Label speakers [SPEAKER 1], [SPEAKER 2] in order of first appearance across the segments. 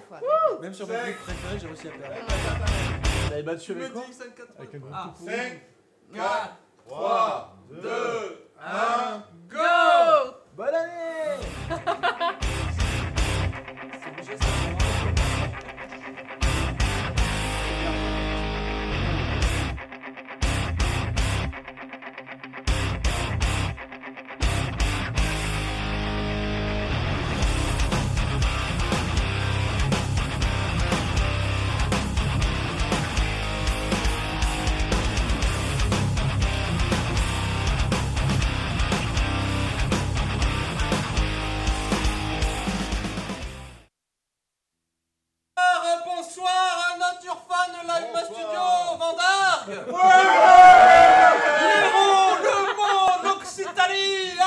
[SPEAKER 1] fois.
[SPEAKER 2] Même sur mon truc préféré, j'ai réussi à perdre.
[SPEAKER 3] Vous l'avez battu avec quoi Avec un gros
[SPEAKER 2] Ah.
[SPEAKER 3] coup
[SPEAKER 4] 5,
[SPEAKER 2] 4,
[SPEAKER 4] 3, 2, 1.
[SPEAKER 1] Go
[SPEAKER 3] Bonne année
[SPEAKER 2] Bonsoir, bonsoir à Nature Fan Live
[SPEAKER 4] Bonsoir.
[SPEAKER 2] Studio Vandargue L'Hérault, le Mans, l'Occitanie,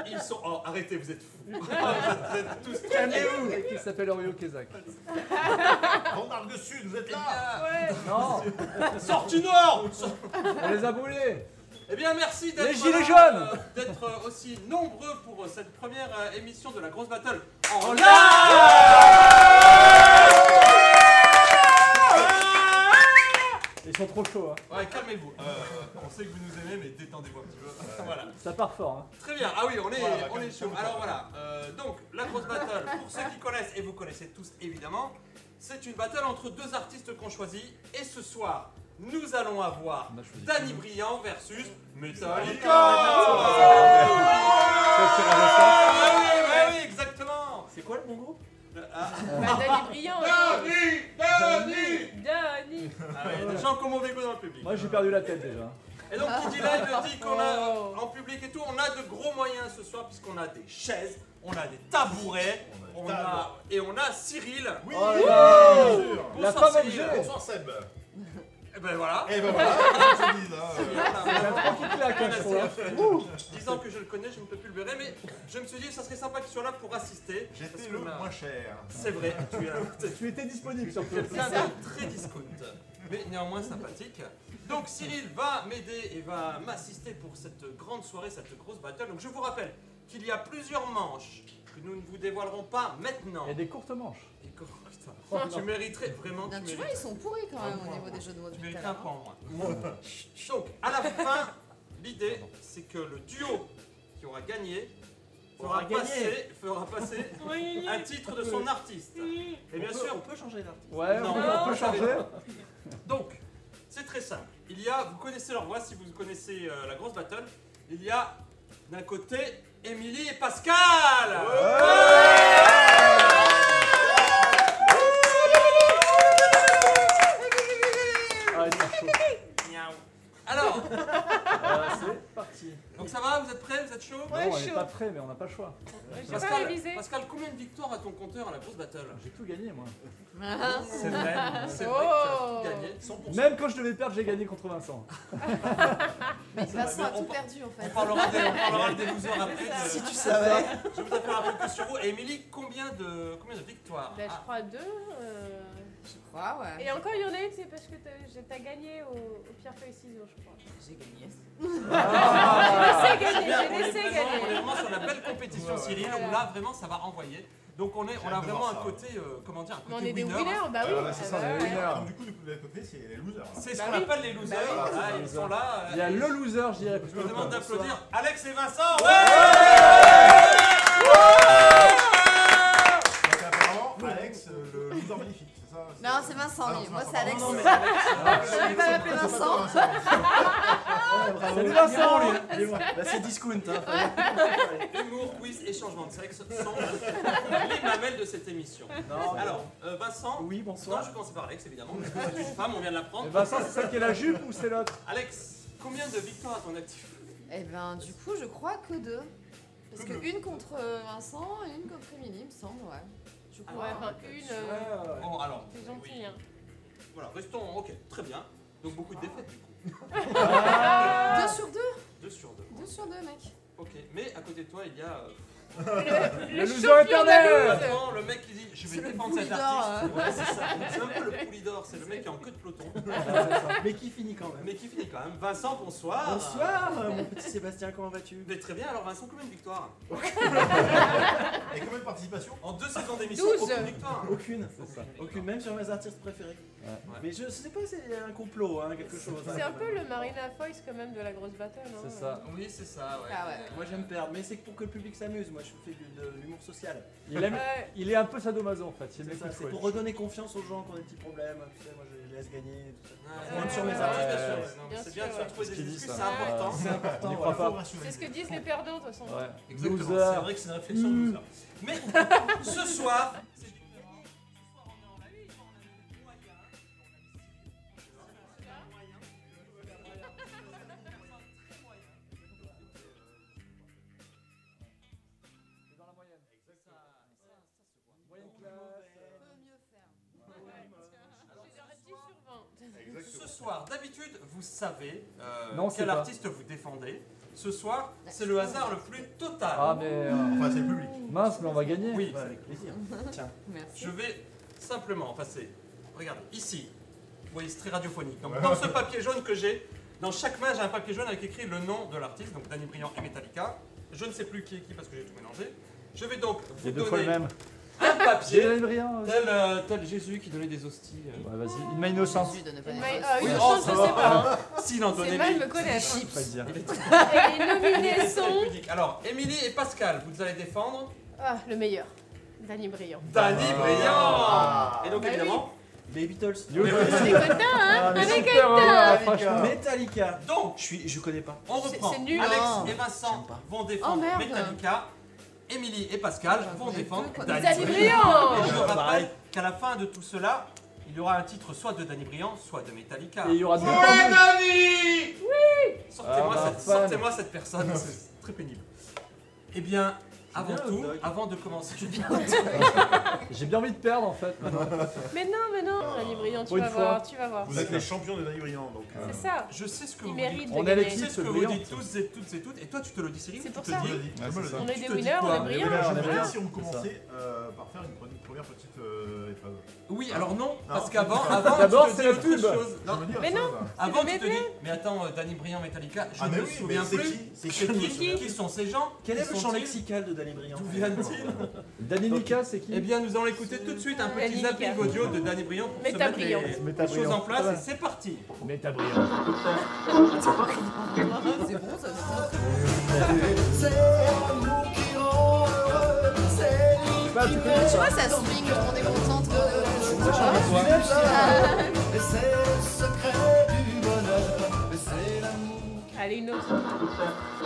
[SPEAKER 2] allez Ils sont... Oh, arrêtez, vous êtes fous Vous êtes tous
[SPEAKER 3] Calmez-vous Qui s'appelle Orio Kezak.
[SPEAKER 4] Vandargue Sud, vous êtes là
[SPEAKER 3] Non
[SPEAKER 2] Sors du Nord Sors-
[SPEAKER 3] On les a brûlés
[SPEAKER 2] Eh bien, merci d'être...
[SPEAKER 3] Les Gilets
[SPEAKER 2] euh,
[SPEAKER 3] jaunes
[SPEAKER 2] D'être euh, aussi nombreux pour euh, cette première euh, émission de la grosse battle en live
[SPEAKER 3] Ils sont trop chauds, hein.
[SPEAKER 2] Ouais, calmez-vous. Euh, on sait que vous nous aimez, mais détendez-vous un petit peu. Voilà.
[SPEAKER 3] Ça part fort, hein.
[SPEAKER 2] Très bien, ah oui, on est,
[SPEAKER 4] Voilà, bah,
[SPEAKER 2] on
[SPEAKER 4] comme
[SPEAKER 2] est
[SPEAKER 4] ça,
[SPEAKER 2] chaud.
[SPEAKER 4] on
[SPEAKER 2] Alors voilà, euh, donc la grosse battle, pour ceux qui connaissent, et vous connaissez tous évidemment, c'est une battle entre deux artistes qu'on choisit. Et ce soir, nous allons avoir
[SPEAKER 3] On a choisi
[SPEAKER 2] Danny Briand versus Metallica
[SPEAKER 3] Ça,
[SPEAKER 2] Ah oui, bah oui, exactement Ah. C'est quoi le bon groupe
[SPEAKER 1] Bah, Danny Briand aussi. Danny
[SPEAKER 2] Ah ouais, Il y a des gens comme mauvais goût dans le public.
[SPEAKER 3] Moi j'ai perdu la tête déjà.
[SPEAKER 2] Et donc qui dit live dit qu'on a
[SPEAKER 1] Oh.
[SPEAKER 2] en public et tout, on a de gros moyens ce soir puisqu'on a des chaises, on a des tabourets, on a et on a Cyril.
[SPEAKER 4] Oui
[SPEAKER 3] Oh là là.
[SPEAKER 4] Bonsoir,
[SPEAKER 3] La
[SPEAKER 2] Bonsoir,
[SPEAKER 3] femme
[SPEAKER 2] Cyril.
[SPEAKER 3] objet
[SPEAKER 4] Bonsoir Seb
[SPEAKER 2] Et ben voilà.
[SPEAKER 4] Eh ben voilà, comme je dis, hein, euh,
[SPEAKER 2] Ah,
[SPEAKER 3] Il y a trois qui claquent, hein, je crois. Ouh.
[SPEAKER 2] Disant que je le connais, je ne peux plus le verrer, mais je me suis dit ça serait sympa qu'il soit là pour assister. parce
[SPEAKER 4] J'étais
[SPEAKER 2] que
[SPEAKER 4] le
[SPEAKER 2] là-
[SPEAKER 4] moins cher.
[SPEAKER 2] C'est vrai, tu es un- t'es
[SPEAKER 3] Tu étais disponible surtout.
[SPEAKER 2] quelqu'un de très discount, mais néanmoins sympathique. Donc Cyril va m'aider et va m'assister pour cette grande soirée, cette grosse battle. Donc je vous rappelle qu'il y a plusieurs manches que nous ne vous dévoilerons pas maintenant.
[SPEAKER 3] Il y a des courtes manches.
[SPEAKER 2] Et comment- putain, tu mériterais vraiment, tu
[SPEAKER 1] Bien, Tu vois,
[SPEAKER 2] mériterais,
[SPEAKER 1] ils sont pourris quand même
[SPEAKER 2] Un
[SPEAKER 1] au
[SPEAKER 2] point,
[SPEAKER 1] niveau
[SPEAKER 2] un
[SPEAKER 1] des jeux de mots
[SPEAKER 2] tu
[SPEAKER 1] depuis tout à
[SPEAKER 2] mériterais un
[SPEAKER 1] l'heure. hein.
[SPEAKER 2] point en moins. Donc, à la fin, l'idée, c'est que le duo qui aura gagné fera
[SPEAKER 5] Aura gagné.
[SPEAKER 2] passer, fera passer un titre de son artiste. Et bien sûr,
[SPEAKER 5] peut changer d'artiste.
[SPEAKER 3] Ouais,
[SPEAKER 2] Non,
[SPEAKER 3] on peut- on
[SPEAKER 2] non,
[SPEAKER 3] peut
[SPEAKER 2] Ah, ça
[SPEAKER 3] changer.
[SPEAKER 2] donc, c'est très simple. Il y a, vous connaissez leur voix si vous connaissez euh, la grosse battle, il y a d'un côté Émilie et Pascal
[SPEAKER 3] Ah, ils sont chauds.
[SPEAKER 2] Miaou. Alors,
[SPEAKER 3] Euh, C'est parti.
[SPEAKER 2] donc ça va, vous êtes prêts, vous êtes chaud
[SPEAKER 3] Non, on n'est pas prêt, mais on n'a pas le choix.
[SPEAKER 1] J'ai pas
[SPEAKER 2] Pascal,
[SPEAKER 1] révisé.
[SPEAKER 2] Pascal, combien de victoires à ton compteur à la grosse battle
[SPEAKER 3] J'ai tout gagné, moi.
[SPEAKER 1] Ah,
[SPEAKER 2] C'est vrai, c'est vrai
[SPEAKER 1] Oh.
[SPEAKER 2] que tu as tout gagné, 100%.
[SPEAKER 3] Même quand je devais perdre, j'ai gagné contre Vincent.
[SPEAKER 1] Mais Vincent a
[SPEAKER 2] on
[SPEAKER 1] tout
[SPEAKER 2] par-
[SPEAKER 1] perdu en
[SPEAKER 2] On
[SPEAKER 1] fait.
[SPEAKER 2] parlera des, on parlera des losers après. euh, de-
[SPEAKER 1] Si tu
[SPEAKER 3] savais.
[SPEAKER 2] Je voudrais faire un focus sur vous. Et Émilie, combien de, combien de victoires
[SPEAKER 6] Bah, je
[SPEAKER 2] Ah,
[SPEAKER 6] crois deux. euh,
[SPEAKER 1] Je crois, ouais.
[SPEAKER 6] Et encore, il y en a une, c'est parce que t'as j'ai- t'as gagné au, au pierre feuille ciseaux, je crois.
[SPEAKER 1] J'ai gagné.
[SPEAKER 6] J'ai
[SPEAKER 2] Ah, c'est
[SPEAKER 6] gagné,
[SPEAKER 2] bien, on
[SPEAKER 6] j'ai
[SPEAKER 2] est
[SPEAKER 6] laissé
[SPEAKER 2] vraiment- On est
[SPEAKER 6] gagner.
[SPEAKER 2] vraiment sur la belle compétition,
[SPEAKER 4] Ouais, ouais.
[SPEAKER 2] Cyril, où
[SPEAKER 6] Voilà.
[SPEAKER 2] là, vraiment, ça va envoyer. Donc, on, est,
[SPEAKER 4] J'ai
[SPEAKER 2] on
[SPEAKER 4] hâte
[SPEAKER 2] a
[SPEAKER 4] de
[SPEAKER 2] vraiment
[SPEAKER 4] voir
[SPEAKER 2] un
[SPEAKER 4] ça.
[SPEAKER 2] côté, euh, comment dire, un
[SPEAKER 6] Mais on
[SPEAKER 2] côté
[SPEAKER 6] est des
[SPEAKER 2] winner.
[SPEAKER 6] winners, bah oui.
[SPEAKER 4] Voilà, c'est
[SPEAKER 6] ah
[SPEAKER 4] ça,
[SPEAKER 6] bah
[SPEAKER 4] on est
[SPEAKER 6] ouais.
[SPEAKER 3] winners.
[SPEAKER 4] Donc, du coup, de l'autre côté, c'est les losers. là.
[SPEAKER 2] C'est ce
[SPEAKER 6] Bah
[SPEAKER 2] qu'on
[SPEAKER 6] oui.
[SPEAKER 2] appelle les losers.
[SPEAKER 4] Bah oui.
[SPEAKER 2] Ah, ils sont là.
[SPEAKER 3] Il y a
[SPEAKER 2] euh,
[SPEAKER 3] le loser, je dirais.
[SPEAKER 2] Je vous demande d'applaudir Alex et Vincent.
[SPEAKER 4] Donc, apparemment, Alex, euh, le loser magnifique, c'est ça
[SPEAKER 1] Non, c'est Vincent,
[SPEAKER 4] Ah, non,
[SPEAKER 1] lui. Moi, c'est Alex.
[SPEAKER 4] Non, non, mais-
[SPEAKER 1] Je vais pas m'appeler
[SPEAKER 4] Ah, c'est pas
[SPEAKER 1] Vincent.
[SPEAKER 3] Salut Vincent
[SPEAKER 2] Bah,
[SPEAKER 5] c'est discount. Hein.
[SPEAKER 2] Humour, quiz et changement de sexe sont les mamelles de cette émission.
[SPEAKER 3] Non,
[SPEAKER 2] Alors, euh, Vincent.
[SPEAKER 5] Oui,
[SPEAKER 2] Non, je
[SPEAKER 5] bonsoir.
[SPEAKER 2] vais commencer par Alex, évidemment. parce que c'est une femme, on vient de
[SPEAKER 3] Et
[SPEAKER 2] l'apprendre.
[SPEAKER 3] Vincent, Eh ben, c'est celle qui est la jupe ou c'est l'autre
[SPEAKER 2] Alex, combien de victoires à ton actif
[SPEAKER 1] Eh ben, du coup, je crois que deux. Parce que une contre euh, Vincent et une contre Émilie, il me semble, ouais. Je
[SPEAKER 6] Ah Ouais,
[SPEAKER 1] crois.
[SPEAKER 6] enfin, une,
[SPEAKER 3] Ouais,
[SPEAKER 6] euh,
[SPEAKER 3] ouais.
[SPEAKER 2] Bon, alors.
[SPEAKER 6] c'est
[SPEAKER 2] oui.
[SPEAKER 6] gentil. Hein.
[SPEAKER 2] Voilà, restons. Ok, très bien. Donc, beaucoup de défaites, du coup.
[SPEAKER 1] Deux
[SPEAKER 6] euh,
[SPEAKER 1] sur deux
[SPEAKER 2] 2 sur 2.
[SPEAKER 1] Deux sur deux, mec.
[SPEAKER 2] Ok, mais à côté de toi, il y a. euh,
[SPEAKER 6] Le,
[SPEAKER 3] Le loser
[SPEAKER 6] champion de la
[SPEAKER 3] éternel
[SPEAKER 6] loose.
[SPEAKER 2] Vincent, le mec qui dit je
[SPEAKER 1] C'est
[SPEAKER 2] vais
[SPEAKER 1] le
[SPEAKER 2] défendre cet
[SPEAKER 1] Poulidor,
[SPEAKER 2] artiste. Ouais, c'est ça. C'est un peu le Poulidor, c'est le mec qui est en queue de peloton.
[SPEAKER 5] Mais qui finit quand même.
[SPEAKER 2] Mais qui finit quand même. Vincent, bonsoir.
[SPEAKER 3] Ah.
[SPEAKER 5] Bonsoir, euh, mon petit Sébastien, comment vas-tu
[SPEAKER 2] Mais très bien, alors Vincent, combien de victoires
[SPEAKER 4] Et combien de participation
[SPEAKER 2] En deux saisons d'émission,
[SPEAKER 1] Douze.
[SPEAKER 2] aucune victoire.
[SPEAKER 5] Aucune.
[SPEAKER 3] C'est ça.
[SPEAKER 5] Aucune, même sur mes artistes préférés.
[SPEAKER 3] Ouais.
[SPEAKER 5] Mais je sais pas, c'est un complot, hein, quelque chose.
[SPEAKER 6] C'est un peu le Marina Foïs quand même de la grosse battle. hein.
[SPEAKER 3] C'est ça.
[SPEAKER 2] Oui, c'est ça, ouais.
[SPEAKER 1] Ah ouais.
[SPEAKER 5] Moi j'aime perdre, mais c'est pour que le public s'amuse. Moi je fais de, de l'humour social.
[SPEAKER 3] Il, aime-
[SPEAKER 6] Ouais.
[SPEAKER 3] il est un peu sadomaso en fait. Il
[SPEAKER 5] C'est
[SPEAKER 3] aime
[SPEAKER 5] ça,
[SPEAKER 3] les
[SPEAKER 5] c'est
[SPEAKER 3] coups de
[SPEAKER 5] pour
[SPEAKER 3] fouet.
[SPEAKER 5] redonner confiance aux gens qui ont des petits problèmes. Tu sais, moi je les laisse gagner. Tout ça.
[SPEAKER 2] Ouais,
[SPEAKER 6] Monte sur
[SPEAKER 2] ouais,
[SPEAKER 6] mes
[SPEAKER 2] ouais,
[SPEAKER 6] armes.
[SPEAKER 2] bien sûr,
[SPEAKER 3] Ouais.
[SPEAKER 2] ouais. Non, mais
[SPEAKER 6] Bien
[SPEAKER 2] C'est bien de
[SPEAKER 6] sûr,
[SPEAKER 2] se
[SPEAKER 6] ouais.
[SPEAKER 2] retrouver
[SPEAKER 3] Je te
[SPEAKER 2] des
[SPEAKER 3] dis
[SPEAKER 2] excuses,
[SPEAKER 3] ça.
[SPEAKER 2] c'est
[SPEAKER 6] Ouais.
[SPEAKER 2] important.
[SPEAKER 5] C'est important.
[SPEAKER 3] N'y
[SPEAKER 5] voilà.
[SPEAKER 3] crois pas.
[SPEAKER 6] C'est ce que disent les perdants de toute façon.
[SPEAKER 3] Ouais.
[SPEAKER 2] Exactement,
[SPEAKER 3] Loser.
[SPEAKER 5] que c'est une réflexion
[SPEAKER 3] Mmh.
[SPEAKER 5] bizarre.
[SPEAKER 2] Mais ce soir, c'est différent. Ce soir, on est en live, on a des moyens, Ce soir, d'habitude, vous savez euh,
[SPEAKER 3] Non, c'est
[SPEAKER 2] quel
[SPEAKER 3] pas.
[SPEAKER 2] artiste vous défendez. Ce soir, c'est le hasard le plus total.
[SPEAKER 3] Ah mais euh,
[SPEAKER 4] Enfin, c'est le public.
[SPEAKER 3] mince, mais on va gagner.
[SPEAKER 2] oui,
[SPEAKER 5] Ouais, avec plaisir. Tiens,
[SPEAKER 1] Merci.
[SPEAKER 2] je vais simplement passer. Regardez, ici, vous voyez, c'est très radiophonique. Donc, dans ce papier jaune que j'ai, dans chaque main, j'ai un papier jaune avec écrit le nom de l'artiste, donc Danny Brillant et Metallica. Je ne sais plus qui est qui parce que j'ai tout mélangé. Je vais donc vous
[SPEAKER 3] Les deux fois le
[SPEAKER 2] donner
[SPEAKER 3] même.
[SPEAKER 2] un
[SPEAKER 3] J'ai
[SPEAKER 2] papier,
[SPEAKER 3] l'aime rien. euh.
[SPEAKER 2] tel, euh, tel Jésus qui donnait des hosties. euh.
[SPEAKER 3] Ouais, vas-y, il m'a innocence.
[SPEAKER 1] Jésus de ne pas
[SPEAKER 6] Mais,
[SPEAKER 1] naître.
[SPEAKER 6] euh,
[SPEAKER 2] Oui,
[SPEAKER 6] une
[SPEAKER 2] oh,
[SPEAKER 6] chose,
[SPEAKER 2] ça
[SPEAKER 6] je
[SPEAKER 2] va.
[SPEAKER 6] sais pas. hein.
[SPEAKER 2] S'il en
[SPEAKER 6] C'est
[SPEAKER 2] donnait
[SPEAKER 6] mal
[SPEAKER 2] lui.
[SPEAKER 6] me connaître. hein.
[SPEAKER 3] Faut Pas le dire.
[SPEAKER 2] Il est très
[SPEAKER 6] Et les nominés sont.
[SPEAKER 2] pudique. Alors, Émilie et Pascal, vous allez défendre
[SPEAKER 6] Ah, le meilleur. Danny Brillant.
[SPEAKER 2] Danny
[SPEAKER 4] Ah.
[SPEAKER 2] Brillant Et donc,
[SPEAKER 6] Bah oui.
[SPEAKER 2] évidemment,
[SPEAKER 5] les Beatles.
[SPEAKER 3] Yo, yo,
[SPEAKER 6] C'est content, hein
[SPEAKER 3] mais
[SPEAKER 6] Avec
[SPEAKER 3] Ah, super, hein, franchement.
[SPEAKER 5] Metallica.
[SPEAKER 2] donc,
[SPEAKER 5] Je suis, je connais pas.
[SPEAKER 2] on
[SPEAKER 6] C'est-
[SPEAKER 2] reprend.
[SPEAKER 6] c'est nul,
[SPEAKER 2] Alex
[SPEAKER 1] hein.
[SPEAKER 2] et Vincent
[SPEAKER 5] J'aime pas.
[SPEAKER 2] vont défendre
[SPEAKER 1] Oh, merde.
[SPEAKER 2] Metallica. Émilie et Pascal
[SPEAKER 1] Ah,
[SPEAKER 2] vont
[SPEAKER 1] vous êtes
[SPEAKER 2] défendre
[SPEAKER 1] deux, quoi.
[SPEAKER 2] Danny
[SPEAKER 6] Danny
[SPEAKER 2] Brillant. Et
[SPEAKER 6] Brillant
[SPEAKER 2] je
[SPEAKER 5] Ah, pareil.
[SPEAKER 2] rappelle qu'à la fin de tout cela, il y aura un titre soit de Danny Brillant, soit de Metallica.
[SPEAKER 3] Et il y aura deux
[SPEAKER 2] Ouais,
[SPEAKER 3] fois
[SPEAKER 2] Danny Sortez-moi
[SPEAKER 3] Ah, ma
[SPEAKER 2] cette,
[SPEAKER 3] fan.
[SPEAKER 2] sortez-moi cette personne, c'est très pénible. Eh bien, avant
[SPEAKER 5] bien, le
[SPEAKER 2] tout,
[SPEAKER 5] dog.
[SPEAKER 2] avant de commencer,
[SPEAKER 3] deux. J'ai bien envie de perdre en fait. maintenant.
[SPEAKER 6] Mais non, mais non, Danny Brillant, tu
[SPEAKER 3] Pour une
[SPEAKER 6] vas
[SPEAKER 3] fois.
[SPEAKER 6] voir, tu vas voir.
[SPEAKER 4] Vous êtes les champions de Dany Brillant, donc. euh,
[SPEAKER 6] C'est ça.
[SPEAKER 2] je sais ce que
[SPEAKER 6] Il
[SPEAKER 2] vous
[SPEAKER 6] mérite de
[SPEAKER 3] On est
[SPEAKER 6] gagner.
[SPEAKER 2] dites. Je
[SPEAKER 3] l'équipe.
[SPEAKER 2] sais ce que vous
[SPEAKER 3] Brillante.
[SPEAKER 2] dites tous et toutes et toutes, et toi tu te le dis, Céline,
[SPEAKER 6] C'est
[SPEAKER 2] tu
[SPEAKER 6] pour
[SPEAKER 2] te
[SPEAKER 6] ça.
[SPEAKER 2] dis.
[SPEAKER 4] je le dis,
[SPEAKER 5] Ouais,
[SPEAKER 4] je me le
[SPEAKER 5] c'est
[SPEAKER 4] dis.
[SPEAKER 5] ça.
[SPEAKER 6] On
[SPEAKER 2] Tu
[SPEAKER 6] est des
[SPEAKER 2] te dis
[SPEAKER 6] winners,
[SPEAKER 2] quoi
[SPEAKER 6] on est
[SPEAKER 2] Les
[SPEAKER 6] brillants.
[SPEAKER 4] J'aimerais bien
[SPEAKER 6] voilà.
[SPEAKER 4] si Eh on commençait
[SPEAKER 5] C'est
[SPEAKER 4] euh, par faire une première, première petite euh, épreuve.
[SPEAKER 2] Oui, alors non, parce
[SPEAKER 4] Non.
[SPEAKER 2] qu'avant, avant,
[SPEAKER 3] D'abord,
[SPEAKER 2] tu te
[SPEAKER 3] c'est
[SPEAKER 2] dis
[SPEAKER 3] la
[SPEAKER 2] autre
[SPEAKER 3] pub.
[SPEAKER 2] chose. Non,
[SPEAKER 4] Je veux dire,
[SPEAKER 6] Mais
[SPEAKER 4] ça,
[SPEAKER 6] non.
[SPEAKER 4] ça.
[SPEAKER 2] avant,
[SPEAKER 6] le
[SPEAKER 2] tu te
[SPEAKER 6] bébé.
[SPEAKER 2] dis, mais attends, euh, Danny Brillant, Metallica, je
[SPEAKER 4] Ah,
[SPEAKER 2] ne
[SPEAKER 4] mais
[SPEAKER 2] me
[SPEAKER 4] oui, mais
[SPEAKER 2] souviens
[SPEAKER 4] c'est
[SPEAKER 2] plus.
[SPEAKER 4] qui
[SPEAKER 5] C'est
[SPEAKER 2] C'est
[SPEAKER 5] qui
[SPEAKER 2] qui Qui sont ces gens
[SPEAKER 5] Quel est
[SPEAKER 2] Qui
[SPEAKER 5] le champ
[SPEAKER 2] sont-ils
[SPEAKER 5] lexical de Danny Brillant
[SPEAKER 2] D'où viennent-ils
[SPEAKER 3] Danny Nica, c'est qui
[SPEAKER 2] Eh bien, nous allons écouter tout de suite un petit
[SPEAKER 6] Danny
[SPEAKER 2] zapping
[SPEAKER 6] Nica.
[SPEAKER 2] audio de Danny Brillant pour se
[SPEAKER 6] Meta
[SPEAKER 2] mettre
[SPEAKER 6] Brillant.
[SPEAKER 2] les- les
[SPEAKER 3] Meta
[SPEAKER 2] choses en
[SPEAKER 3] Brillant. Ah
[SPEAKER 2] place.
[SPEAKER 3] ouais.
[SPEAKER 2] Et c'est parti.
[SPEAKER 3] Méta brillant.
[SPEAKER 1] C'est bon ça
[SPEAKER 3] Bah, tu connais
[SPEAKER 1] Tu vois, ça swing, on est contente.
[SPEAKER 6] Allez, une autre.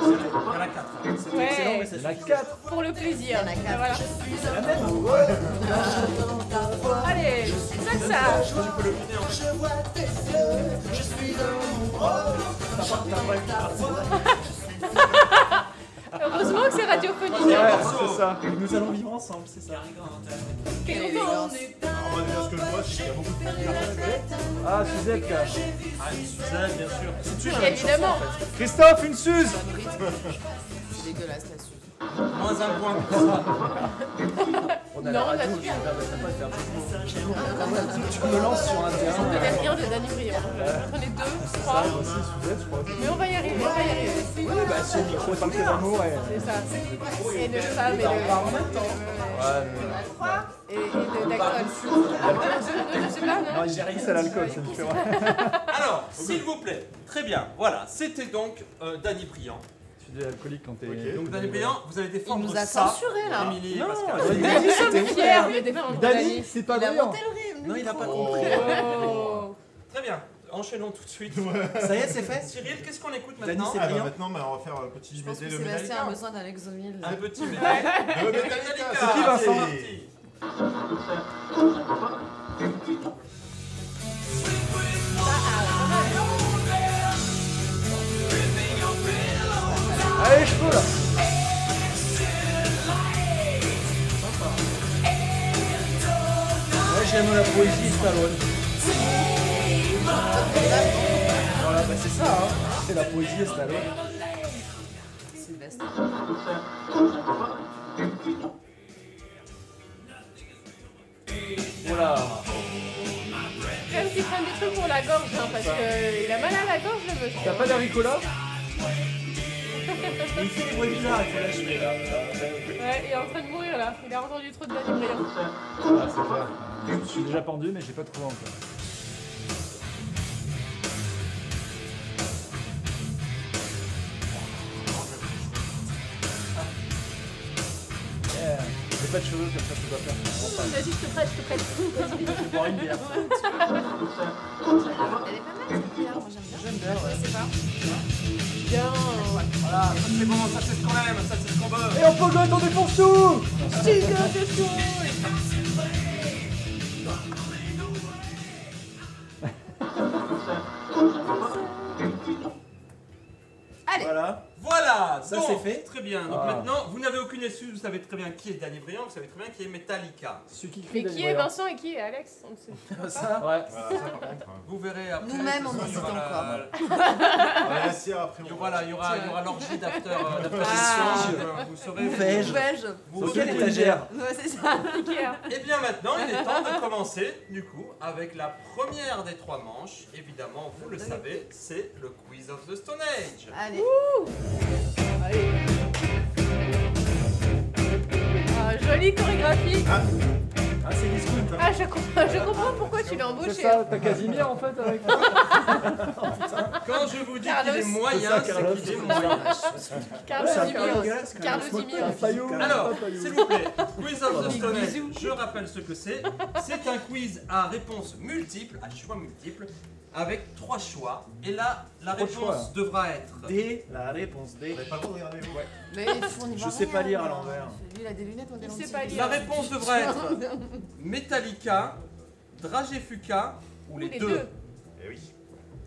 [SPEAKER 2] Il y en a quatre.
[SPEAKER 5] C'est
[SPEAKER 6] Ouais.
[SPEAKER 5] excellent, mais ça
[SPEAKER 3] La
[SPEAKER 5] suffit.
[SPEAKER 3] 4.
[SPEAKER 6] Pour le plaisir.
[SPEAKER 1] Il y en a quatre.
[SPEAKER 6] Voilà.
[SPEAKER 5] La même
[SPEAKER 6] Allez, salsa.
[SPEAKER 2] Tu peux le vider en fait.
[SPEAKER 6] Heureusement que c'est radiophonique.
[SPEAKER 2] Ouais.
[SPEAKER 6] hein.
[SPEAKER 2] morceau.
[SPEAKER 3] c'est ça.
[SPEAKER 5] Nous allons vivre ensemble, c'est ça.
[SPEAKER 6] Quel
[SPEAKER 1] Élégance.
[SPEAKER 6] temps on est
[SPEAKER 4] Alors, moi, déjà, ce que je vois, c'est qu'il y a beaucoup de
[SPEAKER 3] Ah, Suzette là.
[SPEAKER 2] Ah, Suzanne, bien sûr.
[SPEAKER 5] C'est
[SPEAKER 6] Évidemment.
[SPEAKER 3] Christophe, une Suze
[SPEAKER 1] C'est dégueulasse la suite.
[SPEAKER 2] Moins un point pour ça.
[SPEAKER 5] On
[SPEAKER 6] Non,
[SPEAKER 5] a la
[SPEAKER 6] on a
[SPEAKER 5] radio,
[SPEAKER 6] tout
[SPEAKER 5] je
[SPEAKER 6] bien.
[SPEAKER 5] vais pas faire Tu me lances sur un
[SPEAKER 6] On
[SPEAKER 5] terrain.
[SPEAKER 6] ne même rien de Danny Brillant. On est deux, trois.
[SPEAKER 3] Moi aussi, Ah, Suzette, je crois.
[SPEAKER 6] Mais on va y arriver. On va y arriver.
[SPEAKER 5] Oui, bah c'est le micro
[SPEAKER 3] Parle tes amours et.
[SPEAKER 6] C'est ça. Et de femme et
[SPEAKER 5] On parle en
[SPEAKER 6] de.
[SPEAKER 5] même temps.
[SPEAKER 6] Trois. Et, et de d'alcool. Je je sais pas, non
[SPEAKER 3] j'ai rien, c'est l'alcool, c'est différent.
[SPEAKER 2] Alors, s'il vous plaît, très bien, voilà, c'était donc euh, Danny Briand.
[SPEAKER 3] Tu dis alcoolique quand t'es. euh,
[SPEAKER 4] Ok.
[SPEAKER 2] Donc Danny Briand, vous allez
[SPEAKER 1] Il
[SPEAKER 2] défendre
[SPEAKER 1] nous a
[SPEAKER 2] ça,
[SPEAKER 1] censuré là.
[SPEAKER 2] Émilie et
[SPEAKER 5] Non,
[SPEAKER 2] Pascal.
[SPEAKER 5] Danny
[SPEAKER 6] Mais Nous sommes fiers de défendre
[SPEAKER 3] Dani,
[SPEAKER 6] Danny.
[SPEAKER 3] c'est pas
[SPEAKER 1] Ah, Il a
[SPEAKER 3] brillant.
[SPEAKER 1] monté le rythme.
[SPEAKER 5] Non, il a pas
[SPEAKER 1] Oh.
[SPEAKER 5] compris.
[SPEAKER 6] Oh.
[SPEAKER 2] Très bien, enchaînons tout de suite.
[SPEAKER 5] Ça y est, c'est fait.
[SPEAKER 2] Cyril, qu'est-ce qu'on écoute
[SPEAKER 5] Danny,
[SPEAKER 2] maintenant
[SPEAKER 5] c'est-
[SPEAKER 4] Ah bah
[SPEAKER 5] Brillant.
[SPEAKER 4] maintenant, bah, on va faire un petit
[SPEAKER 1] Je pense
[SPEAKER 4] baiser
[SPEAKER 1] que
[SPEAKER 4] de
[SPEAKER 1] Sébastien a
[SPEAKER 4] Metallica.
[SPEAKER 1] besoin d'un Exomil.
[SPEAKER 2] Un petit bébé. Metallica,
[SPEAKER 4] De
[SPEAKER 2] Ah,
[SPEAKER 4] Metallica.
[SPEAKER 3] C'est qui, Vincent
[SPEAKER 2] c'est parti.
[SPEAKER 3] Allez, les cheveux là
[SPEAKER 5] Moi j'aime la poésie Stallone. Voilà, bah c'est ça, hein. c'est la poésie Stallone.
[SPEAKER 1] Sébastien.
[SPEAKER 2] Voilà,
[SPEAKER 5] Voilà.
[SPEAKER 6] Même s'il prend des trucs pour la gorge, hein, parce qu'il a mal à la gorge, le monsieur.
[SPEAKER 5] T'as pas d'haricot là
[SPEAKER 2] Il fait des bruits bizarres, il faut l'achever là.
[SPEAKER 6] Ouais, il est en train de mourir là. Il a entendu trop de Danny Briand.
[SPEAKER 3] Ah, c'est clair. Je me suis déjà pendu, mais j'ai pas trouvé encore. Yeah. J'ai pas de cheveux comme ça, je peux pas faire.
[SPEAKER 6] Vas-y, je te prête, je te prête.
[SPEAKER 3] Je vais boire une bière.
[SPEAKER 1] Elle est pas mal cette bière, moi j'aime bien.
[SPEAKER 5] J'aime bien, ouais.
[SPEAKER 1] Je sais pas.
[SPEAKER 6] Bien.
[SPEAKER 2] Voilà, ça c'est bon, ça Ah, c'est ce qu'on aime, ça c'est ce qu'on veut.
[SPEAKER 5] Et on peut le tourner pour tout
[SPEAKER 6] Sugar de chou.
[SPEAKER 1] Allez,
[SPEAKER 5] Voilà.
[SPEAKER 2] Voilà,
[SPEAKER 5] Ça,
[SPEAKER 2] donc,
[SPEAKER 5] c'est fait.
[SPEAKER 2] Très bien. Donc
[SPEAKER 5] Ah.
[SPEAKER 2] maintenant, vous n'avez aucune excuse, vous savez très bien qui est Danny Briand, vous savez très bien qui est Metallica.
[SPEAKER 5] Celui qui crie
[SPEAKER 6] Mais qui est Vincent et qui est Alex On ne sait pas.
[SPEAKER 5] Ça
[SPEAKER 3] Ouais.
[SPEAKER 4] Voilà, ça par contre. hein.
[SPEAKER 2] Vous verrez après.
[SPEAKER 1] Nous-mêmes, on
[SPEAKER 2] Il y
[SPEAKER 1] hésite
[SPEAKER 2] aura la-
[SPEAKER 4] On va laisser après.
[SPEAKER 2] Il
[SPEAKER 4] on
[SPEAKER 2] y
[SPEAKER 4] va-
[SPEAKER 2] aura, la- il y aura, il y aura l'orgie d'after euh, d'after
[SPEAKER 1] Ah.
[SPEAKER 2] session, euh, Vous saurez.
[SPEAKER 5] Fais-je.
[SPEAKER 1] beige.
[SPEAKER 2] vous-
[SPEAKER 5] Sur
[SPEAKER 2] vous-
[SPEAKER 5] quelle étagère
[SPEAKER 1] Ouais, c'est ça.
[SPEAKER 6] Ikea.
[SPEAKER 2] Et bien maintenant, il est temps de commencer, du coup, avec la première des trois manches. Évidemment, vous le savez, c'est le Quiz of the Stone Age.
[SPEAKER 1] Allez.
[SPEAKER 6] Allez. Ah, jolie chorégraphie.
[SPEAKER 5] Ah, c'est des scouts.
[SPEAKER 6] Ah, je comprends, je comprends pourquoi tu l'as
[SPEAKER 3] C'est
[SPEAKER 6] embauché.
[SPEAKER 3] ça, t'as Casimir en fait avec toi
[SPEAKER 2] Quand je vous dis qu'il
[SPEAKER 6] Carlos.
[SPEAKER 2] est moyen,
[SPEAKER 5] C'est ça, Carlos.
[SPEAKER 2] c'est qu'il est moyen.
[SPEAKER 6] Carlos
[SPEAKER 5] Ouais,
[SPEAKER 6] Dimir.
[SPEAKER 5] Carlos,
[SPEAKER 6] Carlos
[SPEAKER 5] Carlos,
[SPEAKER 6] Dimir.
[SPEAKER 1] hein.
[SPEAKER 5] Carlos, Fayot.
[SPEAKER 2] Alors,
[SPEAKER 5] Ah, Fayot.
[SPEAKER 2] s'il vous plaît, Quiz of the Stone Age, je rappelle ce que c'est. C'est un quiz à réponses multiples, à choix multiples, avec trois choix. Et là, la
[SPEAKER 3] Trois
[SPEAKER 2] réponse
[SPEAKER 3] choix.
[SPEAKER 2] devra être.
[SPEAKER 5] D, la réponse D.
[SPEAKER 4] Vous n'avez pas le droit de regarder vous.
[SPEAKER 1] Mais on y
[SPEAKER 5] Je
[SPEAKER 1] voit
[SPEAKER 5] sais
[SPEAKER 1] rien,
[SPEAKER 5] pas lire à
[SPEAKER 1] alors.
[SPEAKER 5] l'envers.
[SPEAKER 1] Lui, il a des lunettes, on dirait
[SPEAKER 6] Il
[SPEAKER 1] un
[SPEAKER 6] sait
[SPEAKER 1] petit
[SPEAKER 6] pas
[SPEAKER 1] bébé.
[SPEAKER 2] La réponse devrait être Metallica, Dragefuka ou les,
[SPEAKER 6] Les
[SPEAKER 2] deux.
[SPEAKER 6] deux.
[SPEAKER 4] Eh oui.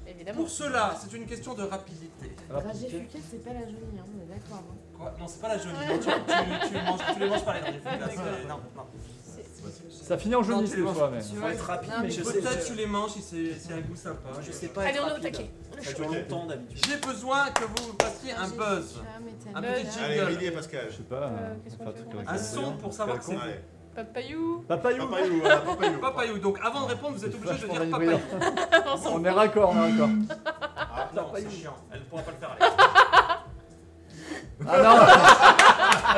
[SPEAKER 6] Évidemment.
[SPEAKER 2] Pour cela, c'est une question de rapidité.
[SPEAKER 1] Dragée Fuca, c'est pas la jolie, hein, on est d'accord. hein.
[SPEAKER 2] Quoi Non, c'est pas la jolie. Non, tu, tu- tu manges- tu les manges pas les Dragefuka. c'est- Non, non.
[SPEAKER 3] Ça finit en
[SPEAKER 2] Non,
[SPEAKER 3] jaune
[SPEAKER 2] tu
[SPEAKER 3] cette
[SPEAKER 2] manges-
[SPEAKER 3] fois, mais.
[SPEAKER 5] Ça va être rapide,
[SPEAKER 1] Non, mais
[SPEAKER 5] mais je sais.
[SPEAKER 2] Peut-être tu les manges si c'est c'est un goût sympa.
[SPEAKER 5] Moi, je
[SPEAKER 2] mais-
[SPEAKER 5] sais pas.
[SPEAKER 6] Allez,
[SPEAKER 5] être
[SPEAKER 6] on est au
[SPEAKER 5] rapide.
[SPEAKER 6] taquet.
[SPEAKER 5] Ça dure longtemps d'habitude.
[SPEAKER 2] J'ai besoin que vous fassiez un
[SPEAKER 1] Dragée
[SPEAKER 2] buzz.
[SPEAKER 1] Fuca, Metallica.
[SPEAKER 2] Un petit
[SPEAKER 6] Buzz.
[SPEAKER 2] jingle.
[SPEAKER 4] Allez, Emilie et Pascal.
[SPEAKER 3] Je sais pas.
[SPEAKER 6] Euh,
[SPEAKER 3] euh,
[SPEAKER 6] qu'est-ce
[SPEAKER 3] on fait
[SPEAKER 6] qu'on fait
[SPEAKER 3] truc avec
[SPEAKER 2] Un
[SPEAKER 3] les
[SPEAKER 2] son
[SPEAKER 3] moyens.
[SPEAKER 2] pour savoir que
[SPEAKER 3] Quelconque.
[SPEAKER 2] c'est
[SPEAKER 4] Allez. hein,
[SPEAKER 6] Papayou.
[SPEAKER 3] Papayou
[SPEAKER 4] Papayou, voilà, papayou.
[SPEAKER 2] papayou. Donc avant de répondre, vous êtes obligé de
[SPEAKER 3] Vachement
[SPEAKER 2] dire
[SPEAKER 3] Daniel
[SPEAKER 2] papayou.
[SPEAKER 3] Bryan. On est raccord, on est raccord.
[SPEAKER 2] Ah, non, c'est
[SPEAKER 5] Papayou.
[SPEAKER 2] chiant. Elle pourra pas le faire.
[SPEAKER 3] Ah non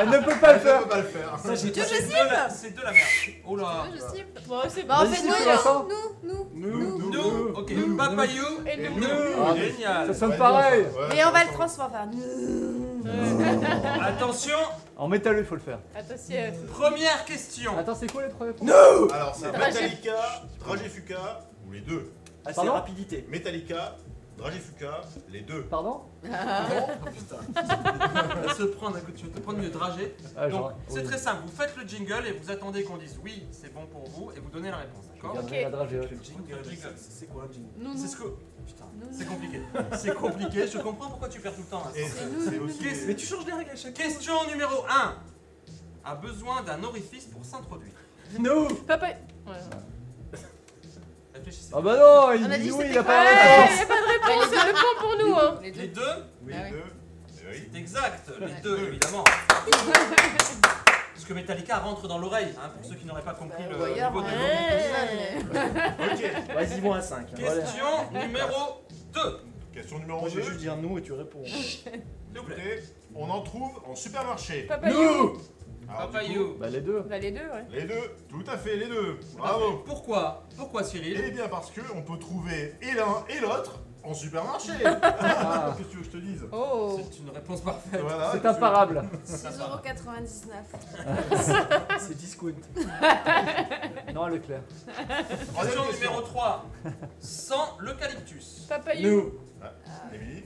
[SPEAKER 3] Elle ne peut pas le
[SPEAKER 4] Je ne
[SPEAKER 3] faire
[SPEAKER 4] peux pas le faire.
[SPEAKER 5] Ça, j'ai
[SPEAKER 2] Alex.
[SPEAKER 1] je
[SPEAKER 2] C'est de la- C'est de la merde. Oh là.
[SPEAKER 1] Ouais, je cible.
[SPEAKER 6] Bon, c'est
[SPEAKER 1] Bah,
[SPEAKER 6] bon.
[SPEAKER 1] en
[SPEAKER 3] Vas-y,
[SPEAKER 1] fait,
[SPEAKER 3] c'est
[SPEAKER 1] nous,
[SPEAKER 3] Vincent.
[SPEAKER 1] nous, nous, nous.
[SPEAKER 2] Nous,
[SPEAKER 4] Nous,
[SPEAKER 2] nous, ok. Papayou,
[SPEAKER 6] Et
[SPEAKER 2] et
[SPEAKER 6] nous.
[SPEAKER 2] nous.
[SPEAKER 3] Ah, mais-
[SPEAKER 2] Génial.
[SPEAKER 3] Ça sonne pareil
[SPEAKER 1] Mais on va le transformer. en nous.
[SPEAKER 2] Attention,
[SPEAKER 3] En métal, il faut le faire.
[SPEAKER 6] Attention.
[SPEAKER 2] première question.
[SPEAKER 3] Attends, c'est quoi les trois réponses
[SPEAKER 4] Alors, c'est Metallica, Dragefuca, ou les deux.
[SPEAKER 5] assez
[SPEAKER 3] Pardon
[SPEAKER 5] rapidité.
[SPEAKER 4] Metallica, Dragefuca, les deux.
[SPEAKER 3] Pardon
[SPEAKER 2] On va se prendre, écoute, tu vas te prendre une dragée.
[SPEAKER 3] Ah,
[SPEAKER 2] Donc,
[SPEAKER 3] genre,
[SPEAKER 2] c'est
[SPEAKER 3] oui.
[SPEAKER 2] très simple. Vous faites le jingle et vous attendez qu'on dise oui, c'est bon pour vous, et vous donnez la réponse, d'accord
[SPEAKER 3] Regarde, la dragée, ouais.
[SPEAKER 5] Le jingle, c'est- C'est quoi un jingle
[SPEAKER 1] Nous,
[SPEAKER 2] C'est
[SPEAKER 1] nous.
[SPEAKER 2] ce que.
[SPEAKER 5] Putain.
[SPEAKER 1] Nous,
[SPEAKER 2] C'est
[SPEAKER 1] nous.
[SPEAKER 2] compliqué. C'est compliqué, je comprends pourquoi tu perds tout le temps.
[SPEAKER 4] Et
[SPEAKER 2] Vincent.
[SPEAKER 4] c'est aussi.
[SPEAKER 2] Qu'est-ce-
[SPEAKER 5] Mais tu changes les règles à chaque
[SPEAKER 2] Question numéro 1 a besoin d'un orifice pour s'introduire.
[SPEAKER 5] No
[SPEAKER 6] Papayou. Ouais.
[SPEAKER 2] Réfléchissez.
[SPEAKER 3] Ah bah non, il
[SPEAKER 1] On a
[SPEAKER 3] dit
[SPEAKER 1] dit
[SPEAKER 3] oui,
[SPEAKER 1] c'était
[SPEAKER 3] il a
[SPEAKER 6] Ouais,
[SPEAKER 3] pas la réponse
[SPEAKER 6] y a pas de réponse, le point pour nous. Hein.
[SPEAKER 1] Les
[SPEAKER 2] Les
[SPEAKER 1] deux.
[SPEAKER 2] deux,
[SPEAKER 4] Oui, les
[SPEAKER 1] Ah ouais.
[SPEAKER 4] deux. Eh oui.
[SPEAKER 2] c'est exact, les
[SPEAKER 1] Ouais.
[SPEAKER 2] deux évidemment. Parce que Metallica rentre dans l'oreille, hein, pour ceux qui n'auraient pas compris
[SPEAKER 1] Bah,
[SPEAKER 2] le
[SPEAKER 1] ou ailleurs,
[SPEAKER 2] niveau de
[SPEAKER 1] ouais.
[SPEAKER 6] Ouais.
[SPEAKER 4] Eh Ok.
[SPEAKER 5] Vas-y, moi à 5.
[SPEAKER 2] Question numéro 2.
[SPEAKER 4] Question numéro
[SPEAKER 5] Moi, je
[SPEAKER 4] 2.
[SPEAKER 5] vais juste dire nous et tu réponds.
[SPEAKER 2] S'il vous plaît.
[SPEAKER 4] Écoutez, on en trouve en supermarché.
[SPEAKER 6] Papayou.
[SPEAKER 2] Ah,
[SPEAKER 4] Alors, du
[SPEAKER 2] Papayou.
[SPEAKER 3] Bah les deux.
[SPEAKER 6] Bah, les deux, ouais.
[SPEAKER 4] coup, Les deux, tout à fait, les deux. Bravo.
[SPEAKER 2] Pourquoi Pourquoi
[SPEAKER 4] Eh
[SPEAKER 2] Cyril
[SPEAKER 4] bien, parce que on peut trouver et l'un et l'autre en supermarché.
[SPEAKER 3] Ah,
[SPEAKER 4] Qu'est-ce que tu veux que je te dise
[SPEAKER 6] Oh.
[SPEAKER 2] C'est une réponse parfaite.
[SPEAKER 4] Voilà,
[SPEAKER 3] c'est
[SPEAKER 4] qu'est-ce que-
[SPEAKER 3] imparable.
[SPEAKER 1] 6,99€.
[SPEAKER 5] C'est discount.
[SPEAKER 3] Non, Leclerc.
[SPEAKER 4] Troisième
[SPEAKER 2] Question
[SPEAKER 4] question.
[SPEAKER 2] numéro 3. Sans l'eucalyptus.
[SPEAKER 6] Papayou.
[SPEAKER 5] Nous.
[SPEAKER 4] Émilie.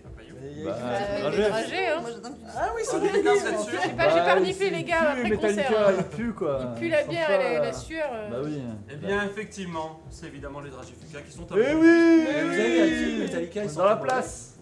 [SPEAKER 3] Bah,
[SPEAKER 1] Mais
[SPEAKER 3] dragée.
[SPEAKER 1] les dragées, hein.
[SPEAKER 6] Moi,
[SPEAKER 5] Ah oui, c'est
[SPEAKER 2] On est
[SPEAKER 5] des
[SPEAKER 2] d'accord
[SPEAKER 5] listes.
[SPEAKER 2] là-dessus
[SPEAKER 6] J'ai pas, j'ai
[SPEAKER 3] Bah,
[SPEAKER 6] pas reniflé
[SPEAKER 3] c'est-
[SPEAKER 6] les gars
[SPEAKER 3] il
[SPEAKER 6] après
[SPEAKER 3] pue,
[SPEAKER 6] le concert.
[SPEAKER 3] Metallica,
[SPEAKER 6] hein.
[SPEAKER 3] il pue quoi.
[SPEAKER 6] Il pue la
[SPEAKER 3] Sans
[SPEAKER 6] bière
[SPEAKER 3] ça,
[SPEAKER 6] et la,
[SPEAKER 3] euh,
[SPEAKER 6] la sueur. euh.
[SPEAKER 3] Bah oui.
[SPEAKER 2] Eh bien, effectivement, c'est évidemment les Dragifuca qui sont à
[SPEAKER 3] Eh
[SPEAKER 2] vous.
[SPEAKER 3] oui
[SPEAKER 5] Vous avez la petite Metallica, ils
[SPEAKER 3] On est
[SPEAKER 5] sont
[SPEAKER 3] Dans la
[SPEAKER 5] en bordel.
[SPEAKER 3] place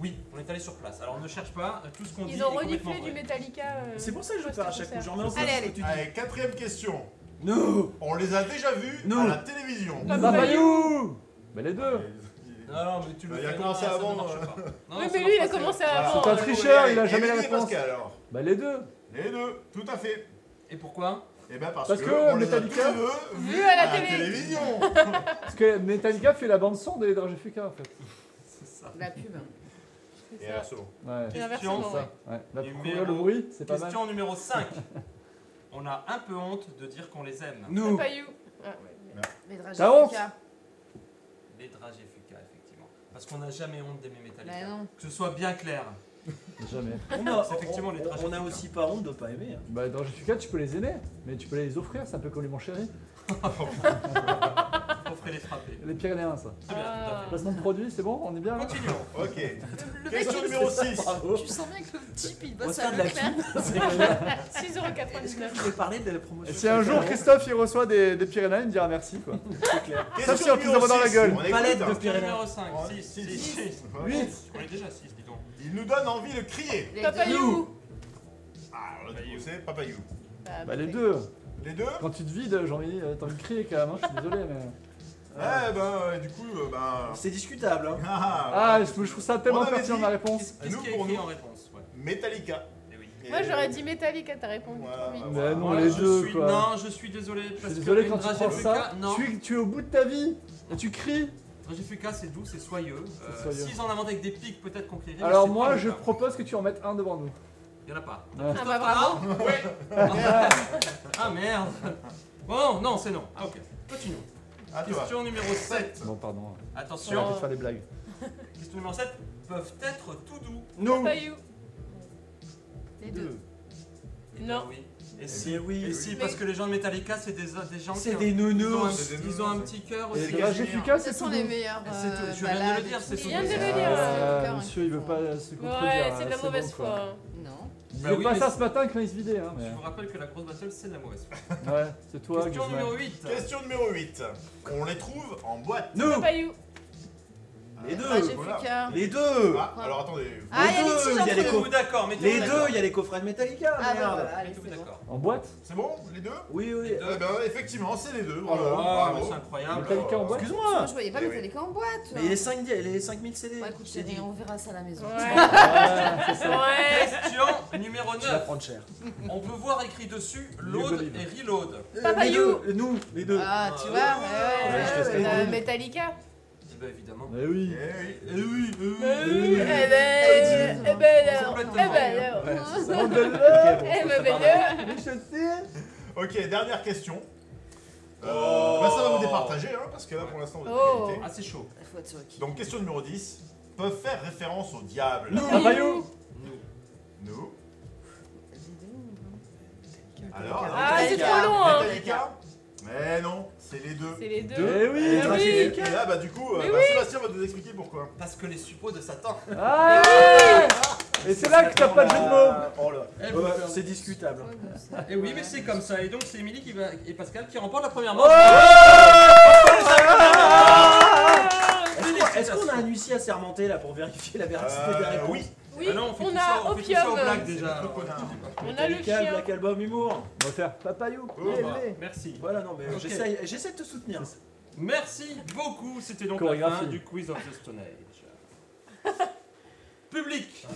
[SPEAKER 2] Oui, on est allé sur place. Alors ne cherche pas, tout ce qu'on dit
[SPEAKER 6] Ils ont
[SPEAKER 2] est complètement
[SPEAKER 6] reniflé
[SPEAKER 2] vrai.
[SPEAKER 6] du Metallica. euh,
[SPEAKER 5] C'est pour ça que je le fais à chaque coup. J'en mets un peu
[SPEAKER 1] Allez,
[SPEAKER 5] ce
[SPEAKER 1] allez.
[SPEAKER 5] que tu dis.
[SPEAKER 4] Allez, quatrième question.
[SPEAKER 5] Nous.
[SPEAKER 4] On les a déjà vus
[SPEAKER 5] Non.
[SPEAKER 4] à la télévision.
[SPEAKER 6] Pas
[SPEAKER 3] Papayou Bah les Ah, deux
[SPEAKER 4] Émilie
[SPEAKER 2] Non, non, mais tu le
[SPEAKER 4] Bah, il a
[SPEAKER 2] fais-
[SPEAKER 4] commencé
[SPEAKER 2] non, ça
[SPEAKER 4] avant,
[SPEAKER 2] ne marche
[SPEAKER 4] euh.
[SPEAKER 2] pas. Non,
[SPEAKER 6] Oui,
[SPEAKER 2] ça
[SPEAKER 6] mais
[SPEAKER 2] marche
[SPEAKER 6] lui, il
[SPEAKER 2] pas,
[SPEAKER 6] a
[SPEAKER 2] c'est-
[SPEAKER 6] commencé
[SPEAKER 4] Voilà.
[SPEAKER 6] avant.
[SPEAKER 3] C'est un
[SPEAKER 6] euh,
[SPEAKER 3] tricheur, il a jamais la
[SPEAKER 4] et
[SPEAKER 3] réponse.
[SPEAKER 4] Pascal alors.
[SPEAKER 3] Bah les deux
[SPEAKER 4] Les deux, tout à fait.
[SPEAKER 2] Et pourquoi
[SPEAKER 4] Eh ben parce,
[SPEAKER 3] Parce
[SPEAKER 4] que,
[SPEAKER 3] que
[SPEAKER 4] on les a tous
[SPEAKER 3] Metallica-
[SPEAKER 4] les deux
[SPEAKER 6] Vu
[SPEAKER 4] vus
[SPEAKER 6] à la télé.
[SPEAKER 4] télévision.
[SPEAKER 3] Parce que Metallica fait la bande son des Dragon FK en fait.
[SPEAKER 2] C'est ça.
[SPEAKER 1] La pub.
[SPEAKER 4] Et inversement.
[SPEAKER 3] Ouais.
[SPEAKER 6] Et inversement,
[SPEAKER 2] ça.
[SPEAKER 6] ouais.
[SPEAKER 3] Ça, ouais. Là,
[SPEAKER 2] Et
[SPEAKER 3] pour
[SPEAKER 2] mais-
[SPEAKER 3] couvrir le bruit, c'est pas mal.
[SPEAKER 2] Question numéro 5. On a un peu honte de dire qu'on les aime.
[SPEAKER 6] C'est
[SPEAKER 2] Nous
[SPEAKER 6] Pas you.
[SPEAKER 1] Mais
[SPEAKER 3] T'as honte
[SPEAKER 2] Les dragées FK, effectivement. Parce qu'on n'a jamais honte d'aimer Metallica.
[SPEAKER 1] Bah non.
[SPEAKER 2] Que ce soit bien clair.
[SPEAKER 3] Jamais.
[SPEAKER 5] Ah, On a,
[SPEAKER 2] C'est effectivement les
[SPEAKER 5] on-
[SPEAKER 2] trajets
[SPEAKER 5] on a
[SPEAKER 2] africains.
[SPEAKER 5] aussi pas honte de pas aimer. hein.
[SPEAKER 3] Bah, Dragon FK, tu peux les aimer, mais tu peux les offrir, c'est un peu comme les mancheries.
[SPEAKER 2] Offrez les frapper.
[SPEAKER 3] Les Pyrénéens, ça.
[SPEAKER 2] Très bien, tout à
[SPEAKER 6] Ah.
[SPEAKER 3] Placement de produit, c'est bon, on est bien
[SPEAKER 2] fait.
[SPEAKER 3] là
[SPEAKER 2] Continuons.
[SPEAKER 4] Ok.
[SPEAKER 1] Le mec,
[SPEAKER 4] Question
[SPEAKER 1] il-
[SPEAKER 4] numéro 6.
[SPEAKER 5] Bravo.
[SPEAKER 1] tu sens bien que le type il
[SPEAKER 5] Ah, oh. On
[SPEAKER 1] bosse
[SPEAKER 5] se
[SPEAKER 1] à
[SPEAKER 5] fait de la
[SPEAKER 1] Leclerc.
[SPEAKER 5] pub.
[SPEAKER 6] 6,99€.
[SPEAKER 5] Je vais parler de la promotion.
[SPEAKER 3] Si un jour Christophe il reçoit des, des Pyrénéens, il me dira merci quoi.
[SPEAKER 4] Question
[SPEAKER 3] si on te
[SPEAKER 4] numéro
[SPEAKER 3] envoie dans la
[SPEAKER 4] six.
[SPEAKER 3] gueule.
[SPEAKER 4] On écoute,
[SPEAKER 5] Palette de
[SPEAKER 4] hein.
[SPEAKER 2] Question
[SPEAKER 5] Pyrénées.
[SPEAKER 2] numéro 5.
[SPEAKER 4] Ouais,
[SPEAKER 2] 6,
[SPEAKER 4] six,
[SPEAKER 2] 6, 6.
[SPEAKER 4] Huit.
[SPEAKER 2] On est déjà 6, dis donc.
[SPEAKER 3] Bah,
[SPEAKER 4] Il nous donne envie de crier.
[SPEAKER 1] Les
[SPEAKER 6] Papa
[SPEAKER 1] deux.
[SPEAKER 6] You.
[SPEAKER 4] Ah, l'autre coup, c'est Papayou.
[SPEAKER 3] Bah les deux.
[SPEAKER 4] Les deux
[SPEAKER 3] Quand tu te vides, j'ai envie, euh, t'as envie de crier quand même, hein, je suis désolé mais...
[SPEAKER 4] Eh ben, euh, du coup, euh, ben...
[SPEAKER 5] C'est discutable. Hein.
[SPEAKER 3] Ah, je, je trouve ça tellement
[SPEAKER 4] On avait
[SPEAKER 3] pertinent
[SPEAKER 4] dit-
[SPEAKER 3] ma réponse.
[SPEAKER 2] Qu'est-ce qu'est-ce
[SPEAKER 4] Nous,
[SPEAKER 2] qu'il y a
[SPEAKER 4] pour
[SPEAKER 2] écrit
[SPEAKER 4] nous.
[SPEAKER 2] en réponse ouais.
[SPEAKER 4] Metallica.
[SPEAKER 2] Eh oui.
[SPEAKER 6] Moi j'aurais dit Metallica, t'as répondu trop
[SPEAKER 4] euh, Ouais,
[SPEAKER 6] vite.
[SPEAKER 4] ouais.
[SPEAKER 3] Mais non,
[SPEAKER 2] Moi,
[SPEAKER 3] Bah, les
[SPEAKER 2] je
[SPEAKER 3] deux
[SPEAKER 2] suis-
[SPEAKER 3] quoi.
[SPEAKER 2] Non, je suis désolé.
[SPEAKER 3] je
[SPEAKER 2] Parce
[SPEAKER 3] suis désolé
[SPEAKER 2] que
[SPEAKER 3] quand
[SPEAKER 2] une
[SPEAKER 3] tu
[SPEAKER 2] dragée
[SPEAKER 3] prends ça,
[SPEAKER 2] FK, non.
[SPEAKER 3] tu, es- tu es au bout de ta vie et tu cries.
[SPEAKER 2] Dragée FK, c'est doux, c'est soyeux.
[SPEAKER 3] C'est
[SPEAKER 2] Euh,
[SPEAKER 3] soyeux.
[SPEAKER 2] S'ils en inventent avec des pics, peut-être qu'on crierait. mais
[SPEAKER 3] Alors
[SPEAKER 2] c'est pas
[SPEAKER 3] moi
[SPEAKER 2] le
[SPEAKER 3] je
[SPEAKER 2] cas.
[SPEAKER 3] propose que tu en mettes un devant nous.
[SPEAKER 2] Il y en a pas.
[SPEAKER 3] Ouais.
[SPEAKER 6] Ah bah bravo.
[SPEAKER 2] Ouais. ah merde. Bon, non, c'est non. Ah ok. Continuons.
[SPEAKER 4] À toi.
[SPEAKER 2] Question numéro 7.
[SPEAKER 3] Bon pardon, je vais
[SPEAKER 2] Attention.
[SPEAKER 3] arrêter de faire des blagues.
[SPEAKER 2] Question numéro 7. Peuvent être tout doux.
[SPEAKER 5] Nous.
[SPEAKER 6] Papa You.
[SPEAKER 1] Les deux.
[SPEAKER 2] Eh ben
[SPEAKER 6] Non.
[SPEAKER 2] oui. Et si.
[SPEAKER 5] C'est oui.
[SPEAKER 2] Et si,
[SPEAKER 6] oui.
[SPEAKER 2] parce que les gens de Metallica, c'est des, des gens
[SPEAKER 5] C'est
[SPEAKER 2] qui ont-
[SPEAKER 5] des
[SPEAKER 2] ils ont un,
[SPEAKER 5] nounours.
[SPEAKER 4] C'est des
[SPEAKER 2] ils ont un
[SPEAKER 4] nounours.
[SPEAKER 2] petit cœur aussi.
[SPEAKER 3] Et
[SPEAKER 4] c'est
[SPEAKER 3] le rage
[SPEAKER 4] Casimir.
[SPEAKER 3] FK,
[SPEAKER 1] Ce
[SPEAKER 3] c'est
[SPEAKER 1] sont
[SPEAKER 3] tout
[SPEAKER 1] les
[SPEAKER 3] doux.
[SPEAKER 1] meilleurs.
[SPEAKER 2] Et c'est tout,
[SPEAKER 1] euh,
[SPEAKER 2] je viens de le
[SPEAKER 1] balades
[SPEAKER 2] dire,
[SPEAKER 1] et
[SPEAKER 2] c'est
[SPEAKER 1] tout.
[SPEAKER 2] tout.
[SPEAKER 6] Il vient de le
[SPEAKER 1] Ah,
[SPEAKER 6] dire,
[SPEAKER 1] c'est
[SPEAKER 3] Ah,
[SPEAKER 1] le cœur,
[SPEAKER 3] monsieur, il veut pas se contredire.
[SPEAKER 6] Ouais, c'est
[SPEAKER 3] hein,
[SPEAKER 6] de la
[SPEAKER 3] bon,
[SPEAKER 6] mauvaise
[SPEAKER 3] quoi.
[SPEAKER 6] foi. hein.
[SPEAKER 1] Non.
[SPEAKER 3] Il
[SPEAKER 2] Bah
[SPEAKER 3] fait
[SPEAKER 2] oui,
[SPEAKER 3] pas
[SPEAKER 2] mais
[SPEAKER 3] ça
[SPEAKER 2] c'est-
[SPEAKER 3] ce matin quand il se vidait. Hein,
[SPEAKER 2] Je vous
[SPEAKER 3] mais...
[SPEAKER 2] rappelle que la grosse battle, c'est de la mauvaise. foi.
[SPEAKER 3] Ouais, c'est toi,
[SPEAKER 2] Question
[SPEAKER 3] Guzman.
[SPEAKER 2] numéro 8.
[SPEAKER 4] Question numéro 8. On les trouve en boîte.
[SPEAKER 5] Nous.
[SPEAKER 6] Papa You.
[SPEAKER 5] Les
[SPEAKER 1] Ah,
[SPEAKER 5] deux.
[SPEAKER 1] j'ai
[SPEAKER 4] voilà.
[SPEAKER 1] plus qu'un.
[SPEAKER 5] Les deux.
[SPEAKER 4] Ah, alors attendez.
[SPEAKER 1] Ah, il y a
[SPEAKER 5] deux,
[SPEAKER 1] les tiges
[SPEAKER 5] il y a les
[SPEAKER 1] entre
[SPEAKER 5] co-
[SPEAKER 1] nous.
[SPEAKER 2] Mettez-vous d'accord, mettez-vous
[SPEAKER 5] Les
[SPEAKER 2] d'accord.
[SPEAKER 5] deux, il y a les coffrets de Metallica.
[SPEAKER 1] Ah, bah
[SPEAKER 5] merde.
[SPEAKER 1] voilà, allez,
[SPEAKER 2] Mettez-vous
[SPEAKER 1] c'est bon.
[SPEAKER 2] d'accord.
[SPEAKER 3] En boîte
[SPEAKER 4] C'est bon, les deux
[SPEAKER 5] Oui, oui.
[SPEAKER 2] Les deux.
[SPEAKER 4] Eh ben, effectivement, c'est les deux.
[SPEAKER 2] Oh là
[SPEAKER 4] Bravo.
[SPEAKER 2] là, mais
[SPEAKER 4] bravo.
[SPEAKER 2] c'est incroyable.
[SPEAKER 3] Metallica en boîte
[SPEAKER 1] Moi,
[SPEAKER 5] Excuse-moi.
[SPEAKER 1] je voyais pas
[SPEAKER 4] Eh oui.
[SPEAKER 1] Metallica en boîte.
[SPEAKER 5] Mais les 5 les 5000 CD.
[SPEAKER 1] Bon, Bah, écoute,
[SPEAKER 5] j'ai dit.
[SPEAKER 1] chérie, on verra ça à la maison.
[SPEAKER 6] Ouais.
[SPEAKER 3] Ouais, c'est ça.
[SPEAKER 6] Ouais.
[SPEAKER 2] Question numéro
[SPEAKER 5] Tu vas
[SPEAKER 2] 9.
[SPEAKER 5] prendre cher.
[SPEAKER 2] On peut voir écrit dessus load
[SPEAKER 3] Believe.
[SPEAKER 2] et reload.
[SPEAKER 6] Papa
[SPEAKER 5] Les
[SPEAKER 6] You.
[SPEAKER 5] deux, Nous, les deux.
[SPEAKER 1] Ah, tu
[SPEAKER 2] Ah,
[SPEAKER 1] vois,
[SPEAKER 2] ouais,
[SPEAKER 1] ouais,
[SPEAKER 5] ouais, je te
[SPEAKER 1] ouais,
[SPEAKER 5] laisse
[SPEAKER 1] ouais,
[SPEAKER 5] répondre.
[SPEAKER 6] Metallica.
[SPEAKER 2] Eh ben évidemment.
[SPEAKER 3] Mais oui.
[SPEAKER 4] Eh oui.
[SPEAKER 2] Eh oui, eh oui.
[SPEAKER 6] Eh ben,
[SPEAKER 1] euh,
[SPEAKER 6] eh ben alors, eh ben alors.
[SPEAKER 5] Ouais, c'est ça.
[SPEAKER 3] On donne
[SPEAKER 5] Ok, bon,
[SPEAKER 6] Eh
[SPEAKER 5] ça
[SPEAKER 6] ben
[SPEAKER 5] part mal.
[SPEAKER 6] alors.
[SPEAKER 3] les chaussettes.
[SPEAKER 4] Ok, dernière question. Euh,
[SPEAKER 5] Oh.
[SPEAKER 4] bah, ça va vous départager, hein, parce que là, pour l'instant, vous êtes
[SPEAKER 6] Oh.
[SPEAKER 4] à égalité.
[SPEAKER 2] Ah c'est chaud.
[SPEAKER 1] Faut être sur le qui.
[SPEAKER 4] Donc, question numéro 10. Peuvent faire référence au diable.
[SPEAKER 5] Nous.
[SPEAKER 3] Papa You.
[SPEAKER 2] Nous.
[SPEAKER 4] Nous.
[SPEAKER 1] Les deux.
[SPEAKER 4] Alors,
[SPEAKER 6] Ah, c'est
[SPEAKER 4] Metallica.
[SPEAKER 6] trop long, hein.
[SPEAKER 4] Metallica Mais non, c'est les deux.
[SPEAKER 6] ben, euh, C'est les deux.
[SPEAKER 3] Eh oui.
[SPEAKER 6] Ah
[SPEAKER 4] Et
[SPEAKER 6] oui.
[SPEAKER 4] là, bah, du coup, euh,
[SPEAKER 6] Mais
[SPEAKER 4] bah, Sébastien va nous expliquer pourquoi.
[SPEAKER 2] Parce que les suppôts de Satan.
[SPEAKER 3] Ah Et c'est là que t'as pas de jeu de mots.
[SPEAKER 5] Oh là.
[SPEAKER 2] Eh,
[SPEAKER 5] Ouais,
[SPEAKER 2] vous-
[SPEAKER 5] C'est discutable.
[SPEAKER 2] Et oui, mais c'est comme ça. Et donc c'est Émilie qui va et Pascal qui remportent la première
[SPEAKER 3] Oh
[SPEAKER 2] manche.
[SPEAKER 5] Est-ce qu'on- Est-ce qu'on a un huissier assermenté là pour vérifier la véracité
[SPEAKER 4] Euh,
[SPEAKER 5] des réponses
[SPEAKER 4] oui.
[SPEAKER 6] Oui,
[SPEAKER 2] Ah non, on fait
[SPEAKER 6] on
[SPEAKER 2] tout
[SPEAKER 6] a
[SPEAKER 2] ça, on fait tout ça aux blagues
[SPEAKER 6] Opium.
[SPEAKER 2] déjà.
[SPEAKER 4] Le connard.
[SPEAKER 6] On a le
[SPEAKER 5] Metallica,
[SPEAKER 6] chien.
[SPEAKER 5] Black Album Humour.
[SPEAKER 3] On va faire Papa You.
[SPEAKER 4] Oh,
[SPEAKER 5] Eh,
[SPEAKER 2] Bah,
[SPEAKER 5] eh.
[SPEAKER 2] Merci.
[SPEAKER 5] Voilà, non, mais
[SPEAKER 2] Ok.
[SPEAKER 5] j'essaye j'essaie de te soutenir.
[SPEAKER 2] Merci beaucoup. C'était donc la
[SPEAKER 3] Chorégraphie.
[SPEAKER 2] fin du quiz of the Stone Age. Public.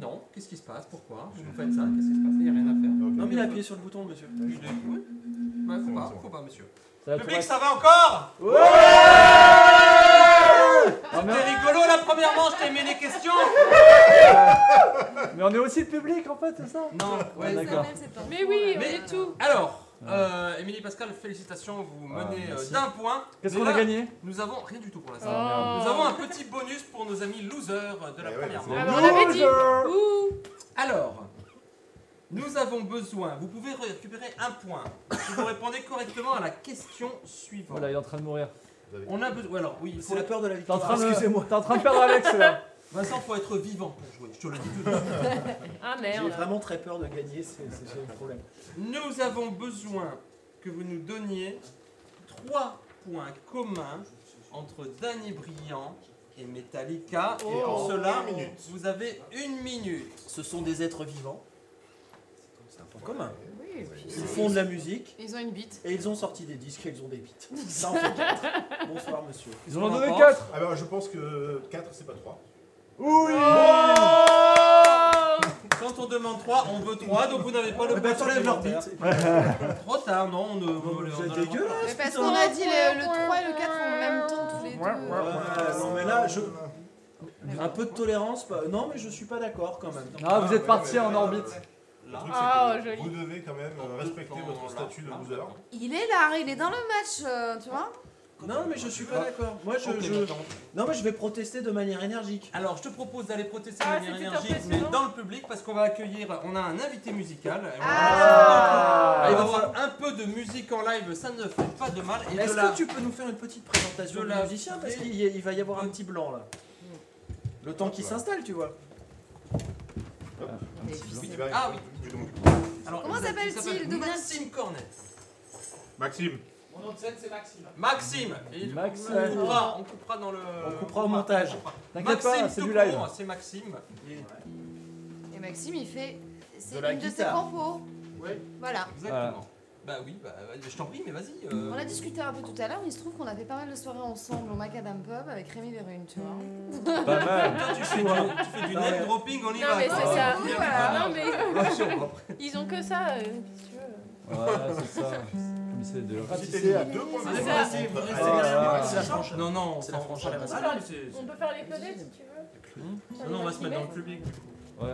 [SPEAKER 2] Non, qu'est-ce qui se passe Pourquoi Vous faites ça Qu'est-ce qui se passe Il n'y a rien à faire.
[SPEAKER 4] Ok.
[SPEAKER 5] Non, mais il a appuyé sur le bouton, monsieur.
[SPEAKER 2] Il est- oui. Bah, faut
[SPEAKER 4] bon,
[SPEAKER 2] pas,
[SPEAKER 4] c'est bon.
[SPEAKER 2] faut pas, monsieur.
[SPEAKER 3] Ça va
[SPEAKER 2] Public,
[SPEAKER 3] être-
[SPEAKER 2] ça va encore
[SPEAKER 3] Ah, mais,
[SPEAKER 2] C'était rigolo la première manche, t'as aimé les questions
[SPEAKER 3] mais on est aussi le public en fait, c'est ça
[SPEAKER 2] Non, ouais,
[SPEAKER 3] Ouais, d'accord.
[SPEAKER 6] Mais oui, on
[SPEAKER 2] Mais-
[SPEAKER 6] est tout.
[SPEAKER 2] Alors, euh, Émilie Pascal, félicitations, vous
[SPEAKER 3] Ah,
[SPEAKER 2] menez euh,
[SPEAKER 3] merci.
[SPEAKER 2] d'un point.
[SPEAKER 3] Qu'est-ce
[SPEAKER 2] Mais
[SPEAKER 3] qu'on a
[SPEAKER 2] là,
[SPEAKER 3] gagné
[SPEAKER 2] Nous avons rien du tout pour l'instant.
[SPEAKER 6] Oh.
[SPEAKER 3] Ah,
[SPEAKER 2] Nous avons un petit bonus pour nos amis losers de la
[SPEAKER 4] Eh ouais,
[SPEAKER 2] première
[SPEAKER 4] c'est
[SPEAKER 2] manche.
[SPEAKER 6] Ah, bah, on avait dit.
[SPEAKER 3] Loser.
[SPEAKER 6] Ouh.
[SPEAKER 2] Alors, nous avons besoin, vous pouvez récupérer un point si vous répondez correctement à la question
[SPEAKER 7] Oh
[SPEAKER 2] suivante.
[SPEAKER 3] Voilà, il est en train de mourir.
[SPEAKER 2] On a besoin. Alors, oui, il faut
[SPEAKER 5] C'est la peur de la
[SPEAKER 3] T'es en
[SPEAKER 5] victoire.
[SPEAKER 3] train de, t'es en train de perdre Alex là.
[SPEAKER 2] Vincent, faut être vivant pour jouer, je te le dis tout de suite.
[SPEAKER 6] Ah
[SPEAKER 5] J'ai
[SPEAKER 6] merde.
[SPEAKER 5] vraiment très peur de gagner, c'est c'est- c'est le problème.
[SPEAKER 2] Nous avons besoin que vous nous donniez trois points communs entre Danny Brillant et Metallica. et pour
[SPEAKER 4] Oh.
[SPEAKER 2] cela,
[SPEAKER 4] Une minute.
[SPEAKER 2] vous avez une minute.
[SPEAKER 5] Ce sont des êtres vivants. C'est un point commun. Ils
[SPEAKER 1] Ils
[SPEAKER 5] font de la musique
[SPEAKER 1] Ils ont une bite.
[SPEAKER 5] et ils ont sorti des disques et ils ont des beats. Ça en fait quatre. Bonsoir, monsieur.
[SPEAKER 3] Ils en ont donné
[SPEAKER 2] Encore.
[SPEAKER 3] 4
[SPEAKER 4] Ah bah, je pense que 4, c'est pas 3.
[SPEAKER 3] Oui
[SPEAKER 6] Oh.
[SPEAKER 2] Ça Quand on demande 3, on veut 3, donc vous n'avez pas le
[SPEAKER 5] Bah, t'enlèves leur
[SPEAKER 2] supplémentaire.
[SPEAKER 5] bite.
[SPEAKER 2] Trop tard, non, on ne. on ne-
[SPEAKER 5] vous
[SPEAKER 2] on
[SPEAKER 5] êtes
[SPEAKER 2] ne-
[SPEAKER 5] dégueulasse.
[SPEAKER 1] Mais parce qu'on a dit le, le 3 et le 4 en même temps tous les deux.
[SPEAKER 5] Ouais, Euh, non, mais là, je.
[SPEAKER 1] Mais
[SPEAKER 5] Un peu de tolérance, pas- non, mais je suis pas d'accord quand même.
[SPEAKER 3] Ah, vous êtes parti en orbite.
[SPEAKER 2] Là.
[SPEAKER 4] truc,
[SPEAKER 6] Ah,
[SPEAKER 4] c'est que
[SPEAKER 6] joli.
[SPEAKER 4] Vous devez quand même euh, respecter votre statut de loser.
[SPEAKER 5] Ah,
[SPEAKER 1] Il est là, il est dans le match, euh, tu vois.
[SPEAKER 5] Non, mais je suis
[SPEAKER 2] Ah.
[SPEAKER 5] pas d'accord. Moi, je, je- Non, mais je vais protester de manière énergique.
[SPEAKER 2] Alors, je te propose d'aller protester
[SPEAKER 6] Ah,
[SPEAKER 2] de manière
[SPEAKER 6] c'était
[SPEAKER 2] énergique, mais
[SPEAKER 6] impressionnant.
[SPEAKER 2] dans le public, parce qu'on va accueillir. On a un invité musical. et on va-
[SPEAKER 1] Ah.
[SPEAKER 2] Il va y avoir un peu de musique en live, ça ne fait pas de mal. Et
[SPEAKER 5] Est-ce
[SPEAKER 2] de là,
[SPEAKER 5] que tu peux nous faire une petite présentation
[SPEAKER 2] de
[SPEAKER 5] du
[SPEAKER 2] la-
[SPEAKER 5] musicien Parce qu'il y a- il va y avoir un petit blanc là.
[SPEAKER 2] Mm.
[SPEAKER 5] Le temps qu'il s'installe, tu vois.
[SPEAKER 2] Ah oui.
[SPEAKER 4] bah, donc.
[SPEAKER 2] Alors,
[SPEAKER 1] Comment
[SPEAKER 2] il s'appelle- il
[SPEAKER 1] s'appelle-t-il,
[SPEAKER 2] s'appelle
[SPEAKER 1] de vrai
[SPEAKER 2] Maxime Cornet.
[SPEAKER 8] Maxime,
[SPEAKER 9] Mon nom de scène, c'est Maxime.
[SPEAKER 2] Maxime. Et il-
[SPEAKER 3] Max,
[SPEAKER 2] On coupera, on coupera dans le.
[SPEAKER 5] On coupera au montage.
[SPEAKER 3] t'inquiète
[SPEAKER 2] Maxime,
[SPEAKER 3] pas,
[SPEAKER 2] c'est
[SPEAKER 3] c'est du live.
[SPEAKER 2] C'est Maxime.
[SPEAKER 9] Euh,
[SPEAKER 1] Et Maxime, il fait. C'est
[SPEAKER 5] De la
[SPEAKER 1] une de ses
[SPEAKER 5] guitare.
[SPEAKER 1] compos.
[SPEAKER 9] Ouais.
[SPEAKER 1] Voilà.
[SPEAKER 2] Exactement. Bah oui, bah, je t'en prie, mais vas-y. euh,
[SPEAKER 1] On a discuté un peu tout à l'heure, il se trouve qu'on a fait pas mal de soirées ensemble au Macadam Pub avec Rémi Verrune, tu vois.
[SPEAKER 3] Pas mal.
[SPEAKER 2] Toi, tu fais du, tu fais du
[SPEAKER 5] Ouais.
[SPEAKER 2] name dropping, on y
[SPEAKER 6] Non,
[SPEAKER 2] va.
[SPEAKER 6] mais
[SPEAKER 2] quoi.
[SPEAKER 6] c'est ça.
[SPEAKER 2] Il y a
[SPEAKER 1] Voilà.
[SPEAKER 2] pas
[SPEAKER 6] Non,
[SPEAKER 2] mal.
[SPEAKER 6] mais
[SPEAKER 2] Ah, si, on va-
[SPEAKER 6] ils ont que ça, euh, si tu veux.
[SPEAKER 3] Voilà, c'est ça. Comme c'est de
[SPEAKER 5] Ah,
[SPEAKER 4] C'était
[SPEAKER 3] ratisser. à-
[SPEAKER 4] deux points
[SPEAKER 6] C'est
[SPEAKER 4] de
[SPEAKER 6] ça.
[SPEAKER 4] principe. Ah,
[SPEAKER 5] C'est la- c'est la
[SPEAKER 4] ouais.
[SPEAKER 5] franchise.
[SPEAKER 2] Non, non,
[SPEAKER 5] C'est la
[SPEAKER 2] on
[SPEAKER 5] franchise.
[SPEAKER 2] s'en fout.
[SPEAKER 5] Ah,
[SPEAKER 2] Ah, c'est-
[SPEAKER 6] On peut faire les claudettes si tu veux.
[SPEAKER 2] Non, non, on va se mettre dans le public.
[SPEAKER 3] Ouais.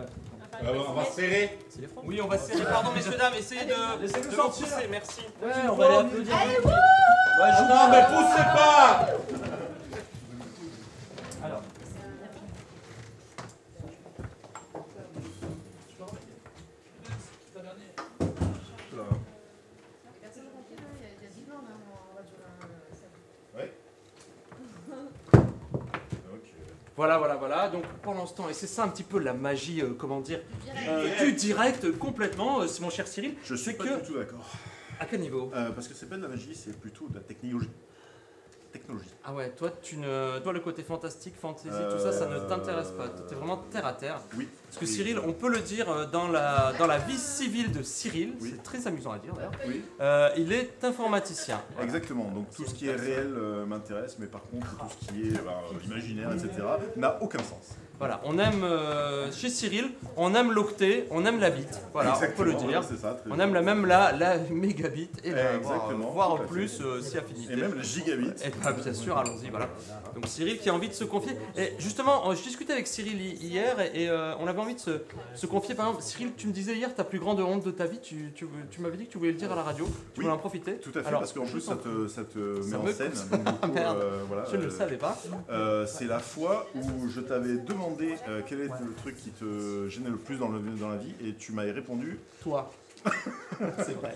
[SPEAKER 6] Enfin,
[SPEAKER 8] on va serrer.
[SPEAKER 5] C'est les francs.
[SPEAKER 2] Oui, on va serrer. Pardon, messieurs, dames, essayez de.
[SPEAKER 5] Laissez-le
[SPEAKER 2] de sortir. merci.
[SPEAKER 5] Ouais, on va aller applaudir. Allez, wouh
[SPEAKER 8] Non, mais poussez pas
[SPEAKER 1] euh,
[SPEAKER 2] Voilà, voilà, voilà. Donc pendant ce temps, et c'est ça un petit peu la magie, euh, comment dire, euh, du direct euh, complètement, euh, c'est mon cher Cyril.
[SPEAKER 8] Je suis
[SPEAKER 2] pas
[SPEAKER 8] pas
[SPEAKER 2] du
[SPEAKER 8] du tout d'accord. Euh,
[SPEAKER 2] À quel niveau
[SPEAKER 8] parce que c'est pas de la magie, c'est plutôt de la technologie. Technologie.
[SPEAKER 2] Ah ouais, toi, tu ne... toi, le côté fantastique, fantasy,
[SPEAKER 8] Euh,
[SPEAKER 2] tout ça, ça ne t'intéresse pas. Toi, t'es vraiment terre à terre.
[SPEAKER 8] Oui.
[SPEAKER 2] Parce que Cyril, on peut le dire euh, dans la, dans la vie civile de Cyril,
[SPEAKER 8] Oui.
[SPEAKER 2] c'est très amusant à dire d'ailleurs,
[SPEAKER 8] Oui,
[SPEAKER 2] euh, il est informaticien.
[SPEAKER 8] exactement. Donc tout ce qui est réel euh, m'intéresse, mais par contre tout ce qui est ben, euh, imaginaire, etc., n'a aucun sens.
[SPEAKER 2] Voilà, on aime, euh, chez Cyril, on aime l'octet, on aime la bite. Voilà, on peut le
[SPEAKER 8] Exactement,
[SPEAKER 2] dire.
[SPEAKER 8] C'est ça. très
[SPEAKER 2] On
[SPEAKER 8] bien.
[SPEAKER 2] aime la même la, la mégabit et la,
[SPEAKER 8] Exactement,
[SPEAKER 2] voire,
[SPEAKER 8] tout
[SPEAKER 2] voire
[SPEAKER 8] à
[SPEAKER 2] plus
[SPEAKER 8] fait.
[SPEAKER 2] euh, si affinité.
[SPEAKER 8] Et même le gigabit.
[SPEAKER 2] Eh ben, bien sûr, allons-y, voilà. Donc Cyril qui a envhi de se confier. Et justement, euh, je discutais avec Cyril hi- hier et, et, euh, on avait envie de se, se confier. Par exemple, Cyril, tu me disais hier ta plus grande honte de ta vie. Tu, tu, tu m'avais dit que tu voulais le dire à la radio. Tu
[SPEAKER 8] Oui.
[SPEAKER 2] voulais en profiter.
[SPEAKER 8] Tout à fait,
[SPEAKER 2] Alors,
[SPEAKER 8] parce qu'en
[SPEAKER 2] je
[SPEAKER 8] plus
[SPEAKER 2] t'en
[SPEAKER 8] ça te, ça te
[SPEAKER 2] Ça
[SPEAKER 8] met en
[SPEAKER 2] me
[SPEAKER 8] scène. donc, du coup,
[SPEAKER 2] Merde.
[SPEAKER 8] euh, voilà,
[SPEAKER 2] Je ne le
[SPEAKER 8] euh,
[SPEAKER 2] savais pas.
[SPEAKER 8] Euh, c'est la fois où je t'avais demandé euh, quel est le truc qui te gênait le plus dans, le- dans la vie et tu m'avais répondu
[SPEAKER 2] Toi. c'est vrai.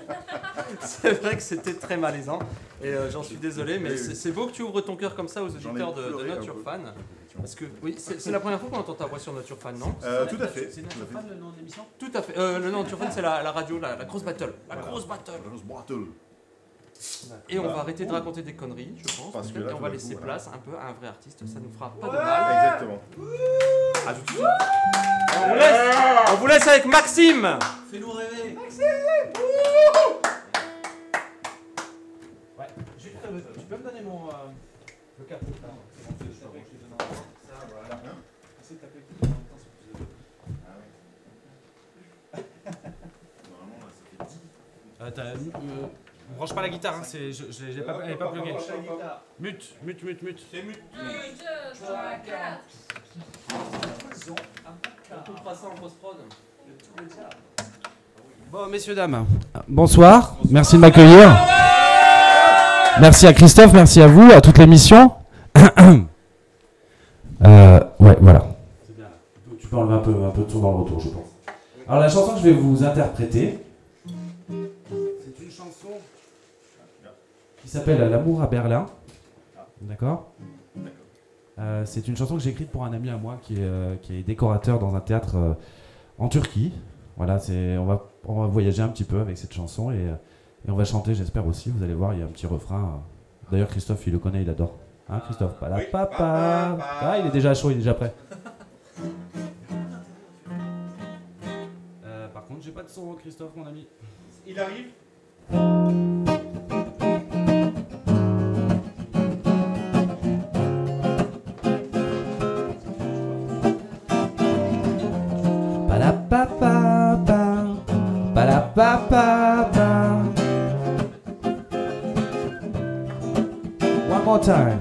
[SPEAKER 2] C'est vrai que c'était très malaisant. Et euh, j'en suis désolé, mais
[SPEAKER 8] Oui, oui.
[SPEAKER 2] c'est c'est beau que tu ouvres ton cœur comme ça aux
[SPEAKER 8] J'en ai
[SPEAKER 2] auditeurs de, de
[SPEAKER 8] pleuré un
[SPEAKER 2] Nature
[SPEAKER 8] peu.
[SPEAKER 2] Fan. Parce que, oui, c'est c'est la première fois qu'on entend ta voix sur Nature Fan, non
[SPEAKER 8] Euh, tout à fait.
[SPEAKER 5] C'est
[SPEAKER 8] tout à
[SPEAKER 5] Nature
[SPEAKER 8] fait.
[SPEAKER 5] Fan, le nom de l'émission
[SPEAKER 2] Tout à fait. Euh, le nom de Nature Fan, c'est la, la radio, la, la grosse battle. La grosse battle.
[SPEAKER 8] Rose Brattle.
[SPEAKER 2] Et on
[SPEAKER 8] Voilà.
[SPEAKER 2] va arrêter de raconter des conneries, je pense.
[SPEAKER 8] Parce que
[SPEAKER 2] peut-être,
[SPEAKER 8] là,
[SPEAKER 2] et on
[SPEAKER 8] tout
[SPEAKER 2] va
[SPEAKER 8] d'un
[SPEAKER 2] laisser
[SPEAKER 8] coup,
[SPEAKER 2] place un peu à un vrai artiste, ça nous fera pas de mal.
[SPEAKER 8] Exactement. À tout de suite.
[SPEAKER 2] On vous laisse, on vous laisse avec Maxime
[SPEAKER 5] Fais-nous rêver. Ouais. Juste, euh, tu peux me donner mon. euh, le carton de pain, c'est bon, je te tape, je te donne un moment. Ça, voilà. Essaie de taper plus en même temps, c'est plus
[SPEAKER 9] Euh, t'as- euh, branche pas la guitare, hein, c'est, je, je l'ai- je l'ai pas, elle est pas pluguée. Mute, mute, mute, mute.
[SPEAKER 2] On coupera ça en post-prod.
[SPEAKER 9] Bon, messieurs, dames, bonsoir. Merci de m'accueillir. Merci à Christophe, merci à vous, à toute l'émission. Euh, ouais, voilà. Tu peux enlever un peu, un peu de son dans le retour, je pense. Alors, la chanson que je vais vous interpréter, c'est une chanson qui s'appelle L'amour à Berlin. Ah. D'accord Euh, C'est une chanson que j'ai écrite pour un ami à moi qui est, euh, qui est décorateur dans un théâtre euh, en Turquie. Voilà, c'est on va, on va voyager un petit peu avec cette chanson et, euh, et on va chanter, j'espère aussi. Vous allez voir, il y a un petit refrain. euh. D'ailleurs, Christophe, il le connaît, il adore. Hein, Christophe Voilà,
[SPEAKER 8] Oui.
[SPEAKER 9] papa. Ah, il est déjà chaud, il est déjà prêt. Euh, par contre, j'ai pas de son, Christophe, mon ami.
[SPEAKER 8] Il arrive.
[SPEAKER 9] Palapapa, more time.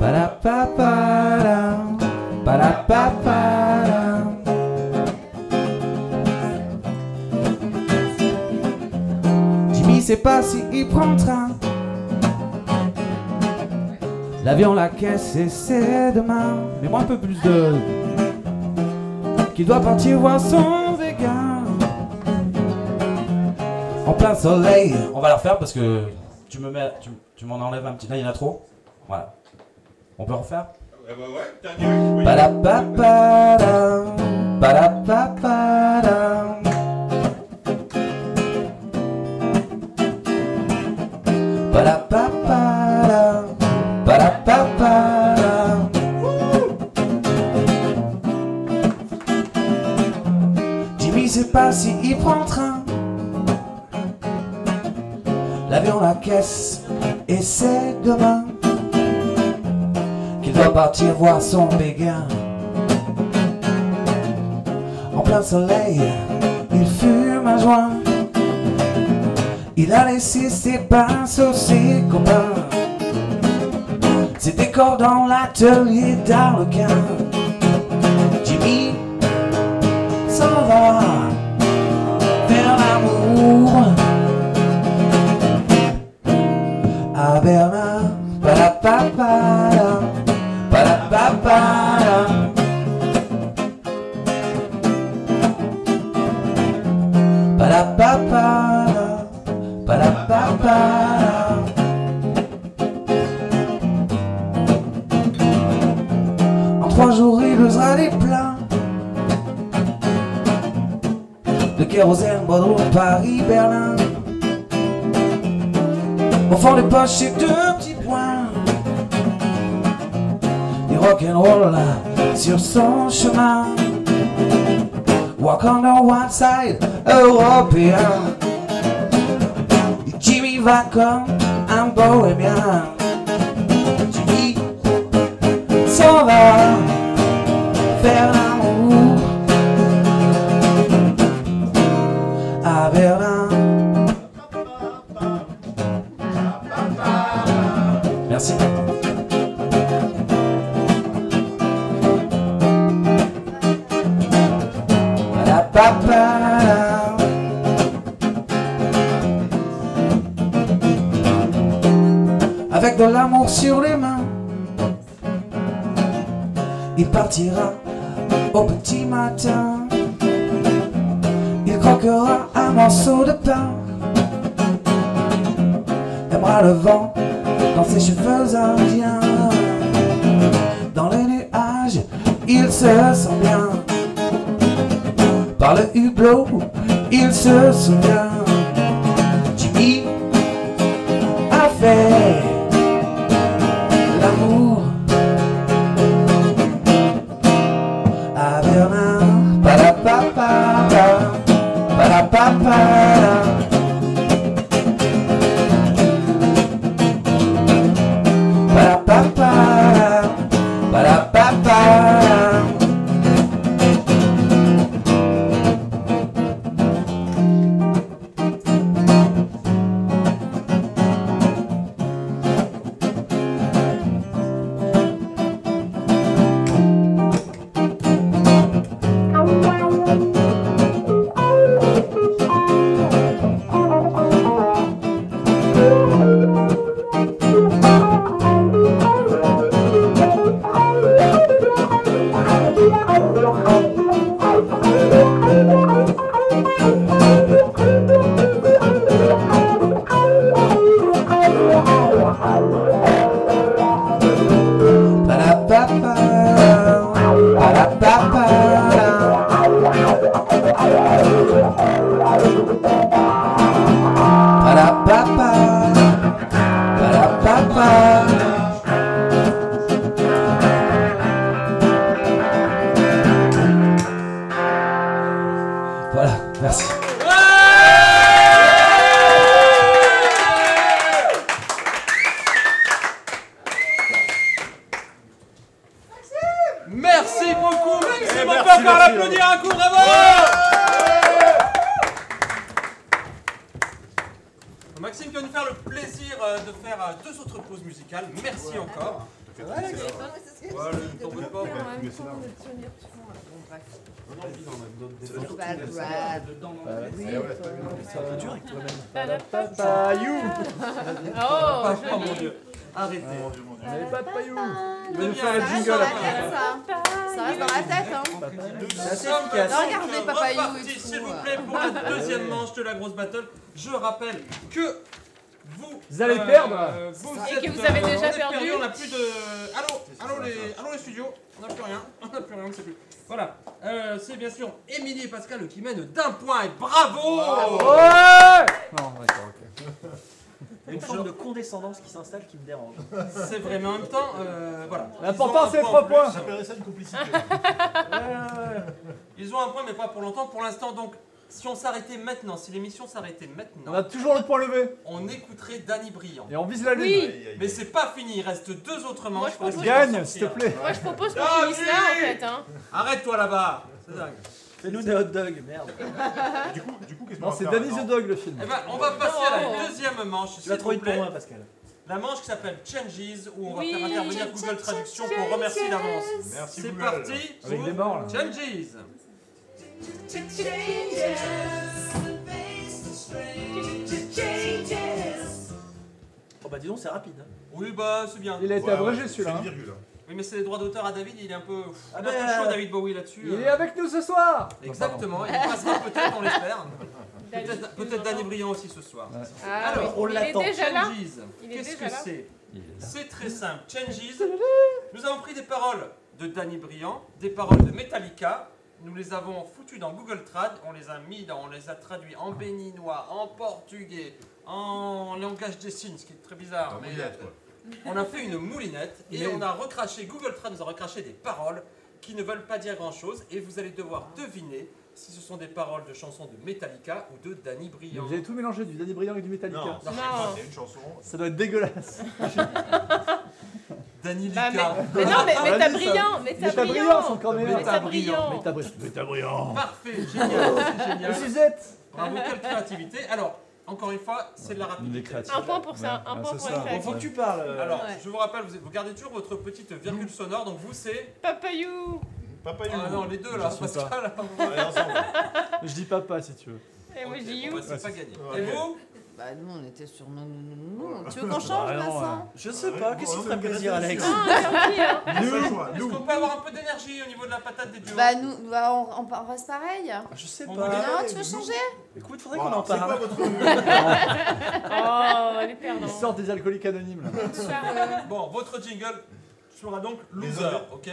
[SPEAKER 9] Ba-da-ba-ba-dum, ba-da-ba-ba-dum. Jimmy sait pas si il prend le train. L'avion, la caisse et c'est demain. Mais moi un peu plus de. Qu'il doit partir voir son végan. En plein soleil. On va la refaire parce que tu me mets, tu, tu m'en enlèves un petit. Là, il y en a trop. Voilà. On peut refaire.
[SPEAKER 10] Ouais, Eh ben ouais, ouais, dernier. oui.
[SPEAKER 9] Ba-da-ba-ba-dam, ba-da-ba-ba-dam. Ba-da-ba-ba-dam, ba-da-ba-ba-dam. Jimmy sait pas si il prend le train. L'avion, la caisse, et c'est demain qu'il doit partir voir son béguin. En plein soleil, il fume un joint. Il a laissé ses pinceaux, ses copains, ses décors dans l'atelier d'Arlequin. Jimmy s'en va vers l'amour à Berlin. Ba-da-ba-ba-dam. Ba-da-ba-ba-dam. Ba-da-ba-ba-dam. Ba-da-ba-ba-dam. En trois jours, il osera les plein de kérosène, Bordeaux, Paris, Berlin. Au fond des poches, c'est deux petits points du rock'n'roll sur son chemin. Walk on the one side européen. Jimmy va comme un bohémien. Jimmy s'en va faire l'amour à Berlin. Merci. Ba-da-ba-ba-dam. Avec de l'amour sur les mains, il partira au petit matin. Il croquera un morceau de pain, aimera le vent dans ses cheveux indiens. Dans les nuages, il se sent bien. Par le hublot, il se souvient. Jimmy a fait l'amour à Berlin. Ba-da-ba-ba-ba, ba-da-ba-ba-da. Ba-da-ba-ba-da, ba-da-ba-ba-da. Ba-da-ba-ba, ba-da-ba-ba-da. Ba-da-ba-ba, ba-da-ba-ba. Voilà, merci.
[SPEAKER 2] Merci beaucoup, Maxime.
[SPEAKER 10] Eh,
[SPEAKER 2] on peut
[SPEAKER 10] merci,
[SPEAKER 2] encore
[SPEAKER 10] merci,
[SPEAKER 2] l'applaudir un coup, bravo Max, Maxime qui va nous faire le plaisir euh, de faire euh, deux autres pauses musicales. Merci encore.
[SPEAKER 1] Voilà, c'est ce que
[SPEAKER 2] Voilà,
[SPEAKER 1] je dis,
[SPEAKER 2] ne
[SPEAKER 1] de
[SPEAKER 2] t'en veux
[SPEAKER 1] tout
[SPEAKER 2] pas,
[SPEAKER 1] faire
[SPEAKER 8] ouais,
[SPEAKER 1] en même
[SPEAKER 8] mais c'est
[SPEAKER 1] temps,
[SPEAKER 8] là.
[SPEAKER 1] de tenir tout. Bon, bref.
[SPEAKER 2] Oh,
[SPEAKER 5] Bah,
[SPEAKER 1] Bad rap.
[SPEAKER 6] Papayou Oh,
[SPEAKER 2] Oh mon
[SPEAKER 6] joli.
[SPEAKER 2] dieu, arrêtez.
[SPEAKER 8] Mon dieu, mon dieu.
[SPEAKER 2] Il va nous faire
[SPEAKER 1] Ça reste dans la tête, ça. Ça reste dans la tête, hein.
[SPEAKER 2] Nous sommes donc
[SPEAKER 1] regardez, Papayou et
[SPEAKER 2] repartis,
[SPEAKER 1] tout,
[SPEAKER 2] s'il vous
[SPEAKER 1] euh.
[SPEAKER 2] plaît, pour la deuxième manche de la grosse battle. Je rappelle que vous. euh,
[SPEAKER 7] Vous allez perdre.
[SPEAKER 2] vous
[SPEAKER 6] Et
[SPEAKER 2] êtes,
[SPEAKER 6] que vous avez
[SPEAKER 2] euh,
[SPEAKER 6] déjà
[SPEAKER 2] on a
[SPEAKER 6] perdu.
[SPEAKER 2] On n'a plus de. Allô, allô les, allô les studios. On n'a plus rien. On n'a plus rien, on ne sait plus. Voilà. Euh, c'est bien sûr Émilie et Pascal qui mènent d'un point et bravo.
[SPEAKER 7] Ouais Non, d'accord, ok.
[SPEAKER 5] Il y a une forme de condescendance qui s'installe qui me dérange.
[SPEAKER 2] C'est vrai, mais en même temps, euh, voilà.
[SPEAKER 7] L'important,
[SPEAKER 2] Ils ont un
[SPEAKER 7] c'est
[SPEAKER 2] point
[SPEAKER 7] trois
[SPEAKER 2] en plus.
[SPEAKER 7] points.
[SPEAKER 4] J'appellerais ça une complicité.
[SPEAKER 2] Ils ont un point, mais pas pour longtemps. Pour l'instant, donc, si on s'arrêtait maintenant, si l'émission s'arrêtait
[SPEAKER 7] On
[SPEAKER 2] maintenant,
[SPEAKER 7] a toujours le point levé.
[SPEAKER 2] on écouterait Danny Brillant.
[SPEAKER 7] Et on vise la lune.
[SPEAKER 6] Oui,
[SPEAKER 8] Aïe, aïe, aïe.
[SPEAKER 2] Mais c'est pas fini, il reste deux autres
[SPEAKER 6] Moi,
[SPEAKER 2] manches.
[SPEAKER 6] je
[SPEAKER 2] pour
[SPEAKER 6] propose-
[SPEAKER 2] essayer de
[SPEAKER 7] Gagne,
[SPEAKER 2] s'en
[SPEAKER 7] s'il te
[SPEAKER 2] sortir.
[SPEAKER 7] plaît.
[SPEAKER 6] moi je propose qu'on
[SPEAKER 2] Ah,
[SPEAKER 6] finisse là en
[SPEAKER 2] oui.
[SPEAKER 6] fait. Hein.
[SPEAKER 2] Arrête-toi là-bas C'est dingue.
[SPEAKER 5] Fais-nous des hot dogs, merde.
[SPEAKER 8] Du coup, du coup, qu'est-ce qu'on
[SPEAKER 7] Non,
[SPEAKER 8] va
[SPEAKER 7] c'est
[SPEAKER 8] faire
[SPEAKER 7] Danny
[SPEAKER 8] maintenant
[SPEAKER 7] the Dog le film.
[SPEAKER 2] Eh ben, on va passer à la deuxième manche,
[SPEAKER 5] Tu
[SPEAKER 2] s'il
[SPEAKER 5] l'as
[SPEAKER 2] vous
[SPEAKER 5] trop vite pour
[SPEAKER 2] plaît.
[SPEAKER 5] moi, Pascal.
[SPEAKER 2] La manche qui s'appelle Changes, où on va
[SPEAKER 6] Oui.
[SPEAKER 2] faire intervenir Google Traduction pour remercier l'avance.
[SPEAKER 8] Merci
[SPEAKER 2] C'est
[SPEAKER 8] Google.
[SPEAKER 2] parti
[SPEAKER 7] Avec
[SPEAKER 2] pour
[SPEAKER 7] des morts, là.
[SPEAKER 2] Changes
[SPEAKER 5] Oh bah dis donc, c'est rapide. hein.
[SPEAKER 2] Oui, bah, c'est bien.
[SPEAKER 7] Il a été
[SPEAKER 8] Ouais, ouais,
[SPEAKER 7] abrégé
[SPEAKER 8] c'est
[SPEAKER 7] celui-là.
[SPEAKER 8] une
[SPEAKER 7] hein.
[SPEAKER 8] virgule.
[SPEAKER 2] Oui, mais c'est les droits d'auteur à David, il est un peu, pff,
[SPEAKER 5] Ah
[SPEAKER 2] il est un peu
[SPEAKER 5] ben,
[SPEAKER 2] chaud, David Bowie, là-dessus.
[SPEAKER 7] Il
[SPEAKER 2] euh.
[SPEAKER 7] est avec nous ce soir
[SPEAKER 2] Exactement, il passera peut-être, on l'espère. Peut-être
[SPEAKER 6] David,
[SPEAKER 2] peut-être Danny
[SPEAKER 6] non.
[SPEAKER 2] Briand aussi ce soir.
[SPEAKER 6] Ah,
[SPEAKER 2] Alors,
[SPEAKER 6] oui.
[SPEAKER 5] on l'attend.
[SPEAKER 6] Il est déjà là.
[SPEAKER 2] Changes,
[SPEAKER 6] Il est
[SPEAKER 2] qu'est-ce
[SPEAKER 6] déjà
[SPEAKER 2] que
[SPEAKER 6] là.
[SPEAKER 2] c'est C'est très simple. Changes. Nous avons pris des paroles de Danny Briand, des paroles de Metallica. Nous les avons foutues dans Google Trad. On les a mis dans, on les a traduits en béninois, en portugais, en langage des signes, ce qui est très bizarre.
[SPEAKER 8] Ah,
[SPEAKER 2] mais- euh,
[SPEAKER 8] moulinette, quoi.
[SPEAKER 2] on a fait une moulinette et on a recraché, Google Trad nous a recraché des paroles qui ne veulent pas dire grand chose et vous allez devoir deviner si ce sont des paroles de chansons de Metallica ou de Danny
[SPEAKER 7] Mais
[SPEAKER 2] Briand.
[SPEAKER 7] Vous avez tout mélangé, du Danny Brillant et du Metallica.
[SPEAKER 8] Non, c'est
[SPEAKER 6] Non.
[SPEAKER 8] pas- c'est une chanson.
[SPEAKER 7] Ça doit être dégueulasse.
[SPEAKER 2] Danny
[SPEAKER 6] Bah,
[SPEAKER 2] Lica.
[SPEAKER 6] Mais non, mais, mais t'as
[SPEAKER 7] Vas-y, ça-
[SPEAKER 6] brillant, mais t'as
[SPEAKER 7] Metabrillant, c'est
[SPEAKER 6] brillant.
[SPEAKER 7] encore
[SPEAKER 6] Mais
[SPEAKER 7] meilleur.
[SPEAKER 6] t'as brillant.
[SPEAKER 7] Métabri- Métabrillant.
[SPEAKER 2] Parfait, génial, c'est génial.
[SPEAKER 7] Suzette
[SPEAKER 2] Bravo, quelle créativité. Alors, encore une fois, c'est de la rapidité.
[SPEAKER 6] Un point pour ça, un point pour
[SPEAKER 5] Bon,
[SPEAKER 6] les
[SPEAKER 5] faut que tu parles. euh.
[SPEAKER 2] Alors,
[SPEAKER 1] Ouais.
[SPEAKER 2] je vous rappelle, vous vous gardez toujours votre petite virgule sonore, donc vous c'est...
[SPEAKER 6] Papayou
[SPEAKER 8] Papa
[SPEAKER 2] Ah non, les deux là,
[SPEAKER 7] Je sais
[SPEAKER 2] Pascal.
[SPEAKER 7] Je dis papa si tu veux.
[SPEAKER 6] et moi
[SPEAKER 2] Ok,
[SPEAKER 6] je dis
[SPEAKER 2] bon,
[SPEAKER 6] you.
[SPEAKER 2] bah, c'est pas gagné.
[SPEAKER 8] Ouais.
[SPEAKER 2] Et vous
[SPEAKER 1] Bah nous on était sur non non non non. Tu veux qu'on change
[SPEAKER 7] Bah, non,
[SPEAKER 1] Vincent
[SPEAKER 5] Je sais pas, qu'est-ce qui te ferait plaisir, Alex
[SPEAKER 6] Ah, tant pis, hein.
[SPEAKER 2] Est-ce qu'on peut avoir un peu d'énergie au niveau de la patate des duos
[SPEAKER 1] Bah nous bah, on, on, on reste pareil.
[SPEAKER 5] Ah, Je sais
[SPEAKER 2] On
[SPEAKER 5] pas.
[SPEAKER 1] non tu veux changer
[SPEAKER 5] Écoute, faudrait qu'on en
[SPEAKER 8] C'est quoi
[SPEAKER 5] parle.
[SPEAKER 8] votre.
[SPEAKER 6] Oh, les
[SPEAKER 7] Ils
[SPEAKER 6] perdants.
[SPEAKER 7] sortent des alcooliques anonymes là.
[SPEAKER 6] Charles,
[SPEAKER 2] Bon, votre jingle sera donc
[SPEAKER 8] Les
[SPEAKER 2] loser,
[SPEAKER 8] honneurs.
[SPEAKER 2] ok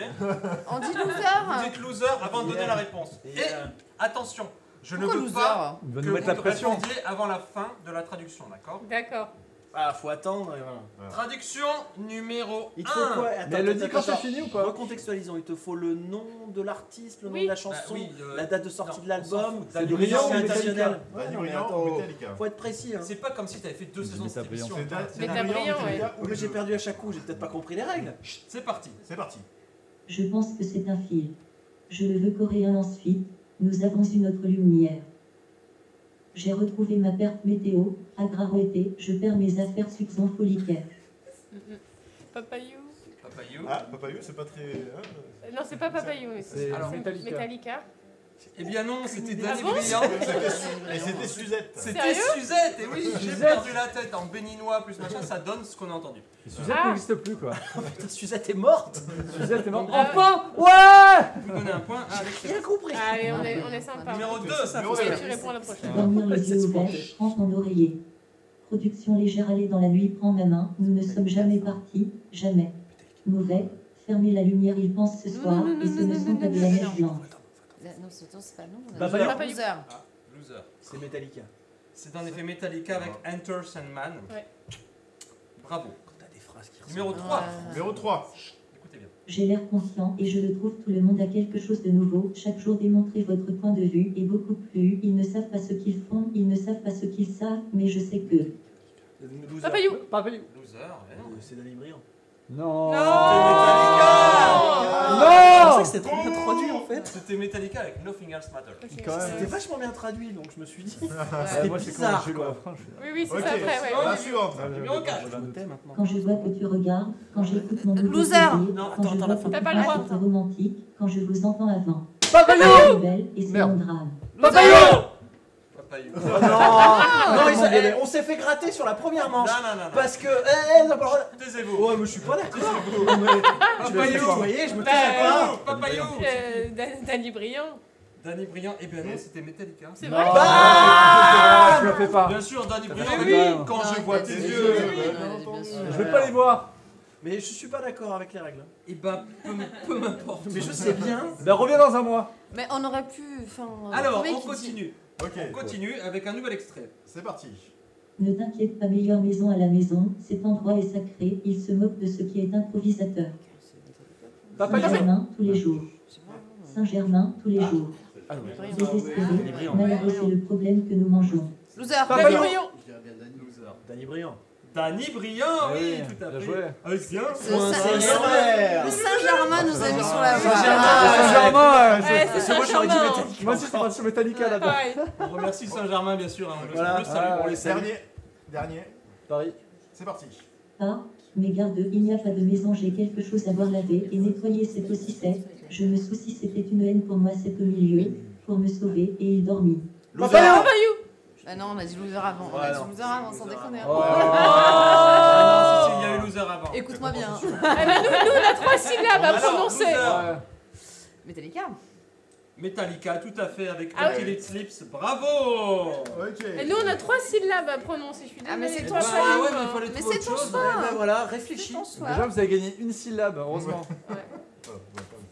[SPEAKER 1] On dit
[SPEAKER 6] Ah.
[SPEAKER 2] Vous
[SPEAKER 1] loser.
[SPEAKER 2] dites loser avant de donner
[SPEAKER 5] Yeah.
[SPEAKER 2] la réponse. Et
[SPEAKER 5] Yeah.
[SPEAKER 2] attention, je ne
[SPEAKER 1] Pourquoi
[SPEAKER 2] veux pas
[SPEAKER 1] loser
[SPEAKER 7] Il va
[SPEAKER 2] que
[SPEAKER 7] nous mettre la
[SPEAKER 2] vous
[SPEAKER 7] pression.
[SPEAKER 2] répondiez avant la fin de la traduction, d'accord
[SPEAKER 6] D'accord.
[SPEAKER 5] Ah, faut attendre. et voilà. Ah.
[SPEAKER 2] Traduction numéro
[SPEAKER 5] Il te faut
[SPEAKER 2] 1.
[SPEAKER 5] quoi
[SPEAKER 7] Mais elle le dit quand c'est fini ou pas
[SPEAKER 5] Recontextualisons, il te faut le nom de l'artiste, le nom
[SPEAKER 6] Oui.
[SPEAKER 5] de la
[SPEAKER 2] Bah
[SPEAKER 5] chanson,
[SPEAKER 2] oui, euh,
[SPEAKER 5] la date de sortie
[SPEAKER 2] non,
[SPEAKER 5] de l'album,
[SPEAKER 2] on s'en fout.
[SPEAKER 5] le
[SPEAKER 7] Danny
[SPEAKER 5] musicien
[SPEAKER 7] Brillant,
[SPEAKER 5] international.
[SPEAKER 8] Danny
[SPEAKER 5] Ouais, non, mais
[SPEAKER 8] Brillant
[SPEAKER 5] attends,
[SPEAKER 8] ou Metallica
[SPEAKER 5] Faut être précis. Hein.
[SPEAKER 2] C'est pas comme si t'avais fait deux saisons de cette émission.
[SPEAKER 8] C'est Dan-
[SPEAKER 6] Mais
[SPEAKER 8] c'est
[SPEAKER 6] t'as
[SPEAKER 8] Danny
[SPEAKER 6] brillant, ouais.
[SPEAKER 8] Metallica ou
[SPEAKER 5] Mais
[SPEAKER 8] les
[SPEAKER 5] j'ai
[SPEAKER 8] deux.
[SPEAKER 5] perdu à chaque coup, j'ai peut-être pas compris les règles.
[SPEAKER 2] C'est parti.
[SPEAKER 8] C'est parti.
[SPEAKER 11] Je pense que c'est un fil. Je le veux coréen ensuite, nous avons une autre lumière. J'ai retrouvé ma perte météo, aggravée, je perds mes affaires subson folicaires.
[SPEAKER 6] Papayou.
[SPEAKER 2] Papayou.
[SPEAKER 8] Ah, Papayou, c'est pas très. hein, euh,
[SPEAKER 6] Non, c'est pas Papayou. mais
[SPEAKER 7] C'est
[SPEAKER 2] Alors,
[SPEAKER 7] Metallica.
[SPEAKER 6] Metallica.
[SPEAKER 2] Eh bien non, c'était Danny
[SPEAKER 6] bon
[SPEAKER 2] Brillant.
[SPEAKER 8] c'était Su- Et c'était Suzette.
[SPEAKER 2] C'était
[SPEAKER 6] Sérieux
[SPEAKER 2] Suzette. Et oui, j'ai
[SPEAKER 7] Suzette.
[SPEAKER 2] perdu la tête en béninois plus machin, ça donne ce qu'on a entendu.
[SPEAKER 7] Suzette
[SPEAKER 6] Ah.
[SPEAKER 7] n'existe plus quoi.
[SPEAKER 5] Putain, Suzette est morte
[SPEAKER 7] Suzette est morte.
[SPEAKER 6] Ah.
[SPEAKER 7] Enfin Ouais
[SPEAKER 2] Vous donnez un point à Alex.
[SPEAKER 5] J'ai compris
[SPEAKER 6] Allez, on est, on est sympa.
[SPEAKER 2] Numéro 2, ça
[SPEAKER 8] Numéro
[SPEAKER 2] fait
[SPEAKER 6] Et
[SPEAKER 8] deux.
[SPEAKER 6] tu réponds à la prochaine.
[SPEAKER 1] Ah,
[SPEAKER 11] Dormir les
[SPEAKER 5] C'est
[SPEAKER 11] yeux
[SPEAKER 5] spontané.
[SPEAKER 11] ouverts, prends ton oreiller. Production légère, aller dans la nuit, prends ma main, nous ne sommes jamais partis, jamais. Mauvais, fermez la lumière, il pense ce soir,
[SPEAKER 1] Non, non,
[SPEAKER 11] et ce
[SPEAKER 1] non,
[SPEAKER 11] ne
[SPEAKER 1] non,
[SPEAKER 11] sont pas
[SPEAKER 1] non,
[SPEAKER 11] de la
[SPEAKER 1] non,
[SPEAKER 11] neige blanche.
[SPEAKER 1] Là, Non c'est c'est pas non. on a
[SPEAKER 5] Bah,
[SPEAKER 1] dit
[SPEAKER 5] Papayou.
[SPEAKER 1] loser.
[SPEAKER 2] Loser.
[SPEAKER 5] C'est Metallica.
[SPEAKER 2] C'est en effet Metallica avec Enter Sandman.
[SPEAKER 6] Ouais.
[SPEAKER 2] Bravo.
[SPEAKER 5] Quand t'as des phrases qui
[SPEAKER 2] Numéro
[SPEAKER 1] Ouais.
[SPEAKER 2] 3.
[SPEAKER 8] Numéro 3.
[SPEAKER 2] Écoutez bien.
[SPEAKER 11] J'ai l'air conscient et je le trouve tout le monde a quelque chose de nouveau. Chaque jour démontrer votre point de vue et beaucoup plus. Ils ne savent pas ce qu'ils font, ils ne savent pas ce qu'ils savent, mais je sais que.
[SPEAKER 5] ressemblent.
[SPEAKER 6] Papayou.
[SPEAKER 7] Papayou.
[SPEAKER 2] Loser. ouais, non.
[SPEAKER 5] Euh, C'est Danny Briand.
[SPEAKER 3] Non
[SPEAKER 2] Metallica
[SPEAKER 5] Je pensais que c'était trop bien traduit en fait.
[SPEAKER 2] C'était Metallica avec Nothing Else Matter.
[SPEAKER 5] C'était vachement bien traduit donc je me suis dit.
[SPEAKER 3] Ouais,
[SPEAKER 5] C'était
[SPEAKER 3] moi, c'est quand
[SPEAKER 5] bizarre.
[SPEAKER 3] j'ai lu la
[SPEAKER 5] quoi.
[SPEAKER 3] phrase,
[SPEAKER 6] Oui, oui, c'est
[SPEAKER 5] Ok.
[SPEAKER 6] ça après, ouais.
[SPEAKER 5] Ah,
[SPEAKER 6] ouais.
[SPEAKER 5] suivante.
[SPEAKER 2] Numéro 4.
[SPEAKER 5] Je me tais maintenant.
[SPEAKER 11] Quand je vois que tu regardes, quand j'écoute mon nouveau
[SPEAKER 5] Loser.
[SPEAKER 11] CD,
[SPEAKER 5] Non,
[SPEAKER 11] quand
[SPEAKER 5] attends,
[SPEAKER 11] je
[SPEAKER 5] attends,
[SPEAKER 11] vois
[SPEAKER 5] la fin.
[SPEAKER 11] que
[SPEAKER 5] T'as pas
[SPEAKER 11] tu
[SPEAKER 5] le
[SPEAKER 11] passes
[SPEAKER 5] droit.
[SPEAKER 11] de romantique, quand je vous entends avant.
[SPEAKER 5] Papayou
[SPEAKER 11] C'est belle et c'est mon drame.
[SPEAKER 5] Papayou
[SPEAKER 2] Papayou.
[SPEAKER 5] Oh non Non, ils-
[SPEAKER 2] Comment
[SPEAKER 5] eh, on s'est fait gratter sur la première manche.
[SPEAKER 2] Non, non, non, non.
[SPEAKER 5] Parce que. Eh, eh, non, pardon.
[SPEAKER 2] Taisez-vous.
[SPEAKER 5] Ouais, mais je suis pas d'accord. Tu vas
[SPEAKER 2] Papayou.
[SPEAKER 5] me tutoyer, je me
[SPEAKER 2] Bah,
[SPEAKER 5] tairai pas.
[SPEAKER 2] Papayou, Papayou.
[SPEAKER 6] Euh, Dan- Danny Brillant.
[SPEAKER 2] Danny Briand, et bien non, c'était Metallica.
[SPEAKER 6] C'est
[SPEAKER 3] vrai Bah, tu la fais pas.
[SPEAKER 2] Bien sûr, Danny
[SPEAKER 3] Tu la
[SPEAKER 2] Briand,
[SPEAKER 3] fais
[SPEAKER 2] oui,
[SPEAKER 3] pas.
[SPEAKER 2] quand
[SPEAKER 3] Non,
[SPEAKER 1] Ah,
[SPEAKER 2] je vois
[SPEAKER 3] t'as
[SPEAKER 2] tes
[SPEAKER 3] des
[SPEAKER 2] yeux.
[SPEAKER 3] yeux,
[SPEAKER 2] oui,
[SPEAKER 3] bien
[SPEAKER 2] bien sûr.
[SPEAKER 3] Je vais pas les voir.
[SPEAKER 5] Mais je suis pas d'accord avec les règles.
[SPEAKER 2] Et bah, peu, peu m'importe.
[SPEAKER 5] Mais je sais bien.
[SPEAKER 3] Ben reviens dans un mois.
[SPEAKER 1] Mais on aurait pu. Enfin,
[SPEAKER 2] Alors,
[SPEAKER 1] trouver
[SPEAKER 2] on
[SPEAKER 1] Ah, qui
[SPEAKER 2] continue. On continue avec un nouvel extrait. C'est parti.
[SPEAKER 11] Ne t'inquiète pas, meilleure maison à la maison, cet endroit est sacré, il se moque de ce qui est improvisateur.
[SPEAKER 5] Ah,
[SPEAKER 11] Saint-Germain, tous les jours. Saint-Germain, tous
[SPEAKER 5] Ah.
[SPEAKER 11] les jours. Désespéré, malheureux, c'est le problème que nous mangeons.
[SPEAKER 1] Loser.
[SPEAKER 5] Papayou.
[SPEAKER 2] Danny Briand. Danny Briand, Ah oui, tout à fait. Avec bien.
[SPEAKER 1] Le Saint- le Saint- le Saint-Germain nous a mis sur la Ah, voie.
[SPEAKER 3] Ah, Saint-Germain,
[SPEAKER 1] Ouais,
[SPEAKER 3] ouais,
[SPEAKER 1] c'est
[SPEAKER 3] c'est- moi, j'aurais dit
[SPEAKER 1] Saint-Germain.
[SPEAKER 3] Metallica. Moi aussi, je parti sur Metallica là-dedans.
[SPEAKER 6] Pareil.
[SPEAKER 2] On remercie Saint-Germain, bien sûr. hein. On le-
[SPEAKER 3] Voilà.
[SPEAKER 2] on le salue.
[SPEAKER 3] Ah,
[SPEAKER 2] on les salue.
[SPEAKER 12] Dernier. Dernier.
[SPEAKER 3] Paris.
[SPEAKER 12] C'est parti.
[SPEAKER 11] Ah, mais garde, il n'y a pas de maison, j'ai quelque chose à voir laver et nettoyer, c'est aussi sec. Je me soucie, c'était une haine pour moi, c'est au milieu, pour me sauver, et il dormit.
[SPEAKER 6] Ah,
[SPEAKER 1] Papayou Bah non, on a dit loser avant. On a
[SPEAKER 2] Ouais,
[SPEAKER 1] dit loser avant, sans déconner. hein.
[SPEAKER 2] Oh. Ah, non, si, si, il y a eu loser avant.
[SPEAKER 1] Écoute-moi bien.
[SPEAKER 6] Ah, mais nous, nous, on a trois syllabes à
[SPEAKER 2] Alors,
[SPEAKER 6] prononcer.
[SPEAKER 2] loser.
[SPEAKER 1] Metallica.
[SPEAKER 2] Metallica, tout à fait, avec
[SPEAKER 6] Ah
[SPEAKER 2] Until It Sleeps, bravo
[SPEAKER 6] Et nous, on a trois syllabes à prononcer. Je suis désolée.
[SPEAKER 1] Ah, mais c'est
[SPEAKER 6] Eh
[SPEAKER 1] ton
[SPEAKER 6] ben,
[SPEAKER 1] choix.
[SPEAKER 6] ouais,
[SPEAKER 1] Mais
[SPEAKER 2] bah,
[SPEAKER 6] il fallait
[SPEAKER 1] c'est
[SPEAKER 6] trouver
[SPEAKER 1] ton
[SPEAKER 6] autre chose.
[SPEAKER 1] choix.
[SPEAKER 6] Eh ben, voilà,
[SPEAKER 1] C'est ton soir.
[SPEAKER 3] Déjà, vous avez gagné une syllabe, heureusement.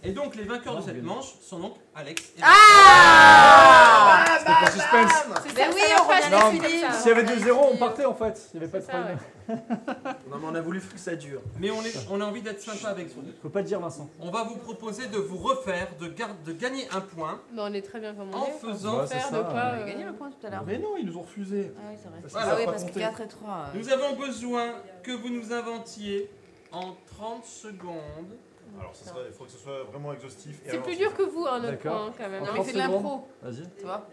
[SPEAKER 2] Et donc, les vainqueurs de cette manche sont donc Alex et
[SPEAKER 3] Ah C'était pas suspense.
[SPEAKER 1] C'est
[SPEAKER 6] ça,
[SPEAKER 1] Ben oui,
[SPEAKER 6] ça
[SPEAKER 1] on
[SPEAKER 6] va
[SPEAKER 1] revient
[SPEAKER 3] Non,
[SPEAKER 1] à la Philippe.
[SPEAKER 3] S'il y avait 2-0, on partait en fait. Il n'y avait pas de
[SPEAKER 6] Ah ça,
[SPEAKER 3] problème.
[SPEAKER 2] Non, mais on a voulu que ça dure. Mais on, est, on a envie d'être sympa avec vous.
[SPEAKER 3] Faut pas le dire, Vincent.
[SPEAKER 2] On va vous proposer de vous refaire, de, gar- de gagner un point.
[SPEAKER 6] Mais Bah, on est très bien comme on
[SPEAKER 2] En
[SPEAKER 6] est.
[SPEAKER 2] faisant-
[SPEAKER 6] Faire
[SPEAKER 2] Ouais, c'est
[SPEAKER 6] de
[SPEAKER 2] ça.
[SPEAKER 6] quoi
[SPEAKER 1] On a
[SPEAKER 6] euh,
[SPEAKER 3] hein.
[SPEAKER 1] gagné un point tout à l'heure.
[SPEAKER 5] Mais non, ils nous ont refusé.
[SPEAKER 1] Ah oui, c'est vrai.
[SPEAKER 5] Ça, ça
[SPEAKER 1] Ah
[SPEAKER 5] va
[SPEAKER 1] oui,
[SPEAKER 5] pas
[SPEAKER 1] parce que
[SPEAKER 5] compter.
[SPEAKER 1] 4 et euh. 3.
[SPEAKER 2] Nous avons besoin que vous nous inventiez en 30 secondes.
[SPEAKER 4] Alors, ça serait- il faut que ce soit vraiment exhaustif. et
[SPEAKER 6] C'est
[SPEAKER 4] alors-
[SPEAKER 6] plus dur que vous, hein, notre
[SPEAKER 4] D'accord.
[SPEAKER 6] point, quand même.
[SPEAKER 4] En
[SPEAKER 6] Non, mais
[SPEAKER 4] 30
[SPEAKER 6] c'est de l'impro.
[SPEAKER 4] secondes. Vas-y.
[SPEAKER 6] Tu vois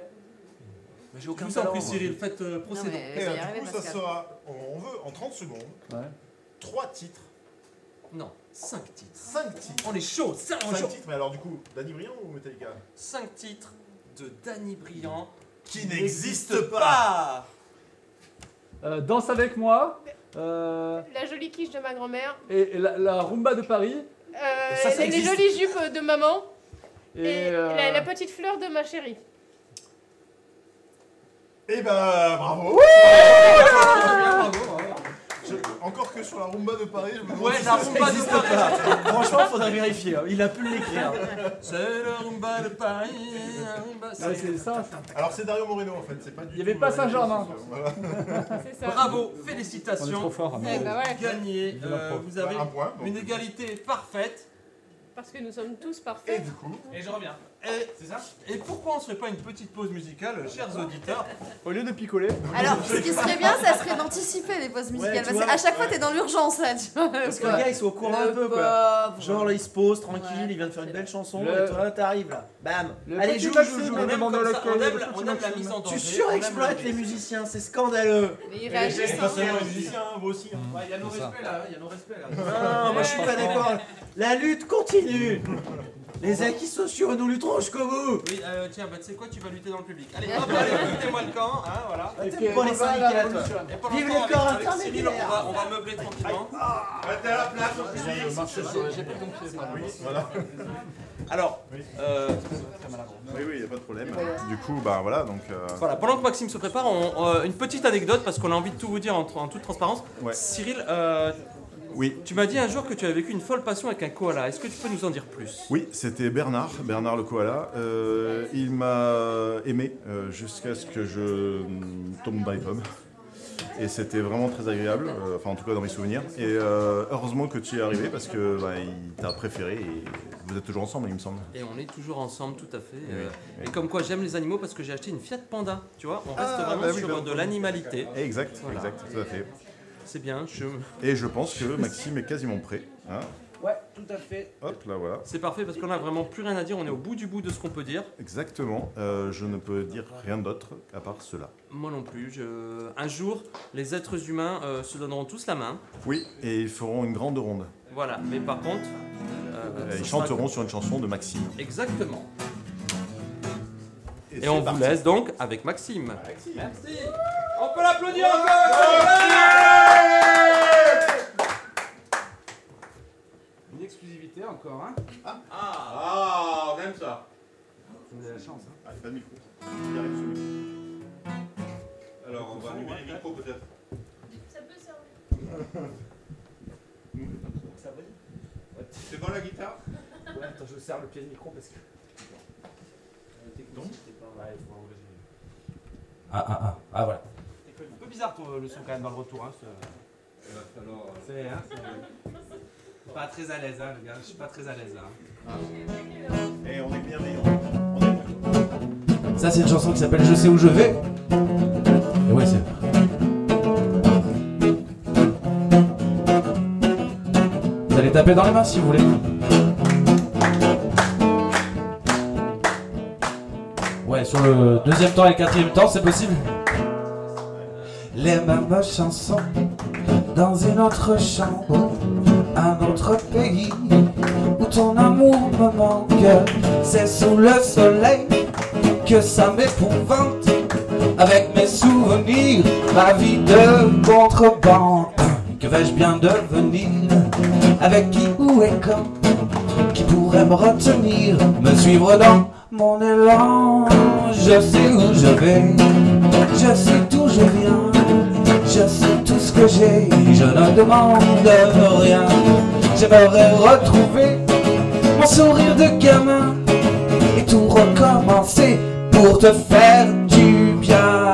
[SPEAKER 2] Mais
[SPEAKER 4] j'ai aucun
[SPEAKER 2] Je vous en
[SPEAKER 4] talent,
[SPEAKER 2] prie,
[SPEAKER 4] moi.
[SPEAKER 2] Cyril, faites euh, procédons.
[SPEAKER 1] mais
[SPEAKER 4] Eh,
[SPEAKER 12] Et
[SPEAKER 1] ça
[SPEAKER 12] euh,
[SPEAKER 1] y
[SPEAKER 12] du
[SPEAKER 1] arrivait,
[SPEAKER 12] coup, ça
[SPEAKER 1] Pascal.
[SPEAKER 12] sera. On veut en 30 secondes. Trois titres.
[SPEAKER 2] Non, 5 titres.
[SPEAKER 12] 5 titres.
[SPEAKER 2] On est chaud, ça, on est
[SPEAKER 12] 5
[SPEAKER 2] chaud.
[SPEAKER 12] titres, mais alors du coup, Danny Briand ou Metallica
[SPEAKER 2] 5 titres de Danny Briand
[SPEAKER 12] Qui n'existe
[SPEAKER 2] n'existe
[SPEAKER 12] pas.
[SPEAKER 3] Euh, danse avec moi. euh,
[SPEAKER 6] La jolie quiche de ma grand-mère.
[SPEAKER 3] et et la, la rumba de Paris.
[SPEAKER 6] Euh,
[SPEAKER 3] Ça, ça
[SPEAKER 6] les, les
[SPEAKER 3] existe.
[SPEAKER 6] jolies jupes de maman.
[SPEAKER 3] Et,
[SPEAKER 6] Et
[SPEAKER 3] euh,
[SPEAKER 6] la, la petite fleur de ma chérie.
[SPEAKER 12] Eh ben, bravo
[SPEAKER 2] Ah.
[SPEAKER 1] Ah.
[SPEAKER 12] Je- Encore que sur la rumba de Paris, je me demande
[SPEAKER 2] hein. Ouais,
[SPEAKER 12] si
[SPEAKER 2] la
[SPEAKER 12] ça
[SPEAKER 2] rumba de
[SPEAKER 12] existe
[SPEAKER 2] Paris.
[SPEAKER 12] pas.
[SPEAKER 5] Franchement, faudrait vérifier. hein. Il a pu l'écrire.
[SPEAKER 2] C'est le rumba de Paris. la rumba-
[SPEAKER 12] Ouais, c'est
[SPEAKER 3] ça.
[SPEAKER 12] Alors c'est Dario Moreno en fait, c'est pas du euh,
[SPEAKER 3] Il n'y avait pas Saint-Germain. Ah.
[SPEAKER 6] ça.
[SPEAKER 2] Bravo,
[SPEAKER 3] On est
[SPEAKER 2] félicitations.
[SPEAKER 3] trop fort, hein.
[SPEAKER 2] Vous
[SPEAKER 3] Eh
[SPEAKER 6] bah ouais.
[SPEAKER 2] gagnez.
[SPEAKER 3] Vive la
[SPEAKER 2] euh,
[SPEAKER 3] prof.
[SPEAKER 2] vous avez
[SPEAKER 12] Bah,
[SPEAKER 3] Un point,
[SPEAKER 2] une égalité parfaite.
[SPEAKER 6] Parce que nous sommes tous parfaits.
[SPEAKER 2] Et je reviens. Et, et pourquoi on ne se fait pas une petite pause musicale, euh, chers auditeurs
[SPEAKER 3] Au lieu de picoler.
[SPEAKER 1] Alors, ce qui serait bien, ça serait d'anticiper les pauses musicales.
[SPEAKER 5] tu
[SPEAKER 1] parce que
[SPEAKER 5] vois,
[SPEAKER 1] à chaque fois,
[SPEAKER 5] ouais.
[SPEAKER 1] t'es dans l'urgence là, tu vois.
[SPEAKER 5] Parce que
[SPEAKER 1] quoi.
[SPEAKER 5] les gars, ils sont au courant
[SPEAKER 1] Le
[SPEAKER 5] un peu quoi.
[SPEAKER 1] pauvre.
[SPEAKER 5] Genre là, ils se posent tranquille, ils viennent faire une belle chanson
[SPEAKER 3] Le-
[SPEAKER 5] et toi t'arrives là. Bam
[SPEAKER 3] Le
[SPEAKER 5] Allez,
[SPEAKER 3] petit
[SPEAKER 5] joue,
[SPEAKER 3] Maxime,
[SPEAKER 5] joue, joue.
[SPEAKER 3] on aime comme ça, on aime- on aime la
[SPEAKER 5] Maxime.
[SPEAKER 3] mise en danger,
[SPEAKER 5] Tu
[SPEAKER 3] on aime
[SPEAKER 5] surexploites
[SPEAKER 3] le
[SPEAKER 5] les musiciens, c'est scandaleux.
[SPEAKER 6] Mais ils
[SPEAKER 5] Et les
[SPEAKER 6] réagissent,
[SPEAKER 5] gestes,
[SPEAKER 6] hein.
[SPEAKER 5] c'est les musiciens.
[SPEAKER 12] Tiens, vous aussi.
[SPEAKER 2] Mmh.
[SPEAKER 12] hein.
[SPEAKER 13] Il y a nos respects là, il y a nos respects là.
[SPEAKER 2] Eh,
[SPEAKER 5] Non, Ah, moi je suis pas d'accord. La lutte continue. Les acquis sociaux, nous lutterons jusqu'au bout.
[SPEAKER 2] Oui, euh, tiens, bah, tu sais quoi, tu vas lutter dans le public. Allez, hop, allez, foutez-moi le camp, hein, voilà.
[SPEAKER 3] Ah,
[SPEAKER 5] Et puis, pour les syndicats, toi.
[SPEAKER 2] Et pendant
[SPEAKER 5] Vive
[SPEAKER 2] le
[SPEAKER 5] les
[SPEAKER 2] temps, avec-
[SPEAKER 5] corps
[SPEAKER 2] avec Cyril, on va,
[SPEAKER 5] intermédiaires.
[SPEAKER 2] on va meubler tranquillement.
[SPEAKER 12] Mettez à la place au public.
[SPEAKER 2] Alors, euh,
[SPEAKER 4] Oui, oui, il n'y a pas de problème. Du coup, bah voilà, donc. euh,
[SPEAKER 2] Voilà, pendant que Maxime se prépare, on- euh, une petite anecdote parce qu'on a envie de tout vous dire en, en toute transparence. Cyril, euh, tu m'as dit un jour que tu avais vécu une folle passion avec un koala. Est-ce que tu peux nous en dire plus
[SPEAKER 4] Oui, c'était Bernard, Bernard le koala. Euh, il m'a aimé euh, jusqu'à ce que je mm, tombe dans les pommes. Et c'était vraiment très agréable, euh, enfin en tout cas dans mes souvenirs. Et euh, heureusement que tu y es arrivé parce que bah, il t'a préféré et vous êtes toujours ensemble, il me semble.
[SPEAKER 2] Et on est toujours ensemble, tout à fait. euh, Et comme quoi, j'aime les animaux parce que j'ai acheté une Fiat Panda. Tu vois, on reste
[SPEAKER 4] Ah,
[SPEAKER 2] vraiment
[SPEAKER 4] bah oui,
[SPEAKER 2] sur
[SPEAKER 4] bah,
[SPEAKER 2] de l'animalité.
[SPEAKER 4] Exact,
[SPEAKER 2] Voilà.
[SPEAKER 4] exact, tout à fait.
[SPEAKER 2] C'est bien, je...
[SPEAKER 8] Et je pense que Maxime est quasiment prêt. hein.
[SPEAKER 5] Ouais, tout à fait.
[SPEAKER 8] Hop là, voilà.
[SPEAKER 2] C'est parfait parce qu'on a vraiment plus rien à dire, on est au bout du bout de ce qu'on peut dire.
[SPEAKER 8] Exactement. Euh, je ne peux dire rien d'autre à part cela.
[SPEAKER 2] Moi non plus. je- Un jour, les êtres humains euh, se donneront tous la main.
[SPEAKER 8] Oui, et ils feront une grande ronde.
[SPEAKER 2] Voilà. Mais par contre, euh,
[SPEAKER 8] Euh,
[SPEAKER 2] ça
[SPEAKER 8] Ils
[SPEAKER 2] sera-
[SPEAKER 8] chanteront sur une chanson de Maxime.
[SPEAKER 2] Exactement. Et,
[SPEAKER 8] c'est
[SPEAKER 2] on
[SPEAKER 8] parti.
[SPEAKER 2] vous laisse donc avec Maxime.
[SPEAKER 5] Merci.
[SPEAKER 2] On peut l'applaudir encore.
[SPEAKER 5] Une exclusivité encore, hein Ah,
[SPEAKER 10] Ah, on aime ça.
[SPEAKER 5] Vous avez la chance, hein
[SPEAKER 8] Allez, pas de micro.
[SPEAKER 10] Alors, on va allumer les micros peut-être.
[SPEAKER 6] Ça peut servir.
[SPEAKER 5] Ça brille
[SPEAKER 10] C'est bon la guitare
[SPEAKER 5] Ouais, attends, je serre le pied de micro parce que. Donc Ouais, il faut enregistrer.
[SPEAKER 9] Ah, ah, ah, ah, voilà.
[SPEAKER 5] C'est un peu bizarre ton, le son quand même dans le retour. Hein, ce- C'est hein, c'est- pas très à l'aise, hein, le gars. Je suis pas très à l'aise là.
[SPEAKER 4] Eh,
[SPEAKER 8] Et on est bienveillants.
[SPEAKER 9] Ça, c'est une chanson qui s'appelle Je sais où je vais. Et ouais, c'est. Vous allez taper dans les mains si vous voulez. Ouais, sur le deuxième temps et le quatrième temps, c'est possible. Les mêmes chansons dans une autre chambre, un autre pays où ton amour me manque. C'est sous le soleil que ça m'épouvante avec mes souvenirs, ma vie de contrebande. Que vais-je bien devenir avec qui, où et quand Qui pourrait me retenir, me suivre dans mon élan Je sais où je vais, je sais d'où je viens, je sais tout ce que j'ai, je ne demande rien. J'aimerais retrouver mon sourire de gamin et tout recommencer pour te faire du bien.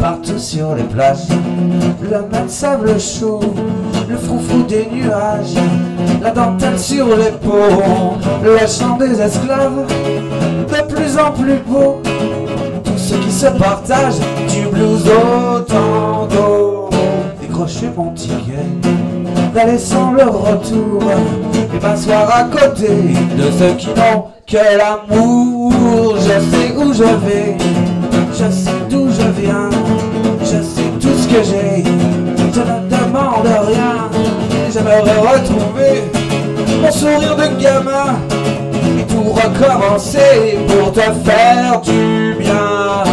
[SPEAKER 9] Partout sur les plages, le mat de sable chaud, le froufrou des nuages, la dentelle sur les peaux, le chant des esclaves, de plus en plus beau, tous ceux qui se partagent du blues au tango. Décrocher mon ticket, d'aller sans le retour, et m'asseoir à côté de ceux qui n'ont que l'amour. Je sais où je vais, je sais d'où je viens, je sais tout ce que j'ai, je ne demande rien. J'aimerais retrouver mon sourire de gamin et tout recommencer pour te faire du bien.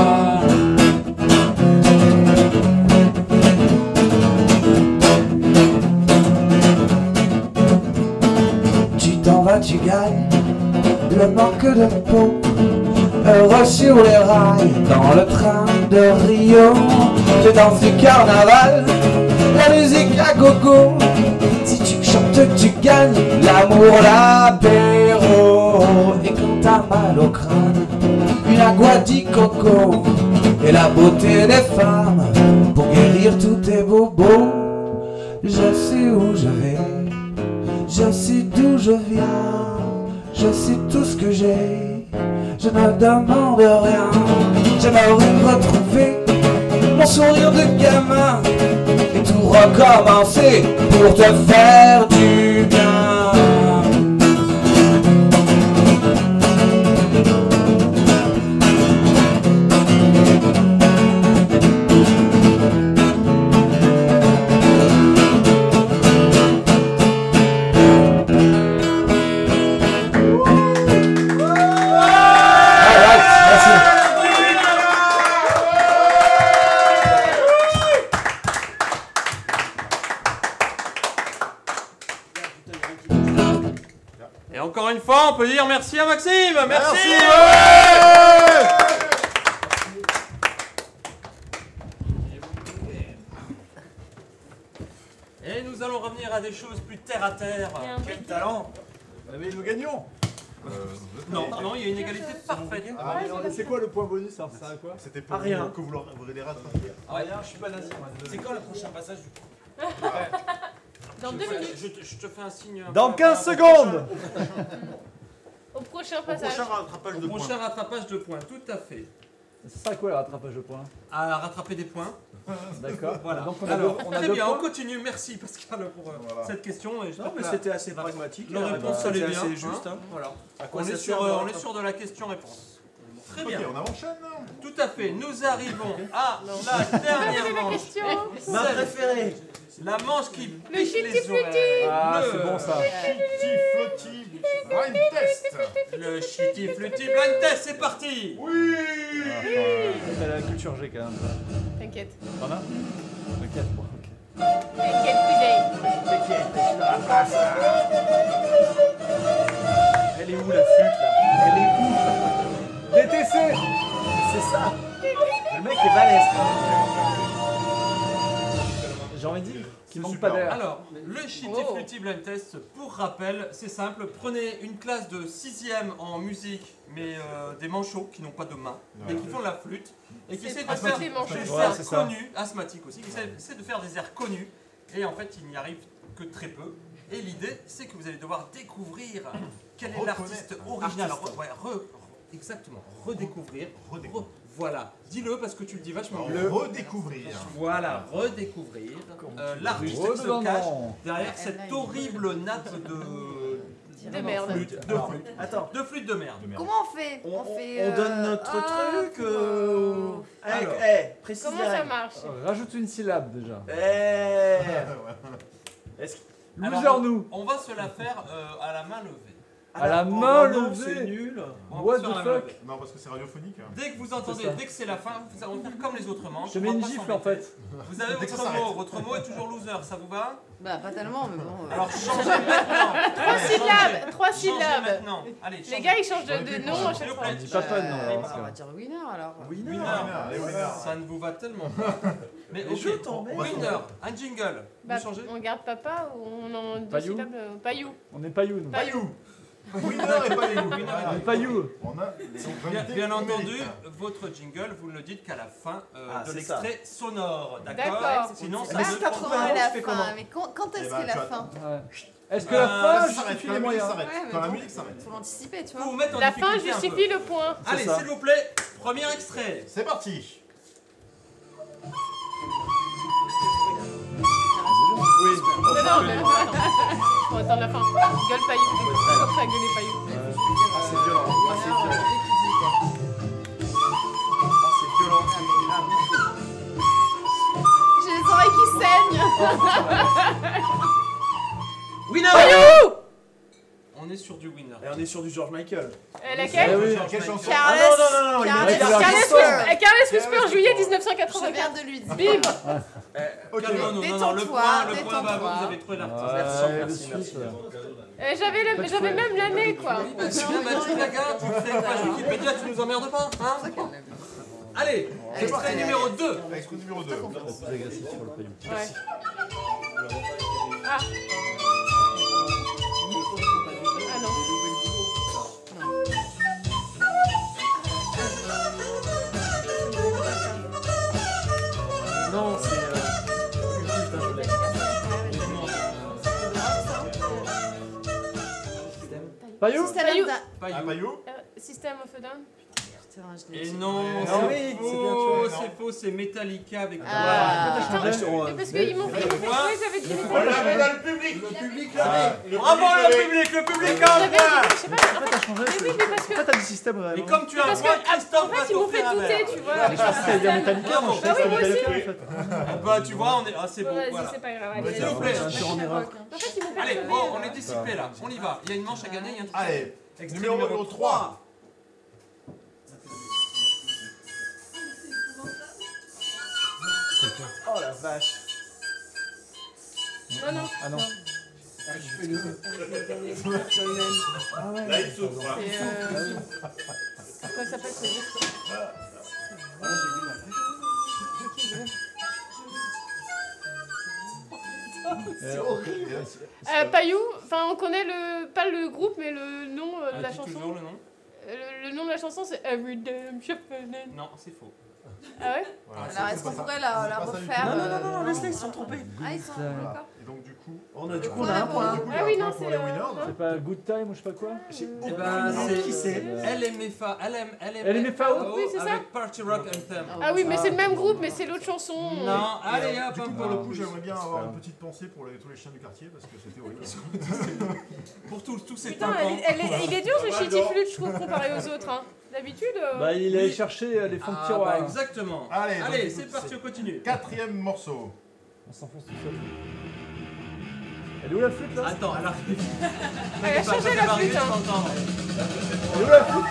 [SPEAKER 9] Tu t'en vas, tu gagnes le manque de peau. Heureux sur les rails, dans le train de Rio, je danse du carnaval, la musique à gogo. Si tu chantes, tu gagnes l'amour, l'apéro. Et quand t'as mal au crâne, une agua di coco et la beauté des femmes pour guérir tous tes bobos. Je sais où je vais, je sais d'où je viens, je sais tout ce que j'ai, je ne demande rien. J'aimerais retrouver mon sourire de gamin et tout recommencer pour te faire du bien.
[SPEAKER 2] Et encore une fois, on peut dire merci à Maxime. Merci. Et nous allons revenir à des choses plus terre à terre.
[SPEAKER 4] Quel talent Mais nous gagnons Euh,
[SPEAKER 2] Non, non, il y a une égalité parfaite.
[SPEAKER 4] Ah, mais non, mais c'est quoi le point bonus ça sert à quoi C'était pour
[SPEAKER 5] rien.
[SPEAKER 4] vous- que vous leur vous les rattrapiez.
[SPEAKER 5] Ah, ouais, je suis pas nazi. moi, désolé.
[SPEAKER 4] C'est quand le prochain passage du
[SPEAKER 5] Ouais.
[SPEAKER 6] Dans
[SPEAKER 2] Ah, Je-
[SPEAKER 6] deux
[SPEAKER 2] voilà,
[SPEAKER 6] minutes.
[SPEAKER 2] Je, te- je te fais un signe.
[SPEAKER 3] Dans
[SPEAKER 2] par-
[SPEAKER 3] 15
[SPEAKER 2] par rapport au
[SPEAKER 3] secondes.
[SPEAKER 2] prochain-
[SPEAKER 6] Au prochain
[SPEAKER 2] au
[SPEAKER 6] passage.
[SPEAKER 2] prochain rattrapage
[SPEAKER 3] de
[SPEAKER 2] Au prochain
[SPEAKER 3] points.
[SPEAKER 2] rattrapage de points, tout à fait.
[SPEAKER 3] C'est ça quoi le rattrapage de points
[SPEAKER 2] À rattraper des points.
[SPEAKER 3] D'accord.
[SPEAKER 2] Voilà.
[SPEAKER 3] Donc on a
[SPEAKER 2] Alors,
[SPEAKER 3] deux- on a
[SPEAKER 2] très
[SPEAKER 3] deux
[SPEAKER 2] bien,
[SPEAKER 3] points.
[SPEAKER 2] on continue. Merci Pascal pour euh, cette question. Et j'espère
[SPEAKER 5] Non, mais
[SPEAKER 2] que la-
[SPEAKER 5] c'était assez
[SPEAKER 2] la-
[SPEAKER 5] pragmatique,
[SPEAKER 2] La
[SPEAKER 5] hein,
[SPEAKER 2] réponse,
[SPEAKER 5] bah,
[SPEAKER 2] elle est
[SPEAKER 5] c'était
[SPEAKER 2] bien.
[SPEAKER 5] assez juste,
[SPEAKER 2] hein.
[SPEAKER 5] hein.
[SPEAKER 2] Voilà.
[SPEAKER 5] À quoi
[SPEAKER 2] On
[SPEAKER 5] ça
[SPEAKER 2] est,
[SPEAKER 5] sert
[SPEAKER 2] sur,
[SPEAKER 5] de
[SPEAKER 2] euh, on
[SPEAKER 5] rattraper
[SPEAKER 2] est sur de la question-réponse. Très
[SPEAKER 4] Ok,
[SPEAKER 2] bien.
[SPEAKER 4] on enchaîne,
[SPEAKER 2] Tout à fait. Nous arrivons à la dernière
[SPEAKER 6] la
[SPEAKER 2] manche.
[SPEAKER 6] question.
[SPEAKER 5] Ma
[SPEAKER 2] Celle-
[SPEAKER 5] préférée.
[SPEAKER 2] La manche qui
[SPEAKER 6] Le
[SPEAKER 2] pique Eh, les
[SPEAKER 6] chutty-flutty.
[SPEAKER 2] oreilles.
[SPEAKER 3] Ah,
[SPEAKER 2] Le-
[SPEAKER 3] c'est bon ça.
[SPEAKER 4] Petit flottis, blind test.
[SPEAKER 2] Le chutty flutty blind test, c'est parti.
[SPEAKER 4] Oui.
[SPEAKER 3] T'as la culture G quand même.
[SPEAKER 6] T'inquiète. Eh,
[SPEAKER 3] T'en as Le 4, bon, ok.
[SPEAKER 6] T'inquiète, cousin.
[SPEAKER 5] Elle est où la flûte là Elle est où
[SPEAKER 3] DTC
[SPEAKER 5] C'est ça Le mec est balèze
[SPEAKER 3] J'ai envie de dire qu'il manque pas d'air.
[SPEAKER 2] Alors, le Shitty
[SPEAKER 6] Oh.
[SPEAKER 2] Flutty Blind Test, pour rappel, c'est simple. Prenez une classe de 6ème en musique, mais euh, des manchots qui n'ont pas de main, mais qui font de la flûte, et qui
[SPEAKER 6] C'est
[SPEAKER 2] essaient de
[SPEAKER 6] asthmatique,
[SPEAKER 2] faire
[SPEAKER 6] les
[SPEAKER 2] des
[SPEAKER 6] manchots.
[SPEAKER 3] Ouais, c'est
[SPEAKER 2] airs
[SPEAKER 3] ça.
[SPEAKER 2] connus, asthmatiques aussi, qui essaient- essaient de faire des airs connus, et en fait, ils n'y arrivent que très peu. Et l'idée, c'est que vous allez devoir découvrir quel est l'artiste original.
[SPEAKER 4] Artiste.
[SPEAKER 2] Alors, ouais, re- re- exactement, redécouvrir. Re- voilà, dis-le parce que tu le dis vachement bien.
[SPEAKER 4] Le redécouvrir.
[SPEAKER 2] Voilà, redécouvrir euh,
[SPEAKER 3] Ah,
[SPEAKER 2] l'artiste qui se
[SPEAKER 3] Redécouvrir.
[SPEAKER 2] cache derrière cette horrible nappe de.
[SPEAKER 6] De merde.
[SPEAKER 2] flûte, de flûte.
[SPEAKER 5] Attends,
[SPEAKER 2] De flûte de merde.
[SPEAKER 1] Comment on fait On, fait.
[SPEAKER 5] on
[SPEAKER 1] euh,
[SPEAKER 5] donne notre
[SPEAKER 1] ah,
[SPEAKER 5] truc euh... avec-
[SPEAKER 2] Alors.
[SPEAKER 5] Eh, précise
[SPEAKER 6] Comment
[SPEAKER 5] les
[SPEAKER 6] ça
[SPEAKER 5] règles.
[SPEAKER 6] marche
[SPEAKER 3] Rajoute une syllabe déjà.
[SPEAKER 5] Eh Est-ce que-
[SPEAKER 2] Alors,
[SPEAKER 3] Loser nous
[SPEAKER 2] On va se la faire euh, à la main levée.
[SPEAKER 3] À la
[SPEAKER 5] Oh,
[SPEAKER 3] main
[SPEAKER 5] non, C'est
[SPEAKER 3] levée
[SPEAKER 5] nul
[SPEAKER 2] On va
[SPEAKER 3] What
[SPEAKER 2] se faire
[SPEAKER 3] the
[SPEAKER 2] à la main
[SPEAKER 3] fuck
[SPEAKER 2] levée.
[SPEAKER 4] Non, parce que c'est radiophonique. hein.
[SPEAKER 2] Dès que vous
[SPEAKER 3] C'est
[SPEAKER 2] entendez,
[SPEAKER 3] ça.
[SPEAKER 2] dès que c'est la fin, vous allez faire comme les autres manches.
[SPEAKER 3] Je te
[SPEAKER 2] on
[SPEAKER 3] mets
[SPEAKER 2] va
[SPEAKER 3] une
[SPEAKER 2] pas
[SPEAKER 3] gifle en
[SPEAKER 2] s'embêter.
[SPEAKER 3] fait.
[SPEAKER 2] Vous avez
[SPEAKER 4] Dès que ça
[SPEAKER 2] votre mot,
[SPEAKER 4] s'arrête.
[SPEAKER 2] votre mot est toujours loser, ça vous va
[SPEAKER 1] Bah, pas tellement, mais bon. euh,
[SPEAKER 2] Alors changez maintenant
[SPEAKER 6] Trois
[SPEAKER 2] Changez.
[SPEAKER 6] syllabes. Trois
[SPEAKER 2] Changez
[SPEAKER 6] syllabes.
[SPEAKER 2] maintenant Allez,
[SPEAKER 6] Les
[SPEAKER 2] changez.
[SPEAKER 6] gars, ils changent de,
[SPEAKER 4] J'aurais
[SPEAKER 6] de
[SPEAKER 4] pu
[SPEAKER 6] nom à
[SPEAKER 4] prendre.
[SPEAKER 6] chaque
[SPEAKER 2] S'il vous
[SPEAKER 6] fois.
[SPEAKER 2] plaît.
[SPEAKER 3] On dit pas fun, non,
[SPEAKER 1] euh,
[SPEAKER 3] alors,
[SPEAKER 1] on
[SPEAKER 3] parce
[SPEAKER 1] va
[SPEAKER 3] que-
[SPEAKER 1] dire winner alors.
[SPEAKER 5] Winner
[SPEAKER 2] Winner,
[SPEAKER 4] allez, winner.
[SPEAKER 2] ça ne vous va tellement. Mais
[SPEAKER 5] Mais je
[SPEAKER 2] ok,
[SPEAKER 5] t'emmerde.
[SPEAKER 2] winner, un jingle.
[SPEAKER 6] Bah,
[SPEAKER 2] vous changez
[SPEAKER 6] on garde papa ou on en deux
[SPEAKER 3] Payou
[SPEAKER 6] syllabes euh, Payou.
[SPEAKER 3] On n'est pas you nous.
[SPEAKER 6] Payou.
[SPEAKER 4] Winner et pas les
[SPEAKER 3] On
[SPEAKER 2] Winner et
[SPEAKER 4] loups. Voilà.
[SPEAKER 3] n'est pas you
[SPEAKER 4] On a
[SPEAKER 2] Bien, bien entendu, votre jingle, vous ne le dites qu'à la fin euh,
[SPEAKER 5] Ah,
[SPEAKER 2] de
[SPEAKER 5] c'est ça.
[SPEAKER 2] l'extrait sonore,
[SPEAKER 6] D'accord.
[SPEAKER 2] d'accord Sinon, ça
[SPEAKER 1] Ah,
[SPEAKER 2] ne
[SPEAKER 1] 80 à la
[SPEAKER 5] fait
[SPEAKER 1] fin,
[SPEAKER 5] comment
[SPEAKER 1] mais quand, quand est-ce
[SPEAKER 4] Eh
[SPEAKER 1] que
[SPEAKER 4] ben,
[SPEAKER 1] la
[SPEAKER 4] tu
[SPEAKER 1] fin
[SPEAKER 3] Ouais. Est-ce que la
[SPEAKER 2] Euh,
[SPEAKER 3] fin
[SPEAKER 4] Ah, ça s'arrête,
[SPEAKER 3] justifie
[SPEAKER 4] quand
[SPEAKER 3] Ah, les
[SPEAKER 4] la musique
[SPEAKER 3] moyens
[SPEAKER 1] Ouais, mais
[SPEAKER 4] s'arrête. Quand la
[SPEAKER 1] bon,
[SPEAKER 4] musique s'arrête.
[SPEAKER 1] Faut l'anticiper, tu
[SPEAKER 2] peut vous
[SPEAKER 1] vois.
[SPEAKER 2] mettre en
[SPEAKER 6] La fin
[SPEAKER 2] difficulté un
[SPEAKER 6] justifie
[SPEAKER 2] peu.
[SPEAKER 6] le point.
[SPEAKER 2] Allez,
[SPEAKER 3] ça.
[SPEAKER 2] s'il vous plaît, premier extrait.
[SPEAKER 4] C'est parti.
[SPEAKER 3] Oui.
[SPEAKER 2] Ah,
[SPEAKER 6] Non, non, mais attends. On va attendre la fin. Gueule Payou. Je suis prêt à gueuler Payou. Euh,
[SPEAKER 3] Ouais.
[SPEAKER 5] Ah, c'est violent Ah, c'est
[SPEAKER 1] Alors,
[SPEAKER 5] violent
[SPEAKER 1] dès qu'il dit, quoi.
[SPEAKER 5] Ah, c'est violent
[SPEAKER 1] J'ai les oreilles qui saignent
[SPEAKER 5] Winner
[SPEAKER 2] On est sur du winner.
[SPEAKER 5] Et on est sur du George Michael
[SPEAKER 6] Euh,
[SPEAKER 3] Eh
[SPEAKER 6] laquelle
[SPEAKER 3] oui.
[SPEAKER 2] George
[SPEAKER 4] Quelle
[SPEAKER 2] Michael.
[SPEAKER 4] chanson
[SPEAKER 5] Ah
[SPEAKER 1] Careless
[SPEAKER 5] non, non, non, non, il y a
[SPEAKER 3] Regular
[SPEAKER 1] Careless
[SPEAKER 6] Carles
[SPEAKER 3] Whisper.
[SPEAKER 6] Whisper, Carles
[SPEAKER 4] Careless
[SPEAKER 6] Whisper, juillet
[SPEAKER 4] Whisper.
[SPEAKER 1] Je
[SPEAKER 6] 1981.
[SPEAKER 1] regarde de lui.
[SPEAKER 6] Bim
[SPEAKER 2] Non,
[SPEAKER 4] Ok,
[SPEAKER 2] non, non, non, non, le
[SPEAKER 1] Détends-toi,
[SPEAKER 2] point, le point va,
[SPEAKER 1] détends-toi.
[SPEAKER 2] vous avez trouvé l'artiste.
[SPEAKER 5] Merci,
[SPEAKER 3] Ouais,
[SPEAKER 5] merci,
[SPEAKER 3] de suite.
[SPEAKER 6] Euh, J'avais le- j'avais même l'année, quoi.
[SPEAKER 2] Oui, bah, si bien battu la gare, tu fais une page Wikipédia, tu nous emmerdes pas, hein Allez, extrait numéro 2.
[SPEAKER 4] Extrait numéro 2.
[SPEAKER 3] Plus agressif sur le paillon.
[SPEAKER 6] Ouais. Ah. Ah non.
[SPEAKER 5] Non, c'est... euh, putain, je l'ai.
[SPEAKER 3] Payou
[SPEAKER 1] Système d'un-
[SPEAKER 4] Ah, Bayou
[SPEAKER 6] Euh, System of a Down
[SPEAKER 1] Putain, je l'ai
[SPEAKER 2] Et
[SPEAKER 1] dit.
[SPEAKER 2] non,
[SPEAKER 5] Ah
[SPEAKER 2] c'est
[SPEAKER 5] oui, c'est bien
[SPEAKER 2] faux,
[SPEAKER 4] tué, non.
[SPEAKER 2] c'est faux, c'est Metallica avec
[SPEAKER 1] Ah.
[SPEAKER 6] Attends,
[SPEAKER 5] Ouais, sur,
[SPEAKER 6] mais
[SPEAKER 5] euh,
[SPEAKER 6] parce qu'ils m'ont fait ils m'ont fait jouer, j'avais dit mais
[SPEAKER 4] On l'a vu
[SPEAKER 6] j'avais
[SPEAKER 4] dans le public. Le public l'avait. Le
[SPEAKER 2] Bravo
[SPEAKER 4] public
[SPEAKER 2] le
[SPEAKER 4] l'avait.
[SPEAKER 2] public, le public hein. a un
[SPEAKER 6] j'avais dit,
[SPEAKER 2] point
[SPEAKER 6] je sais pas, en
[SPEAKER 3] En
[SPEAKER 6] fait,
[SPEAKER 3] fait, t'as changé.
[SPEAKER 6] mais oui, mais parce que-
[SPEAKER 3] En fait, t'as du système vraiment.
[SPEAKER 2] Et comme tu as un
[SPEAKER 6] Parce que, ah,
[SPEAKER 2] point, Christophe
[SPEAKER 6] en
[SPEAKER 2] va
[SPEAKER 6] fait, ils m'ont fait
[SPEAKER 2] t'offrir un verre.
[SPEAKER 6] douter, tu vois, avec
[SPEAKER 3] Ah,
[SPEAKER 6] leur
[SPEAKER 3] c'était bien
[SPEAKER 6] système.
[SPEAKER 3] Metallica,
[SPEAKER 5] Ah
[SPEAKER 3] moi je
[SPEAKER 6] Bah
[SPEAKER 3] pensais que
[SPEAKER 6] oui, moi
[SPEAKER 3] c'était
[SPEAKER 6] aussi.
[SPEAKER 3] Metallica en fait.
[SPEAKER 2] Ah Bah tu vois, on est... Ah c'est
[SPEAKER 6] Bon,
[SPEAKER 2] bon,
[SPEAKER 6] vas-y,
[SPEAKER 2] voilà.
[SPEAKER 6] c'est pas grave.
[SPEAKER 3] Ouais,
[SPEAKER 6] allez.
[SPEAKER 2] S'il vous plaît.
[SPEAKER 3] un tir en erreur.
[SPEAKER 1] hein.
[SPEAKER 6] En fait, ils m'ont fait
[SPEAKER 2] Allez,
[SPEAKER 6] jouer,
[SPEAKER 2] bon,
[SPEAKER 6] euh,
[SPEAKER 2] on est dissipé là, on y va. Il y a une manche à gagner, il y a un truc.
[SPEAKER 4] Allez,
[SPEAKER 2] Extrait
[SPEAKER 4] numéro,
[SPEAKER 2] numéro
[SPEAKER 4] 3.
[SPEAKER 5] Oh la vache
[SPEAKER 6] Non, non.
[SPEAKER 3] Ah non. Ah ouais.
[SPEAKER 14] Là, il s'ouvre. hein.
[SPEAKER 6] C'est
[SPEAKER 5] Ah,
[SPEAKER 6] euh... Comment ça s'appelle ce groupe
[SPEAKER 3] Euh,
[SPEAKER 6] euh, Payou, enfin on connaît le pas le groupe mais le nom euh, de
[SPEAKER 2] Ah,
[SPEAKER 6] la
[SPEAKER 2] dis
[SPEAKER 6] chanson.
[SPEAKER 2] toujours le nom
[SPEAKER 6] Euh, Le, le nom de la chanson c'est Every Damn Shuffle.
[SPEAKER 2] Non, c'est faux.
[SPEAKER 6] Ah ouais
[SPEAKER 5] bah,
[SPEAKER 1] Alors, est-ce qu'on pourrait la, la refaire
[SPEAKER 2] Ah,
[SPEAKER 5] Non, non,
[SPEAKER 1] euh,
[SPEAKER 5] non, non, laisse-les, ils se sont trompés.
[SPEAKER 1] Ah, ils sont d'accord. Ah
[SPEAKER 4] Et donc, du coup,
[SPEAKER 5] on a, du
[SPEAKER 4] euh,
[SPEAKER 5] coup, on a un point.
[SPEAKER 4] Du coup, il y a un point pour les winners.
[SPEAKER 1] hein.
[SPEAKER 3] C'est pas Good Time ou je sais pas quoi
[SPEAKER 5] Eh ben, c'est- qui c'est
[SPEAKER 2] Euh. LMFAO
[SPEAKER 3] LMFAO,
[SPEAKER 6] Oui, c'est ça.
[SPEAKER 2] avec Party Rock Anthem.
[SPEAKER 6] Ah oui, mais c'est le même groupe, mais c'est l'autre chanson.
[SPEAKER 2] Non, allez hop,
[SPEAKER 4] Du
[SPEAKER 2] un
[SPEAKER 4] coup,
[SPEAKER 2] point
[SPEAKER 4] pour le
[SPEAKER 2] en
[SPEAKER 4] coup,
[SPEAKER 2] plus.
[SPEAKER 4] j'aimerais bien
[SPEAKER 2] Ah, C'est
[SPEAKER 4] avoir
[SPEAKER 2] pas
[SPEAKER 4] une
[SPEAKER 2] grave.
[SPEAKER 4] petite pensée pour les- tous les chiens du quartier parce que c'était horrible.
[SPEAKER 2] pour tous, tous ces
[SPEAKER 6] Putain, elle est- elle est- il est dur
[SPEAKER 5] Bah,
[SPEAKER 6] ce Shitty Flute, je trouve, comparé aux autres. hein. D'habitude. euh,
[SPEAKER 3] Bah, il allait chercher euh, les fonds de
[SPEAKER 4] Ah,
[SPEAKER 3] tiroir.
[SPEAKER 4] bah,
[SPEAKER 2] exactement.
[SPEAKER 4] Allez,
[SPEAKER 2] Allez,
[SPEAKER 4] donc,
[SPEAKER 2] c'est
[SPEAKER 4] écoute,
[SPEAKER 2] parti, on continue.
[SPEAKER 4] Quatrième morceau.
[SPEAKER 3] On s'enfonce tout seul. Elle est où la flûte là
[SPEAKER 2] Attends, elle arrive.
[SPEAKER 6] Elle a changé la flûte. hein.
[SPEAKER 3] Elle est où la flûte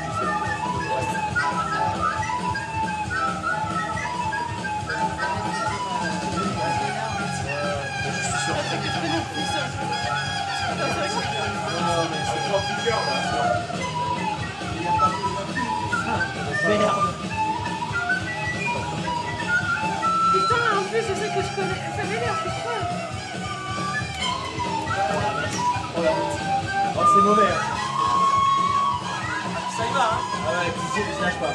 [SPEAKER 6] Putain, en plus, c'est ça que je connais. Ça m'énerve, putain.
[SPEAKER 5] Oh, c'est mauvais.
[SPEAKER 2] Ça y va, hein
[SPEAKER 5] Ah ouais, tu sais, je lâche pas.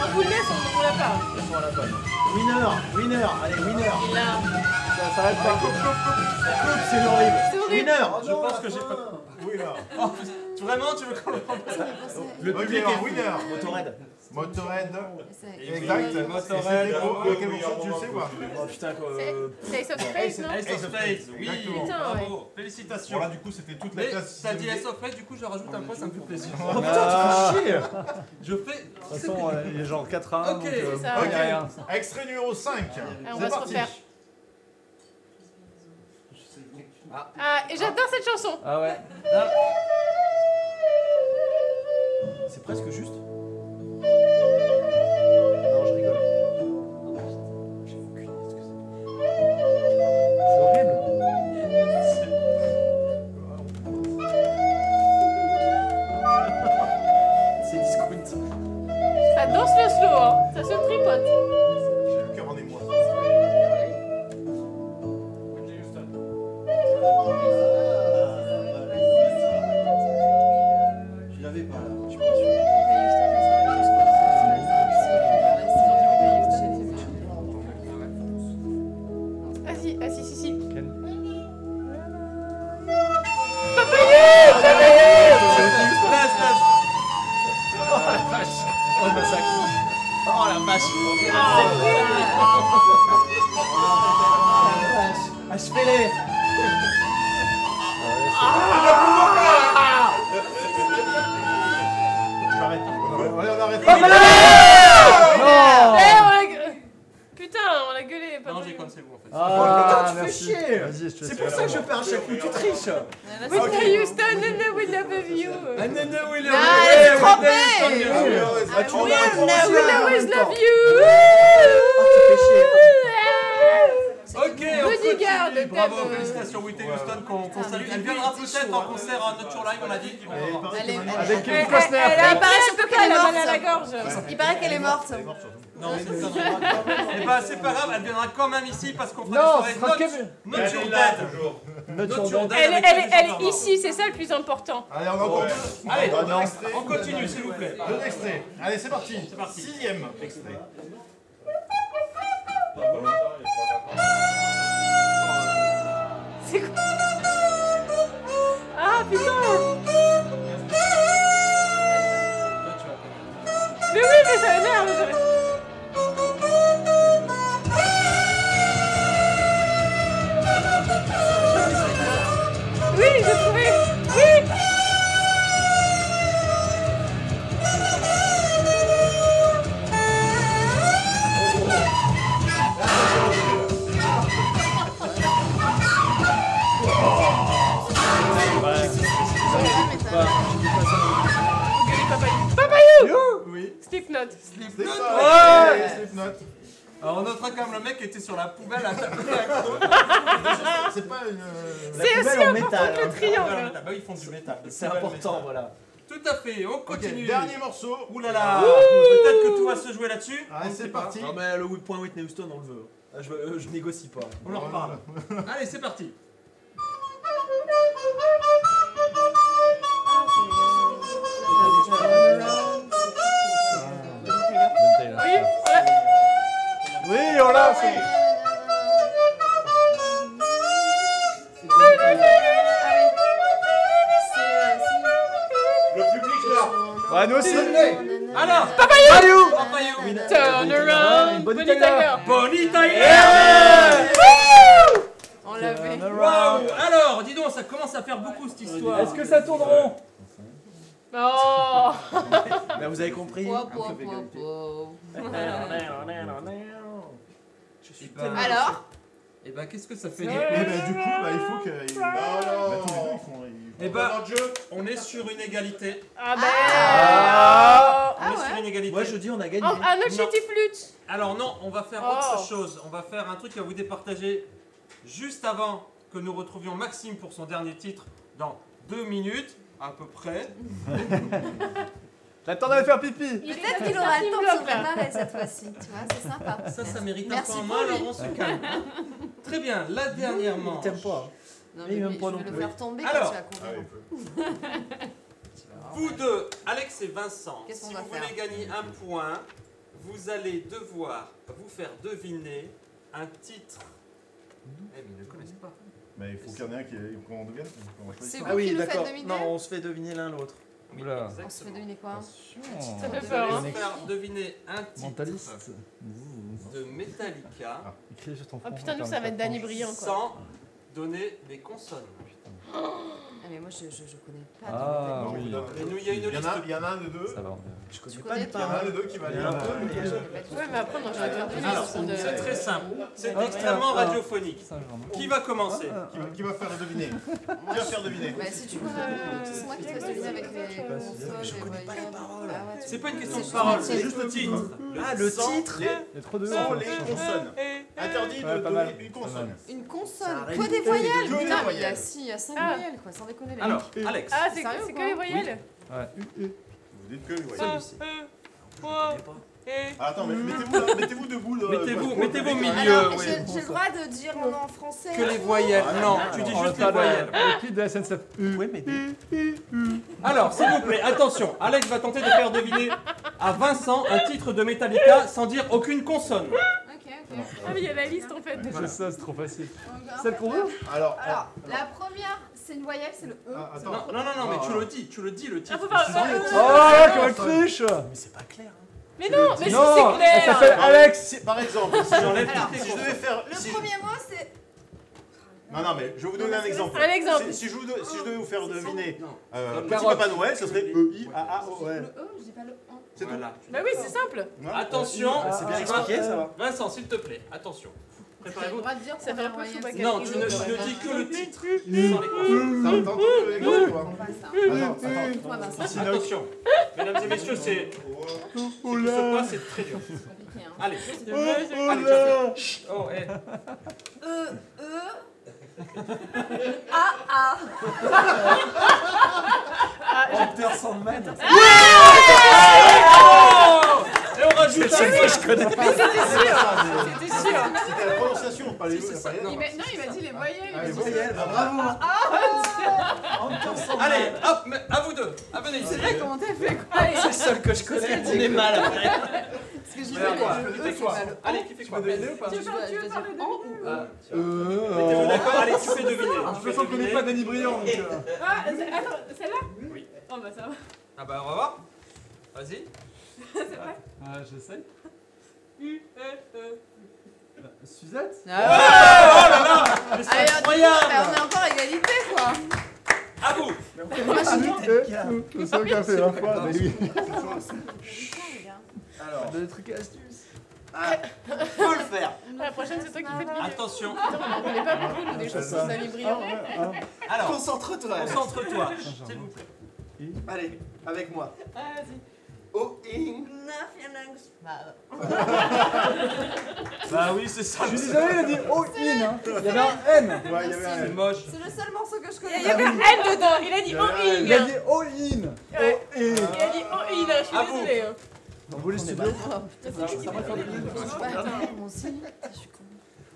[SPEAKER 6] On vous le laisse, on vous la parle.
[SPEAKER 5] Ils sont à la bonne. Winner, winner, allez, winner.
[SPEAKER 6] Là.
[SPEAKER 5] Ça s'arrête pas. Coupe, c'est horrible.
[SPEAKER 6] C'est horrible.
[SPEAKER 5] Winner.
[SPEAKER 2] Je pense que j'ai pas. Oh, putain, Vraiment, tu veux qu'on le prenne
[SPEAKER 4] Le public est winner.
[SPEAKER 5] Motorhead.
[SPEAKER 4] Motorhead.
[SPEAKER 1] C'est-
[SPEAKER 4] Exact.
[SPEAKER 2] oui, Motorhead.
[SPEAKER 4] Et c'était pour-
[SPEAKER 2] Oui,
[SPEAKER 4] Quelle
[SPEAKER 2] oui,
[SPEAKER 4] morceau
[SPEAKER 2] on
[SPEAKER 4] tu le sais
[SPEAKER 2] remarque
[SPEAKER 4] pas
[SPEAKER 5] Oh putain, quoi. euh,
[SPEAKER 6] C'est Ace of Space, non
[SPEAKER 2] Ace of Spades, oui,
[SPEAKER 4] Exactement.
[SPEAKER 6] Putain,
[SPEAKER 2] bravo,
[SPEAKER 6] ouais.
[SPEAKER 2] félicitations.
[SPEAKER 5] Oh,
[SPEAKER 4] Bon, là, du coup, c'était toute la
[SPEAKER 2] Mais
[SPEAKER 4] classe.
[SPEAKER 2] T'as dit Ace of Spades, du coup, je rajoute un point, ça me fait plaisir.
[SPEAKER 3] Oh
[SPEAKER 5] Ah.
[SPEAKER 3] putain, tu fais chier De
[SPEAKER 2] Je fais.
[SPEAKER 3] toute façon, euh, il est genre 4-1.
[SPEAKER 2] Ok,
[SPEAKER 3] donc, euh,
[SPEAKER 6] c'est ça.
[SPEAKER 5] Ah,
[SPEAKER 3] bon, il y a
[SPEAKER 4] Ok.
[SPEAKER 3] rien.
[SPEAKER 4] Extrait numéro 5.
[SPEAKER 6] Allez, on
[SPEAKER 4] C'est
[SPEAKER 6] va se
[SPEAKER 4] parti.
[SPEAKER 6] refaire. Ah, et j'adore cette chanson.
[SPEAKER 3] Ah ouais.
[SPEAKER 5] C'est presque juste.
[SPEAKER 3] Non, je rigole.
[SPEAKER 5] C'est Discount.
[SPEAKER 6] Ça danse le slow, hein. Ça se tripote.
[SPEAKER 4] J'ai le cœur en émoi.
[SPEAKER 15] Je l'avais pas là.
[SPEAKER 6] Ah si, ah si, si, si.
[SPEAKER 5] Oh le massacre. Oh la vache. Ah, Achevez-les.
[SPEAKER 4] J'arrête. On on arrête.
[SPEAKER 6] Eh, on l'a gueulé. Putain, on l'a gueulé. Pas
[SPEAKER 2] Non,
[SPEAKER 6] de-
[SPEAKER 2] j'ai compté vous en fait.
[SPEAKER 5] Ah,
[SPEAKER 3] Ah,
[SPEAKER 5] putain, tu
[SPEAKER 3] merci.
[SPEAKER 5] fais chier.
[SPEAKER 3] Vas-y, je te laisse
[SPEAKER 5] C'est pour ça que je perds à chaque coup, tu triches.
[SPEAKER 6] Whitney Houston, and the Will of You.
[SPEAKER 5] Anana Wheeler.
[SPEAKER 6] Ah, elle est trompée.
[SPEAKER 5] Ah, tu
[SPEAKER 6] Will
[SPEAKER 5] m'as
[SPEAKER 6] I will always love you.
[SPEAKER 2] Oh, Ok, on
[SPEAKER 6] Bodyguard,
[SPEAKER 2] continue.
[SPEAKER 6] le
[SPEAKER 2] Bravo,
[SPEAKER 6] thème, euh,
[SPEAKER 2] félicitations Whitney Houston qu'on qu'on salue. Elle viendra peut-être en concert en Nature Live, on a dit. On va voir.
[SPEAKER 3] Avec
[SPEAKER 6] Elle,
[SPEAKER 3] Kevin
[SPEAKER 6] elle,
[SPEAKER 3] Costner.
[SPEAKER 6] Eh, elle a
[SPEAKER 1] Elle paraît
[SPEAKER 6] apparaît un peu
[SPEAKER 1] surtout
[SPEAKER 6] la
[SPEAKER 1] qu'elle est
[SPEAKER 6] balle à la
[SPEAKER 1] morte.
[SPEAKER 6] gorge.
[SPEAKER 1] Il paraît qu'elle est morte.
[SPEAKER 2] Non, mais c'est Et bah, c'est pas grave, elle viendra quand même ici parce qu'on
[SPEAKER 3] Non,
[SPEAKER 2] fera
[SPEAKER 3] ce
[SPEAKER 2] des
[SPEAKER 3] sera
[SPEAKER 2] soirées
[SPEAKER 3] Kevin.
[SPEAKER 2] Not- Not Your
[SPEAKER 16] Elle est là,
[SPEAKER 2] Dad.
[SPEAKER 16] toujours.
[SPEAKER 3] Notre
[SPEAKER 2] Not
[SPEAKER 3] journal.
[SPEAKER 2] Your Dad
[SPEAKER 6] Elle,
[SPEAKER 2] avec
[SPEAKER 6] elle,
[SPEAKER 2] Kevin
[SPEAKER 6] elle est
[SPEAKER 2] Costner.
[SPEAKER 6] ici, c'est ça le plus important.
[SPEAKER 4] Allez, on encore.
[SPEAKER 2] Allez,
[SPEAKER 4] Allez, un extrait.
[SPEAKER 2] on continue s'il vous plaît.
[SPEAKER 4] Deux extraits. Allez, c'est parti.
[SPEAKER 2] parti.
[SPEAKER 4] Sixième extrait.
[SPEAKER 6] C'est quoi Ah putain Mais oui, mais ça énerve Oui, j'ai trouvé Oui Papayou Slipknot
[SPEAKER 4] Ouais. Slipknot.
[SPEAKER 2] Alors, on notera quand même le mec qui était sur la poubelle à la
[SPEAKER 4] C'est pas une. euh,
[SPEAKER 6] C'est aussi
[SPEAKER 17] hein.
[SPEAKER 6] important que
[SPEAKER 5] en
[SPEAKER 6] le
[SPEAKER 5] métal.
[SPEAKER 6] triangle
[SPEAKER 2] Là-bas, ils font du métal.
[SPEAKER 5] C'est important, voilà.
[SPEAKER 2] Tout à fait, on
[SPEAKER 4] Ok,
[SPEAKER 2] continue.
[SPEAKER 4] dernier morceau.
[SPEAKER 2] Ouh là là, peut-être que tout va se jouer là-dessus.
[SPEAKER 4] Allez, c'est parti.
[SPEAKER 5] Non mais le point Whitney Houston, on le veut. Ah, Je, euh, je négocie pas.
[SPEAKER 2] On leur parle. Allez, c'est parti.
[SPEAKER 6] Oui,
[SPEAKER 17] Oui, on l'a c'est-
[SPEAKER 10] Le public là
[SPEAKER 17] Ouais, nous aussi
[SPEAKER 2] Alors
[SPEAKER 6] Papayou
[SPEAKER 17] Papayou
[SPEAKER 6] Turn around Bonnie Tyler
[SPEAKER 2] Bonnie Tyler
[SPEAKER 1] On l'avait.
[SPEAKER 2] Waouh Alors, dis donc, ça commence à faire beaucoup cette histoire.
[SPEAKER 6] Est-ce que
[SPEAKER 2] ça tourne rond
[SPEAKER 6] Oh
[SPEAKER 17] Là, vous avez compris
[SPEAKER 1] Pouah, pouah,
[SPEAKER 17] Un peu
[SPEAKER 1] pouah,
[SPEAKER 17] d'égalité.
[SPEAKER 1] pouah.
[SPEAKER 2] Je suis
[SPEAKER 1] pas- Alors
[SPEAKER 2] Et bah, qu'est-ce que ça fait
[SPEAKER 4] Et bah, du coup, bah, il faut que. il- Bah, tous les deux, ils font. ils-
[SPEAKER 2] Eh bah, on est sur une égalité.
[SPEAKER 6] Ah bah
[SPEAKER 2] Ah, On est sur une égalité.
[SPEAKER 17] Moi, je dis, on a gagné.
[SPEAKER 6] Oh, Un autre
[SPEAKER 2] Non.
[SPEAKER 6] shitty flûte
[SPEAKER 2] Alors non, on va faire
[SPEAKER 6] Oh.
[SPEAKER 2] autre chose. On va faire un truc qui va vous départager juste avant que nous retrouvions Maxime pour son dernier titre dans deux minutes à peu près.
[SPEAKER 17] J'attendais à faire pipi
[SPEAKER 1] Peut-être qu'il aura le temps de se préparer cette fois-ci, tu vois, c'est sympa.
[SPEAKER 2] Ça, ça mérite
[SPEAKER 1] Merci
[SPEAKER 2] un point en
[SPEAKER 1] pour
[SPEAKER 2] moins,
[SPEAKER 1] lui.
[SPEAKER 2] alors on se calme. Très bien, la dernière manche.
[SPEAKER 17] T'aimes pas
[SPEAKER 1] Non,
[SPEAKER 17] Il
[SPEAKER 1] mais,
[SPEAKER 17] aime
[SPEAKER 1] mais
[SPEAKER 17] pas
[SPEAKER 1] je
[SPEAKER 17] non
[SPEAKER 1] vais le
[SPEAKER 17] plus.
[SPEAKER 1] faire tomber
[SPEAKER 2] Alors.
[SPEAKER 1] quand tu vas
[SPEAKER 4] Ah
[SPEAKER 1] courir.
[SPEAKER 2] Vous deux, Alex et Vincent,
[SPEAKER 1] Qu'est-ce
[SPEAKER 2] si
[SPEAKER 1] qu'on va
[SPEAKER 2] vous
[SPEAKER 1] faire
[SPEAKER 2] voulez gagner un point, vous allez devoir vous faire deviner un titre. Eh, mais ils ne le connaissent pas.
[SPEAKER 8] Mais il faut qu'il y en ait un qui est au courant de gaz.
[SPEAKER 1] C'est
[SPEAKER 17] Ah
[SPEAKER 1] Qui
[SPEAKER 17] oui,
[SPEAKER 1] nous fait
[SPEAKER 17] d'accord.
[SPEAKER 1] deviner
[SPEAKER 17] Non, on se fait deviner l'un l'autre.
[SPEAKER 2] Oui,
[SPEAKER 3] Oula.
[SPEAKER 1] On se fait deviner quoi hein
[SPEAKER 2] Vous
[SPEAKER 6] Ça
[SPEAKER 2] allez
[SPEAKER 6] fait peur, hein.
[SPEAKER 2] vous faire deviner un titre
[SPEAKER 3] Mentaliste.
[SPEAKER 2] de Metallica.
[SPEAKER 17] Ah.
[SPEAKER 3] Il crie sur ton
[SPEAKER 6] Oh
[SPEAKER 3] front.
[SPEAKER 6] putain, nous ça va être Danny Brillant quoi
[SPEAKER 2] sans donner des consonnes.
[SPEAKER 1] Ah, mais moi, je, je, je connais pas.
[SPEAKER 3] Ah
[SPEAKER 1] de-
[SPEAKER 3] oui.
[SPEAKER 2] Mais nous, il y a une
[SPEAKER 4] Il y en
[SPEAKER 2] liste.
[SPEAKER 4] a- il y en a un des deux.
[SPEAKER 3] Ça va.
[SPEAKER 17] Je connais
[SPEAKER 1] Tu
[SPEAKER 17] pas
[SPEAKER 1] connais
[SPEAKER 17] de
[SPEAKER 4] Il y en a un
[SPEAKER 17] parole.
[SPEAKER 4] des deux qui va
[SPEAKER 17] Il y en
[SPEAKER 4] lire
[SPEAKER 17] a
[SPEAKER 4] un
[SPEAKER 17] un
[SPEAKER 4] peu.
[SPEAKER 17] peu, mais, euh,
[SPEAKER 6] Ouais, mais après, moi, j'aurais perdu
[SPEAKER 2] Alors,
[SPEAKER 6] sur de...
[SPEAKER 2] C'est très simple, c'est
[SPEAKER 17] Ah,
[SPEAKER 2] extrêmement
[SPEAKER 17] ah, ah.
[SPEAKER 2] radiophonique.
[SPEAKER 3] hein.
[SPEAKER 2] Qui va commencer
[SPEAKER 4] Qui va- Qui va faire deviner Qui va faire deviner
[SPEAKER 1] Bah, si tu connais, euh, c'est moi qui te fais deviner avec les consoles. Ah, Je connais pas les paroles.
[SPEAKER 2] C'est pas une question de
[SPEAKER 1] juste
[SPEAKER 2] parole,
[SPEAKER 1] le
[SPEAKER 2] c'est
[SPEAKER 1] titre.
[SPEAKER 2] juste le titre.
[SPEAKER 17] Ah, le
[SPEAKER 2] sang,
[SPEAKER 17] titre
[SPEAKER 3] Il y a trop de
[SPEAKER 4] Sans
[SPEAKER 3] ouf,
[SPEAKER 4] les
[SPEAKER 3] hein.
[SPEAKER 4] consonnes. Interdit de
[SPEAKER 3] Ouais, pas mal.
[SPEAKER 4] donner une consonne.
[SPEAKER 1] Une
[SPEAKER 17] Ça
[SPEAKER 1] consonne,
[SPEAKER 17] aurait
[SPEAKER 1] que
[SPEAKER 17] été
[SPEAKER 1] des
[SPEAKER 4] des
[SPEAKER 1] voyelles Putain, mais
[SPEAKER 4] voyelles.
[SPEAKER 1] il y a si, il y a 5
[SPEAKER 6] Ah.
[SPEAKER 1] voyelles quoi, sans déconner les
[SPEAKER 2] Alors, Alex,
[SPEAKER 6] Ah, c'est
[SPEAKER 1] Sérieux,
[SPEAKER 6] c'est que
[SPEAKER 1] quoi
[SPEAKER 6] les voyelles
[SPEAKER 3] Ouais.
[SPEAKER 4] Vous dites que oui.
[SPEAKER 17] Celui-ci.
[SPEAKER 4] Attends,
[SPEAKER 1] Mm.
[SPEAKER 4] mais mettez-vous là- mettez-vous debout. euh, là,
[SPEAKER 2] Mettez-vous-
[SPEAKER 4] parce que-
[SPEAKER 2] mettez-vous au milieu.
[SPEAKER 1] mecs.
[SPEAKER 2] Dieu,
[SPEAKER 4] euh,
[SPEAKER 1] Alors,
[SPEAKER 2] oui.
[SPEAKER 1] j'ai j'ai le droit de dire mon nom en français.
[SPEAKER 2] que les voyelles.
[SPEAKER 17] Ah,
[SPEAKER 2] Non, tu dis
[SPEAKER 3] On va
[SPEAKER 2] juste les
[SPEAKER 3] faire
[SPEAKER 2] voyelles.
[SPEAKER 3] euh, le le clip de la SNCF.
[SPEAKER 17] Ouais, mais des-
[SPEAKER 2] Alors, s'il vous plaît, attention, Alex va tenter de faire deviner à Vincent un titre de Metallica sans dire aucune consonne.
[SPEAKER 1] Ok, ok.
[SPEAKER 6] Ah, mais il y a la liste en fait
[SPEAKER 3] C'est ça, c'est trop facile.
[SPEAKER 6] Ah,
[SPEAKER 1] Donc, en
[SPEAKER 3] Celle
[SPEAKER 1] fait,
[SPEAKER 3] qu'on
[SPEAKER 1] euh,
[SPEAKER 3] veut
[SPEAKER 4] Alors,
[SPEAKER 1] Alors, la première, c'est une voyelle, c'est le E.
[SPEAKER 4] ah,
[SPEAKER 2] Non,
[SPEAKER 4] attends.
[SPEAKER 2] non, non, non, mais tu le dis, tu le dis le
[SPEAKER 6] Ah,
[SPEAKER 2] titre.
[SPEAKER 6] faut faire... faire-
[SPEAKER 3] Oh,
[SPEAKER 6] euh,
[SPEAKER 3] comment elle triche
[SPEAKER 2] Ah,
[SPEAKER 17] Mais c'est pas clair. hein.
[SPEAKER 6] Mais non, mais si,
[SPEAKER 3] Non,
[SPEAKER 6] c'est
[SPEAKER 3] elle
[SPEAKER 6] clair
[SPEAKER 3] s'appelle Alex.
[SPEAKER 4] Si- Par exemple, si
[SPEAKER 2] J'enlève
[SPEAKER 1] Alors,
[SPEAKER 2] toutes les
[SPEAKER 4] si je
[SPEAKER 2] consonnes.
[SPEAKER 4] devais faire. si
[SPEAKER 1] Le
[SPEAKER 4] je-
[SPEAKER 1] premier mot, c'est.
[SPEAKER 4] Non, non, mais je vais vous donner un exemple.
[SPEAKER 6] Un exemple.
[SPEAKER 4] Si, si je, vous de- si je devais vous faire deviner
[SPEAKER 2] Non.
[SPEAKER 4] euh, Petit
[SPEAKER 2] Carotte.
[SPEAKER 4] Papa Noël, ce serait E,
[SPEAKER 1] Le
[SPEAKER 4] E-I-A-A-O-L.
[SPEAKER 1] E, je dis pas le O.
[SPEAKER 4] C'est tout.
[SPEAKER 2] Voilà.
[SPEAKER 6] Bah oui, c'est simple
[SPEAKER 4] Non
[SPEAKER 2] Attention,
[SPEAKER 17] Ah, C'est bien
[SPEAKER 2] tu vas-
[SPEAKER 17] expliqué, ça va.
[SPEAKER 2] Vincent, s'il te plaît, attention.
[SPEAKER 1] J'ai le
[SPEAKER 2] Préparez-vous.
[SPEAKER 1] droit de dire
[SPEAKER 6] Ça
[SPEAKER 1] qu'on
[SPEAKER 6] fait un
[SPEAKER 1] est
[SPEAKER 6] peu
[SPEAKER 1] voyelle.
[SPEAKER 6] Chewbacca.
[SPEAKER 2] Non, tu ne, tu ne dis que le titre sans les consonnes.
[SPEAKER 4] T'as t'as entendu l'exemple ou pas
[SPEAKER 1] On va ça.
[SPEAKER 4] Attends, attends.
[SPEAKER 1] Toi, Vincent, c'est
[SPEAKER 2] Attention, mesdames et messieurs, c'est.
[SPEAKER 4] Oh
[SPEAKER 2] Ce qui se passe, c'est très dur.
[SPEAKER 1] compliqué. hein.
[SPEAKER 2] Allez,
[SPEAKER 6] Ah,
[SPEAKER 3] Oh
[SPEAKER 2] allez,
[SPEAKER 3] là
[SPEAKER 2] Chut. Oh, eh.
[SPEAKER 1] E, E. A, A.
[SPEAKER 2] ah,
[SPEAKER 17] Hunter Sandman.
[SPEAKER 2] Et on rajoute un point.
[SPEAKER 6] C'était sûr
[SPEAKER 4] C'était Ah, la prononciation, pas les mots. la voyelle.
[SPEAKER 6] Il m'a- Non, il m'a dit les voyelles
[SPEAKER 4] Ah, les
[SPEAKER 6] il m'a dit-
[SPEAKER 4] voyelles, ah, bravo.
[SPEAKER 17] Hunter Sandman.
[SPEAKER 2] Allez, hop, mais à vous deux. Ah, venez ici.
[SPEAKER 1] Comment t'as fait quoi
[SPEAKER 17] C'est le seul que Ah, je connais. On est mal après.
[SPEAKER 1] Parce que j'ai
[SPEAKER 2] Voilà
[SPEAKER 1] fait
[SPEAKER 2] quoi.
[SPEAKER 1] le
[SPEAKER 2] Tu
[SPEAKER 1] E,
[SPEAKER 2] fais
[SPEAKER 1] c'est
[SPEAKER 2] quoi
[SPEAKER 1] pas le O.
[SPEAKER 2] Allez, qui fait quoi Euh,
[SPEAKER 4] deviner ou pas
[SPEAKER 6] Tu veux faire- tu veux parler de
[SPEAKER 1] en ou E
[SPEAKER 2] Mettez-vous d'accord, allez, tu fais deviner.
[SPEAKER 17] Ah,
[SPEAKER 3] De toute
[SPEAKER 2] Tu fais
[SPEAKER 3] façon, on connaît
[SPEAKER 2] deviner.
[SPEAKER 3] pas Danny Brillant. donc, euh.
[SPEAKER 6] Ah, c'est- attends, celle-là
[SPEAKER 2] Oui.
[SPEAKER 6] Oh bah ça va
[SPEAKER 2] Ah, bah, on va voir. Vas-y.
[SPEAKER 3] Ah, J'essaie.
[SPEAKER 6] U, E, E
[SPEAKER 3] Suzette oh
[SPEAKER 2] Mais
[SPEAKER 1] Allez,
[SPEAKER 2] C'est
[SPEAKER 1] un truc, bah,
[SPEAKER 2] incroyable.
[SPEAKER 1] on est encore à égalité quoi
[SPEAKER 2] À vous.
[SPEAKER 3] Ah, Tout ça qu'a fait la fois, mais oui.
[SPEAKER 4] Alors,
[SPEAKER 3] Des trucs et astuces.
[SPEAKER 6] Ah,
[SPEAKER 17] Faut le faire.
[SPEAKER 6] La prochaine, c'est toi qui fais le milieu
[SPEAKER 2] Attention,
[SPEAKER 6] Attends, on en connaît pas beaucoup, nous, des
[SPEAKER 4] C'est
[SPEAKER 6] choses
[SPEAKER 4] ça.
[SPEAKER 6] sur Danny Brillant
[SPEAKER 2] alors,
[SPEAKER 17] Concentre-toi.
[SPEAKER 2] concentre-toi, s'il vous plaît.
[SPEAKER 17] Allez, avec moi.
[SPEAKER 6] Ah, vas-y
[SPEAKER 17] Oh, in.
[SPEAKER 1] euh,
[SPEAKER 3] Bah oui, c'est ça. Je suis désolé, il a dit all-in. hein. Il y avait un N.
[SPEAKER 4] ouais, il y avait un
[SPEAKER 2] C'est
[SPEAKER 4] L.
[SPEAKER 2] moche.
[SPEAKER 1] C'est le seul morceau que je
[SPEAKER 6] Il y a-
[SPEAKER 1] connais.
[SPEAKER 6] il y avait
[SPEAKER 3] Ah
[SPEAKER 6] un L dedans, il a dit
[SPEAKER 4] Il y a un L.
[SPEAKER 6] O-I
[SPEAKER 3] Il a dit all-in.
[SPEAKER 6] Ouais.
[SPEAKER 3] all-in.
[SPEAKER 6] Il a dit O-I, je
[SPEAKER 2] À
[SPEAKER 6] suis
[SPEAKER 2] vous.
[SPEAKER 6] désolée hein.
[SPEAKER 3] Dans vous les studios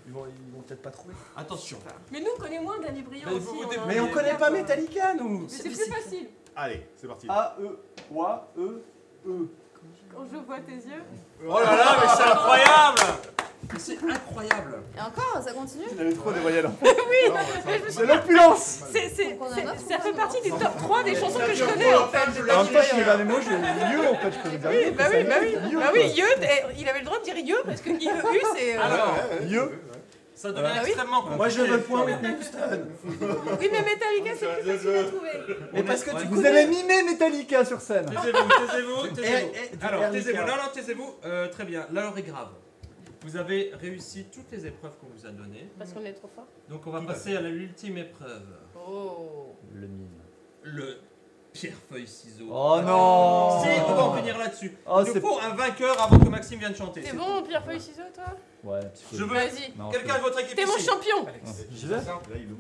[SPEAKER 17] Ils vont, ils vont peut-être pas trouver.
[SPEAKER 2] Attention.
[SPEAKER 6] Mais nous, on connaît moins Danny Brillant
[SPEAKER 2] Mais
[SPEAKER 6] aussi
[SPEAKER 2] vous vous
[SPEAKER 6] on a-
[SPEAKER 2] débrouillez.
[SPEAKER 17] Mais on connaît pas Metallica, nous.
[SPEAKER 6] Mais c'est plus facile
[SPEAKER 4] Allez, c'est parti.
[SPEAKER 9] Ah.
[SPEAKER 17] A, E, Oua, E, E.
[SPEAKER 6] Quand je vois tes yeux
[SPEAKER 2] Oh là là, mais c'est incroyable C'est incroyable.
[SPEAKER 1] Et encore, ça continue
[SPEAKER 2] en avait trop, des voyelles.
[SPEAKER 6] Oui, mais je me suis-
[SPEAKER 2] C'est l'opulence.
[SPEAKER 6] C'est- c'est- c'est- Ça fait partie des top 3 des chansons que je connais en fait.
[SPEAKER 3] En même temps, je regardais moi, je l'ai lieu en fait, je peux vous dire.
[SPEAKER 6] Oui, bah oui, bah oui,
[SPEAKER 3] Lieu,
[SPEAKER 6] bah oui,
[SPEAKER 3] quoi.
[SPEAKER 6] Yeux, eh, il avait le droit de dire Yeux parce que I, E, U, c'est. euh,
[SPEAKER 2] Alors,
[SPEAKER 3] Yeux.
[SPEAKER 2] Ça devient
[SPEAKER 6] Bah oui.
[SPEAKER 2] extrêmement compliqué.
[SPEAKER 17] Moi, je veux le point Whitney Houston.
[SPEAKER 6] Oui, mais Metallica, c'est plus facile à trouver.
[SPEAKER 17] Mais parce que tu
[SPEAKER 3] Vous
[SPEAKER 17] connais-
[SPEAKER 3] avez mimé Metallica sur scène.
[SPEAKER 2] Taisez-vous, taisez-vous, taisez-vous.
[SPEAKER 17] Eh, eh,
[SPEAKER 2] Alors,
[SPEAKER 17] Erika.
[SPEAKER 2] taisez-vous. Non, non, taisez-vous. Euh, très bien. L'heure est grave. Vous avez réussi toutes les épreuves qu'on vous a données.
[SPEAKER 6] Parce qu'on est trop fort.
[SPEAKER 2] Donc, on va passer à l'ultime épreuve.
[SPEAKER 6] Oh.
[SPEAKER 2] Le mime. Le pierre feuille ciseau.
[SPEAKER 3] Oh non.
[SPEAKER 2] Si, on va en finir là-dessus.
[SPEAKER 3] Oh,
[SPEAKER 2] Il
[SPEAKER 3] c'est-
[SPEAKER 2] nous faut un vainqueur avant que Maxime vienne chanter.
[SPEAKER 6] T'es bon, Pierre Feuille Ciseaux, toi
[SPEAKER 3] Ouais,
[SPEAKER 2] Je veux
[SPEAKER 6] Vas-y.
[SPEAKER 2] quelqu'un de votre équipe
[SPEAKER 6] T'es mon
[SPEAKER 2] ici.
[SPEAKER 6] champion.
[SPEAKER 3] J'y vais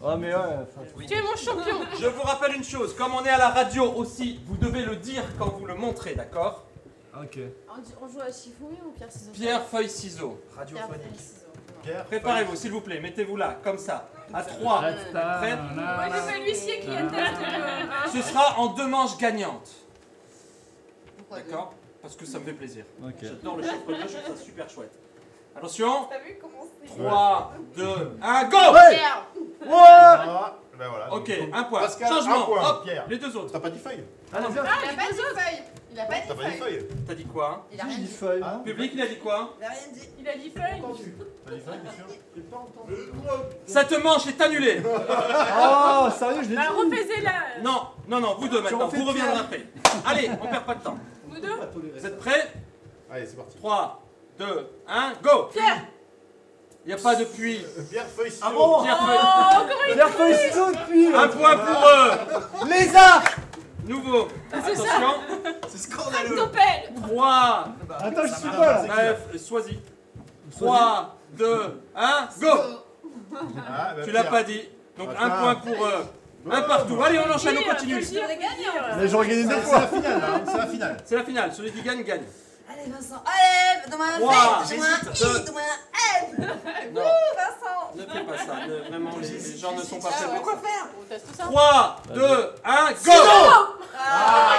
[SPEAKER 3] Ah, mais ouais. enfin, je-
[SPEAKER 6] Tu es mon champion.
[SPEAKER 2] Je vous rappelle une chose, comme on est à la radio aussi, vous devez le dire quand vous le montrez, d'accord
[SPEAKER 3] Ok.
[SPEAKER 1] On dit- On joue à Shifumi ou Pierre Ciseaux
[SPEAKER 2] Pierre, feuille, ciseaux.
[SPEAKER 1] Pierre, feuille,
[SPEAKER 2] Radiophonique.
[SPEAKER 1] ciseaux.
[SPEAKER 2] Préparez-vous, s'il vous plaît, mettez-vous là, comme ça. À 3, prête
[SPEAKER 6] Moi, je fais l'huissier qui euh, attaque.
[SPEAKER 2] Ce sera en deux manches gagnantes. D'accord Parce que ça me fait plaisir.
[SPEAKER 3] Ok.
[SPEAKER 2] J'adore le chiffre 2, je trouve ça super chouette. Attention
[SPEAKER 6] T'as vu comment c'est
[SPEAKER 2] 3, 2, 1, go
[SPEAKER 3] Ouais.
[SPEAKER 6] Pierre.
[SPEAKER 4] Ah, ben voilà.
[SPEAKER 2] Ok,
[SPEAKER 4] Donc,
[SPEAKER 2] un point.
[SPEAKER 4] Pascal,
[SPEAKER 2] Changement.
[SPEAKER 4] un point.
[SPEAKER 2] Hop,
[SPEAKER 4] Pierre.
[SPEAKER 2] les deux autres.
[SPEAKER 4] T'as pas dit feuille
[SPEAKER 3] Ah, non,
[SPEAKER 1] Ah, il a pas dit feuille Il a pas dit
[SPEAKER 4] T'as pas dit
[SPEAKER 1] feuille
[SPEAKER 4] feuille
[SPEAKER 2] T'as dit quoi hein
[SPEAKER 1] Il a rien
[SPEAKER 3] J'ai dit
[SPEAKER 1] dit.
[SPEAKER 3] feuille.
[SPEAKER 2] Public, il a dit quoi
[SPEAKER 1] Il a rien dit.
[SPEAKER 6] Il a dit feuille.
[SPEAKER 4] T'as dit feuille, bien sûr
[SPEAKER 2] Cette manche est annulée Ah.
[SPEAKER 3] Oh, sérieux, je l'ai dit.
[SPEAKER 6] Alors Bah, refaisez-la. euh,
[SPEAKER 2] Non, non, non, vous deux maintenant,
[SPEAKER 3] refais
[SPEAKER 2] vous reviendrez après. Allez, on perd pas de temps.
[SPEAKER 6] Vous deux.
[SPEAKER 2] Vous êtes prêts
[SPEAKER 4] Allez, c'est parti.
[SPEAKER 2] 3, 2, 1, go
[SPEAKER 6] Pierre.
[SPEAKER 2] Il n'y a pas de puits.
[SPEAKER 4] Pierre, feuille, ciseaux.
[SPEAKER 3] Ah bon
[SPEAKER 2] Pierre
[SPEAKER 6] Oh,
[SPEAKER 2] Feuille.
[SPEAKER 6] encore une
[SPEAKER 3] Pierre Feuille ciseaux depuis.
[SPEAKER 2] Un point pour eux
[SPEAKER 3] Les arcs.
[SPEAKER 2] Nouveau Attention
[SPEAKER 17] C'est
[SPEAKER 6] fois,
[SPEAKER 17] scandaleux.
[SPEAKER 6] Topel.
[SPEAKER 2] 3,
[SPEAKER 3] Attends, je suis
[SPEAKER 4] Ah,
[SPEAKER 3] pas là.
[SPEAKER 2] bref, sois-y. 3, 2, 1, go
[SPEAKER 4] Ah, ben,
[SPEAKER 2] Tu l'as
[SPEAKER 4] Pierre.
[SPEAKER 2] pas dit. Donc un
[SPEAKER 4] Attends.
[SPEAKER 2] point pour eux. Un partout. Allez, on enchaîne, on continue.
[SPEAKER 6] Pierre, faut dire, faut dire.
[SPEAKER 3] Mais j'ai organisé deux
[SPEAKER 4] C'est
[SPEAKER 3] fois.
[SPEAKER 4] la finale, hein, c'est la finale.
[SPEAKER 2] C'est la finale. Celui qui gagne, gagne.
[SPEAKER 1] Allez, Vincent. Allez, donne-moi un
[SPEAKER 2] Ouah,
[SPEAKER 1] feuille, donne-moi un
[SPEAKER 2] j'hésite.
[SPEAKER 1] i, donne-moi un
[SPEAKER 2] Non,
[SPEAKER 1] e, Vincent Ah,
[SPEAKER 2] ne fais pas ça. Ne- vraiment, les, les gens ne sont pas faits.
[SPEAKER 1] Alors,
[SPEAKER 2] pour ça.
[SPEAKER 1] quoi faire
[SPEAKER 6] On teste tout ça.
[SPEAKER 2] 3, 2, 1, go
[SPEAKER 1] Ah.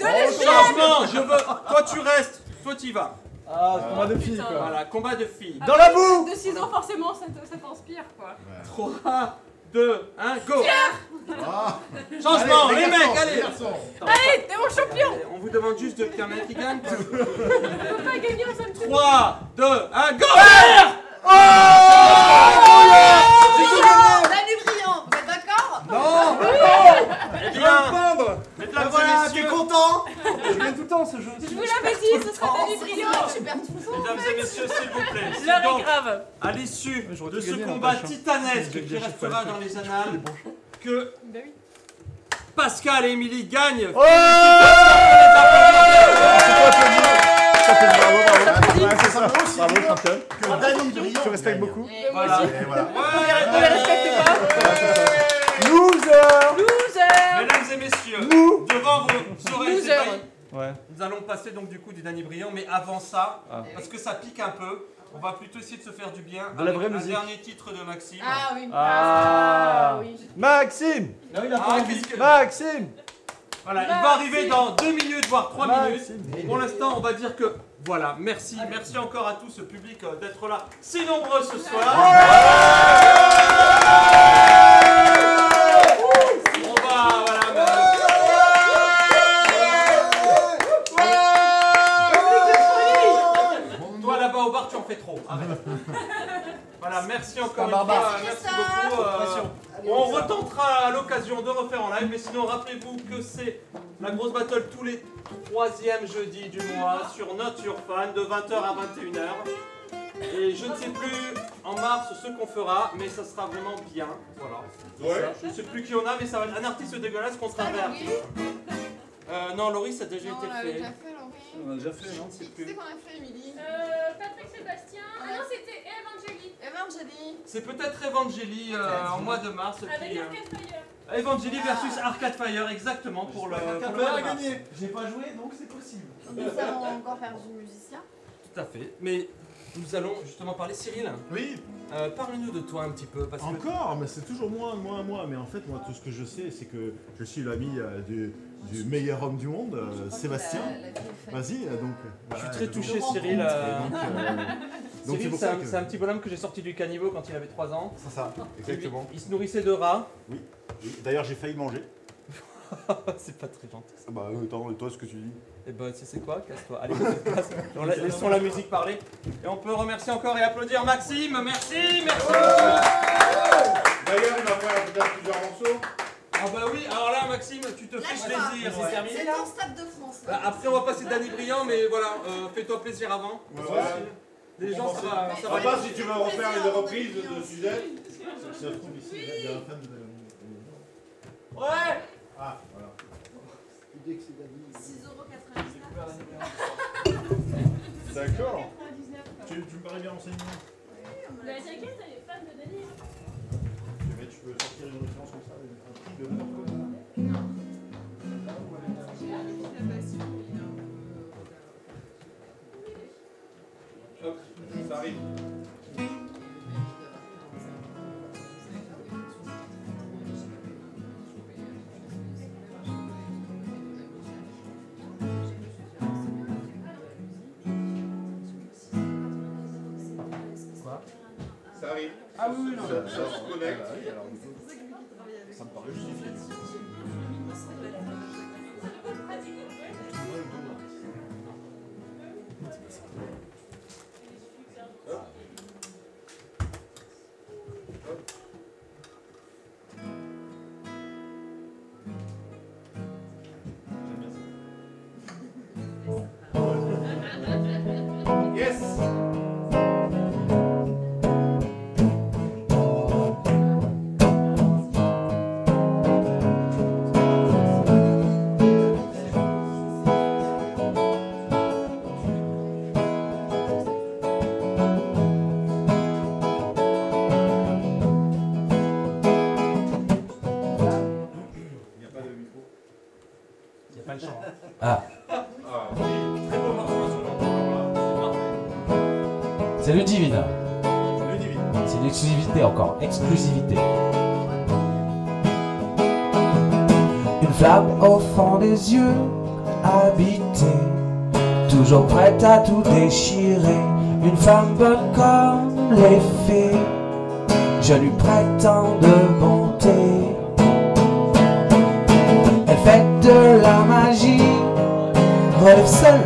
[SPEAKER 6] De la
[SPEAKER 2] Changement, je veux. Toi, tu restes. Toi, tu y vas.
[SPEAKER 3] Ah, c'est moi de filles,
[SPEAKER 6] Putain.
[SPEAKER 3] quoi.
[SPEAKER 2] Voilà, combat de filles.
[SPEAKER 3] Dans la boue
[SPEAKER 6] De 6 ans, forcément, ça te- ça t'inspire, quoi.
[SPEAKER 2] 3, 2, 1, go
[SPEAKER 4] Ah,
[SPEAKER 2] Changement,
[SPEAKER 4] allez,
[SPEAKER 2] les,
[SPEAKER 4] garçons,
[SPEAKER 2] mecs, allez
[SPEAKER 4] garçons.
[SPEAKER 6] Allez, t'es mon champion.
[SPEAKER 2] Allez, On vous demande juste de qu'il y en ait un qui gagne.
[SPEAKER 6] On peut pas gagner un seul truc.
[SPEAKER 2] 3, 2, 1, go
[SPEAKER 1] Salut, brillant Oh, Vous êtes d'accord
[SPEAKER 2] Eh
[SPEAKER 3] Je vais me
[SPEAKER 2] bien,
[SPEAKER 3] peindre
[SPEAKER 2] mesdames et
[SPEAKER 17] Voilà, t'es
[SPEAKER 2] messieurs,
[SPEAKER 17] content
[SPEAKER 3] Je gagne tout le temps ce jeu.
[SPEAKER 6] Je vous l'avais dit, ce sera David
[SPEAKER 1] Oh, C'est
[SPEAKER 6] Brillant.
[SPEAKER 1] vrai que tu perds tout le temps.
[SPEAKER 2] mesdames et messieurs, s'il vous plaît. C'est
[SPEAKER 6] L'heure est
[SPEAKER 2] donc
[SPEAKER 6] grave.
[SPEAKER 2] à l'issue de
[SPEAKER 3] Ouais, j'aurais tout
[SPEAKER 2] ce
[SPEAKER 3] gagné,
[SPEAKER 2] combat
[SPEAKER 3] n'empêche, hein.
[SPEAKER 2] titanesque
[SPEAKER 3] Je vais
[SPEAKER 2] qui
[SPEAKER 3] gagner, je suis pas
[SPEAKER 2] restera
[SPEAKER 3] le
[SPEAKER 2] dans les annales que
[SPEAKER 6] Bah oui.
[SPEAKER 2] Pascal et Émilie gagnent.
[SPEAKER 3] Oh Bravo, championne.
[SPEAKER 4] Que Danny Brillant.
[SPEAKER 3] Je respecte
[SPEAKER 4] gagne.
[SPEAKER 3] beaucoup.
[SPEAKER 6] Et
[SPEAKER 2] Voilà.
[SPEAKER 4] Et voilà.
[SPEAKER 6] Ne la respecte pas.
[SPEAKER 3] Loser
[SPEAKER 6] Loser.
[SPEAKER 2] Mesdames et messieurs,
[SPEAKER 3] Nous
[SPEAKER 2] devant vos oreilles
[SPEAKER 6] Loser.
[SPEAKER 2] ébahies,
[SPEAKER 3] Ouais.
[SPEAKER 2] nous allons passer donc du coup du dernier brillant, mais avant ça,
[SPEAKER 3] Ah.
[SPEAKER 2] parce que ça pique un peu, on va plutôt essayer de se faire du bien.
[SPEAKER 3] De la
[SPEAKER 2] avec
[SPEAKER 3] vraie
[SPEAKER 2] un
[SPEAKER 3] musique.
[SPEAKER 2] dernier titre de Maxime.
[SPEAKER 1] Ah oui.
[SPEAKER 3] Ah.
[SPEAKER 6] oui.
[SPEAKER 3] Maxime
[SPEAKER 5] Non, il
[SPEAKER 2] Ah, qu'est-ce que-
[SPEAKER 3] Maxime
[SPEAKER 2] Voilà, il va arriver
[SPEAKER 6] Maxime.
[SPEAKER 2] dans 2 minutes, voire 3 minutes.
[SPEAKER 3] Maxime.
[SPEAKER 2] Pour l'instant, on va dire que voilà, merci, merci encore à tout ce public euh, d'être là, si nombreux ce soir. On va, voilà, bah, toi là-bas au bar, tu en fais trop. Arrête. voilà, merci encore une fois, merci beaucoup. euh, on retentera à l'occasion de refaire en live, mais sinon, rappelez-vous que c'est la grosse battle tous les troisième jeudi du mois sur Not Your Fan de 20h à 21h. Et je ne sais plus en mars ce qu'on fera, mais ça sera vraiment bien. Voilà.
[SPEAKER 10] Ouais.
[SPEAKER 2] Je ne sais plus qui on a, mais ça va être un artiste dégueulasse contre un
[SPEAKER 1] Salut,
[SPEAKER 2] verre.
[SPEAKER 1] Ah, Laurie.
[SPEAKER 2] Euh, non, Laurie, ça a déjà
[SPEAKER 1] Non,
[SPEAKER 2] été
[SPEAKER 1] on l'avait
[SPEAKER 2] fait.
[SPEAKER 1] déjà fait, Laurie.
[SPEAKER 3] a déjà fait,
[SPEAKER 2] Je ne sais
[SPEAKER 1] Tu sais
[SPEAKER 2] plus.
[SPEAKER 1] qu'on a fait, Émilie
[SPEAKER 6] Euh, Patrick Sébastien. Ah non, c'était Evangélie.
[SPEAKER 1] Eh ben, Evangélie
[SPEAKER 2] C'est peut-être Evangélie euh, en mois de mars.
[SPEAKER 1] Ah,
[SPEAKER 6] Avec
[SPEAKER 2] qui, euh,
[SPEAKER 6] Arcade Fire.
[SPEAKER 2] Evangélie versus Arcade Fire, exactement, pour le, pour le mois de mars.
[SPEAKER 5] J'ai pas joué, donc c'est possible.
[SPEAKER 1] Nous allons encore faire du musicien.
[SPEAKER 2] Tout à fait. Mais nous allons justement parler, Cyril.
[SPEAKER 4] Oui,
[SPEAKER 2] euh, Parle-nous de toi un petit peu. Parce que...
[SPEAKER 4] encore, mais c'est toujours moi, moi, moi. Mais en fait, moi, tout ce que je sais, c'est que je suis l'ami euh, du, du meilleur homme du monde, euh, Sébastien.
[SPEAKER 1] La- la- la-
[SPEAKER 4] Vas-y, euh, donc.
[SPEAKER 2] Je suis
[SPEAKER 4] voilà,
[SPEAKER 2] très
[SPEAKER 4] donc-
[SPEAKER 2] touché, euh,
[SPEAKER 4] Et donc,
[SPEAKER 2] Cyril. euh,
[SPEAKER 4] euh, Donc c'est
[SPEAKER 5] Cyril,
[SPEAKER 4] pour
[SPEAKER 5] c'est
[SPEAKER 4] ça
[SPEAKER 5] un,
[SPEAKER 4] que.
[SPEAKER 5] c'est un petit bonhomme que j'ai sorti du caniveau quand il avait 3 ans.
[SPEAKER 4] C'est ça, exactement.
[SPEAKER 5] Il, se nourrissait de rats.
[SPEAKER 4] Oui. D'ailleurs, j'ai failli manger.
[SPEAKER 5] c'est pas très gentil.
[SPEAKER 4] Bah, euh, attends, et toi, ce que tu dis
[SPEAKER 2] Eh
[SPEAKER 5] Et
[SPEAKER 2] ben,
[SPEAKER 5] bah, tu sais quoi Casse-toi. Allez, casse. On la- laissons la musique parler. Et on peut remercier encore et applaudir Maxime. Merci, merci.
[SPEAKER 10] D'ailleurs, il m'a fait peut-être plusieurs morceaux.
[SPEAKER 2] Ah bah oui, alors là Maxime, tu te fais plaisir.
[SPEAKER 1] C'est terminé là C'est ton stade de France.
[SPEAKER 2] Bah, Après on va passer Danny Briand, mais voilà, euh, fais-toi plaisir avant.
[SPEAKER 10] ouais.
[SPEAKER 2] Les gens, ça va. ça
[SPEAKER 10] On va
[SPEAKER 2] va
[SPEAKER 10] pas
[SPEAKER 2] les-
[SPEAKER 10] si tu veux refaire une reprise de Suzette.
[SPEAKER 4] Ça se trouve ici, il y a un fan de.
[SPEAKER 2] Ouais
[SPEAKER 4] Ah, voilà.
[SPEAKER 7] Dès que c'est David.
[SPEAKER 1] 6,99€.
[SPEAKER 4] D'accord.
[SPEAKER 6] 99, quoi.
[SPEAKER 4] Tu, tu me parais bien renseigné.
[SPEAKER 6] Mais t'inquiète, elle est fan de Daniel.
[SPEAKER 4] Mais tu peux sortir une référence comme ça, un prix de l'honneur comme ça.
[SPEAKER 10] Hop, ça arrive.
[SPEAKER 5] Quoi
[SPEAKER 10] Ça arrive.
[SPEAKER 5] Ah oui, oui, non.
[SPEAKER 10] Ça, ça se connecte.
[SPEAKER 4] Ah bah Ça me paraît justifié.
[SPEAKER 10] Yes Il n'y a pas de micro.
[SPEAKER 5] Il n'y a pas le chant.
[SPEAKER 9] Ah.
[SPEAKER 10] Ah oui, très bon morceau sur
[SPEAKER 9] C'est le Divina. C'est l'exclusivité encore. Exclusivité. Une flamme au fond des yeux, habitée, toujours prête à tout déchirer. Une femme bonne comme les fées, je lui prétends de bonté. Elle fait de la magie, relève seule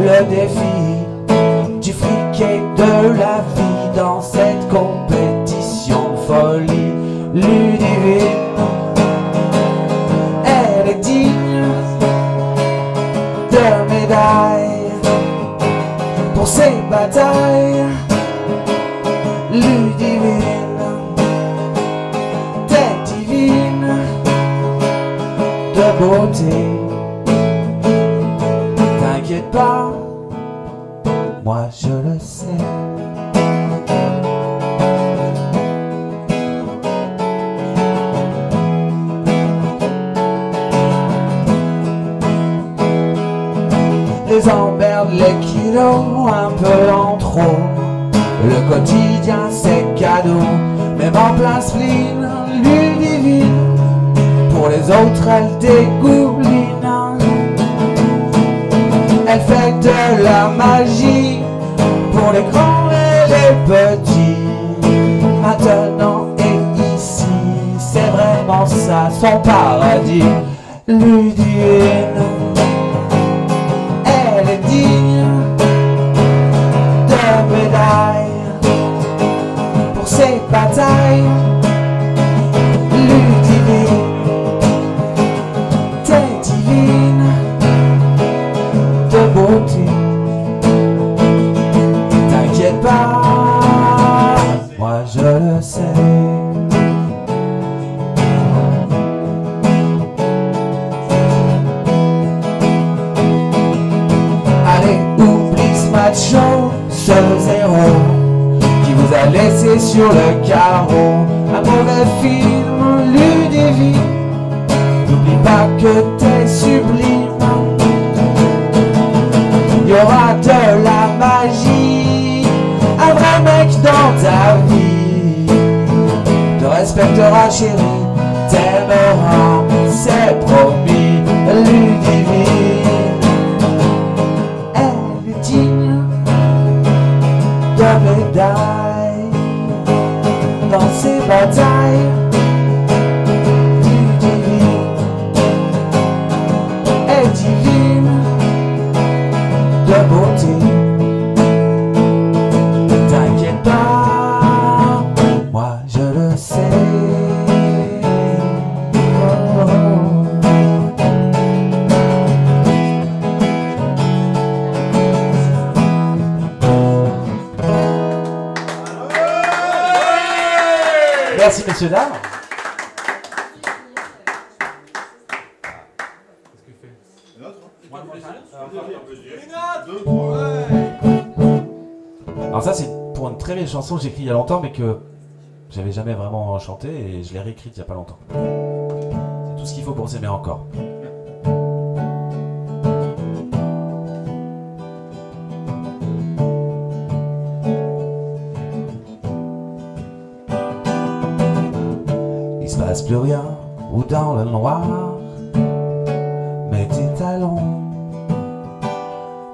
[SPEAKER 9] le défi du fric et de la vie dans cette compétition de folie ludivine. Elle est digne de médailles pour ses batailles ludivines. T'es divine de beauté. T'inquiète pas, moi je le sais. Les emmerdes, les kilos, un peu en trop. Le quotidien c'est cadeau, même en plein spleen, lui divine. Pour les autres, elle dégouline. Elle fait de la magie pour les grands et les petits. Maintenant et ici, c'est vraiment ça son paradis. Ludivine, elle est digne de médailles pour ses batailles. Ludivine. T'es divine de beauté. T'inquiète pas, moi je le sais. Allez, oublie ce match chaud, ce zéro qui vous a laissé sur le carreau. Un mauvais film, ludivine. N'oublie pas que t'es sublime. Il y aura de la magie, un vrai mec dans ta vie. Te respectera, chérie, t'aimera, c'est promis. Ludivine, elle est digne de our time. Et divine de beauté. T'inquiète pas, moi je le sais. Oh,
[SPEAKER 5] Merci, messieurs, dames. Alors ça, c'est pour une très belle chanson que j'ai écrite il y a longtemps, mais que j'avais jamais vraiment chanté et je l'ai réécrite il y a pas longtemps. C'est tout ce qu'il faut pour s'aimer encore.
[SPEAKER 9] Il se passe plus rien ou dans le noir. Mets tes talons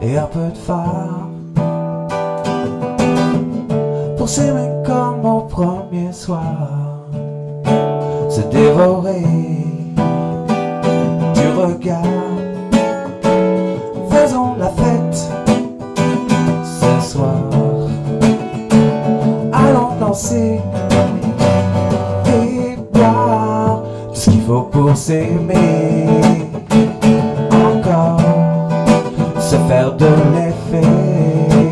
[SPEAKER 9] et un peu de phare pour s'aimer comme au premier soir. Se dévorer du regard. Faisons la fête ce soir. Allons danser et boire tout ce qu'il faut pour s'aimer. Encore se faire de l'effet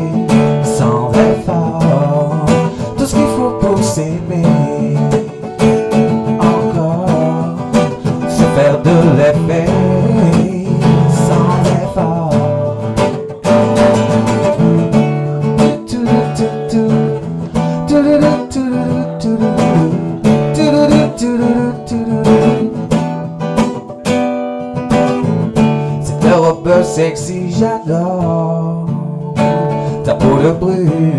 [SPEAKER 9] sans effort. Tout ce qu'il faut pour s'aimer. Encore se faire de l'effet sans effort. Tout, tout, tout, tout, tout, tout, tout, tout, tout. Cette robe sexy, j'adore ta peau de brune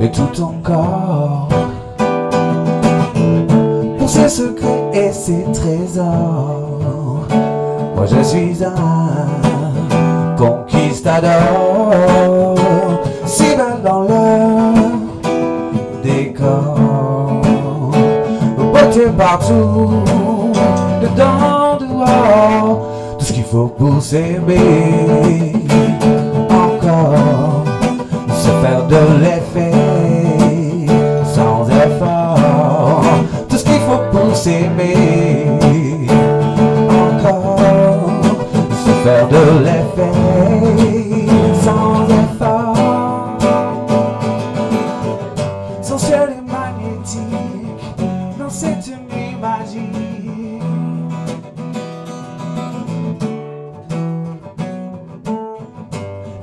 [SPEAKER 9] et tout ton corps. Pour ses secrets et ses trésors, moi je suis un conquistador. Si belle dans le décor, beauté partout, dedans, dehors, tout ce qu'il faut pour s'aimer. Encore, se faire de l'effet, sans effort, tout ce qu'il faut pour s'aimer. Encore, se faire de l'effet, sans effort, sensuel et magnétique, dans cette nuit magique.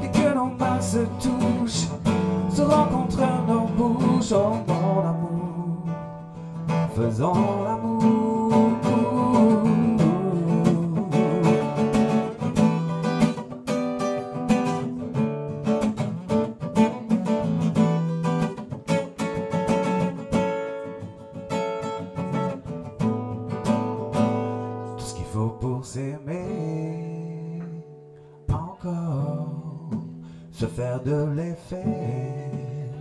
[SPEAKER 9] Et E que nos mains se touchent, se rencontrent nos bouches, oh mon amour, faisons l'amour. Tout ce qu'il faut pour s'aimer, encore se faire de l'effet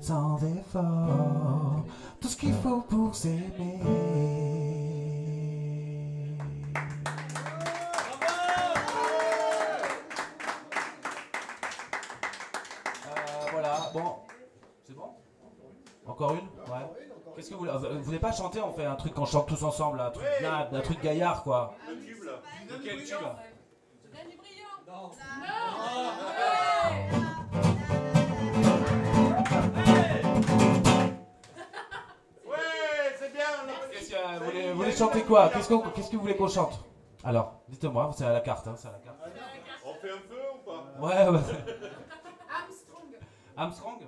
[SPEAKER 9] sans effort. Tout ce qu'il faut pour s'aimer.
[SPEAKER 5] Euh, voilà, bon. C'est bon Encore une Ouais. Qu'est-ce que vous voulez Vous voulez pas chanter On fait un truc qu'on chante tous ensemble, un truc, bien, un truc gaillard quoi.
[SPEAKER 18] Quel tube
[SPEAKER 5] Vous voulez chanter quoi Qu'est-ce qu'on- qu'est-ce que vous voulez qu'on chante Alors, dites-moi, c'est à la carte, hein, c'est à la carte.
[SPEAKER 4] On fait un peu ou pas
[SPEAKER 5] Ouais, ouais.
[SPEAKER 4] Armstrong.
[SPEAKER 5] Armstrong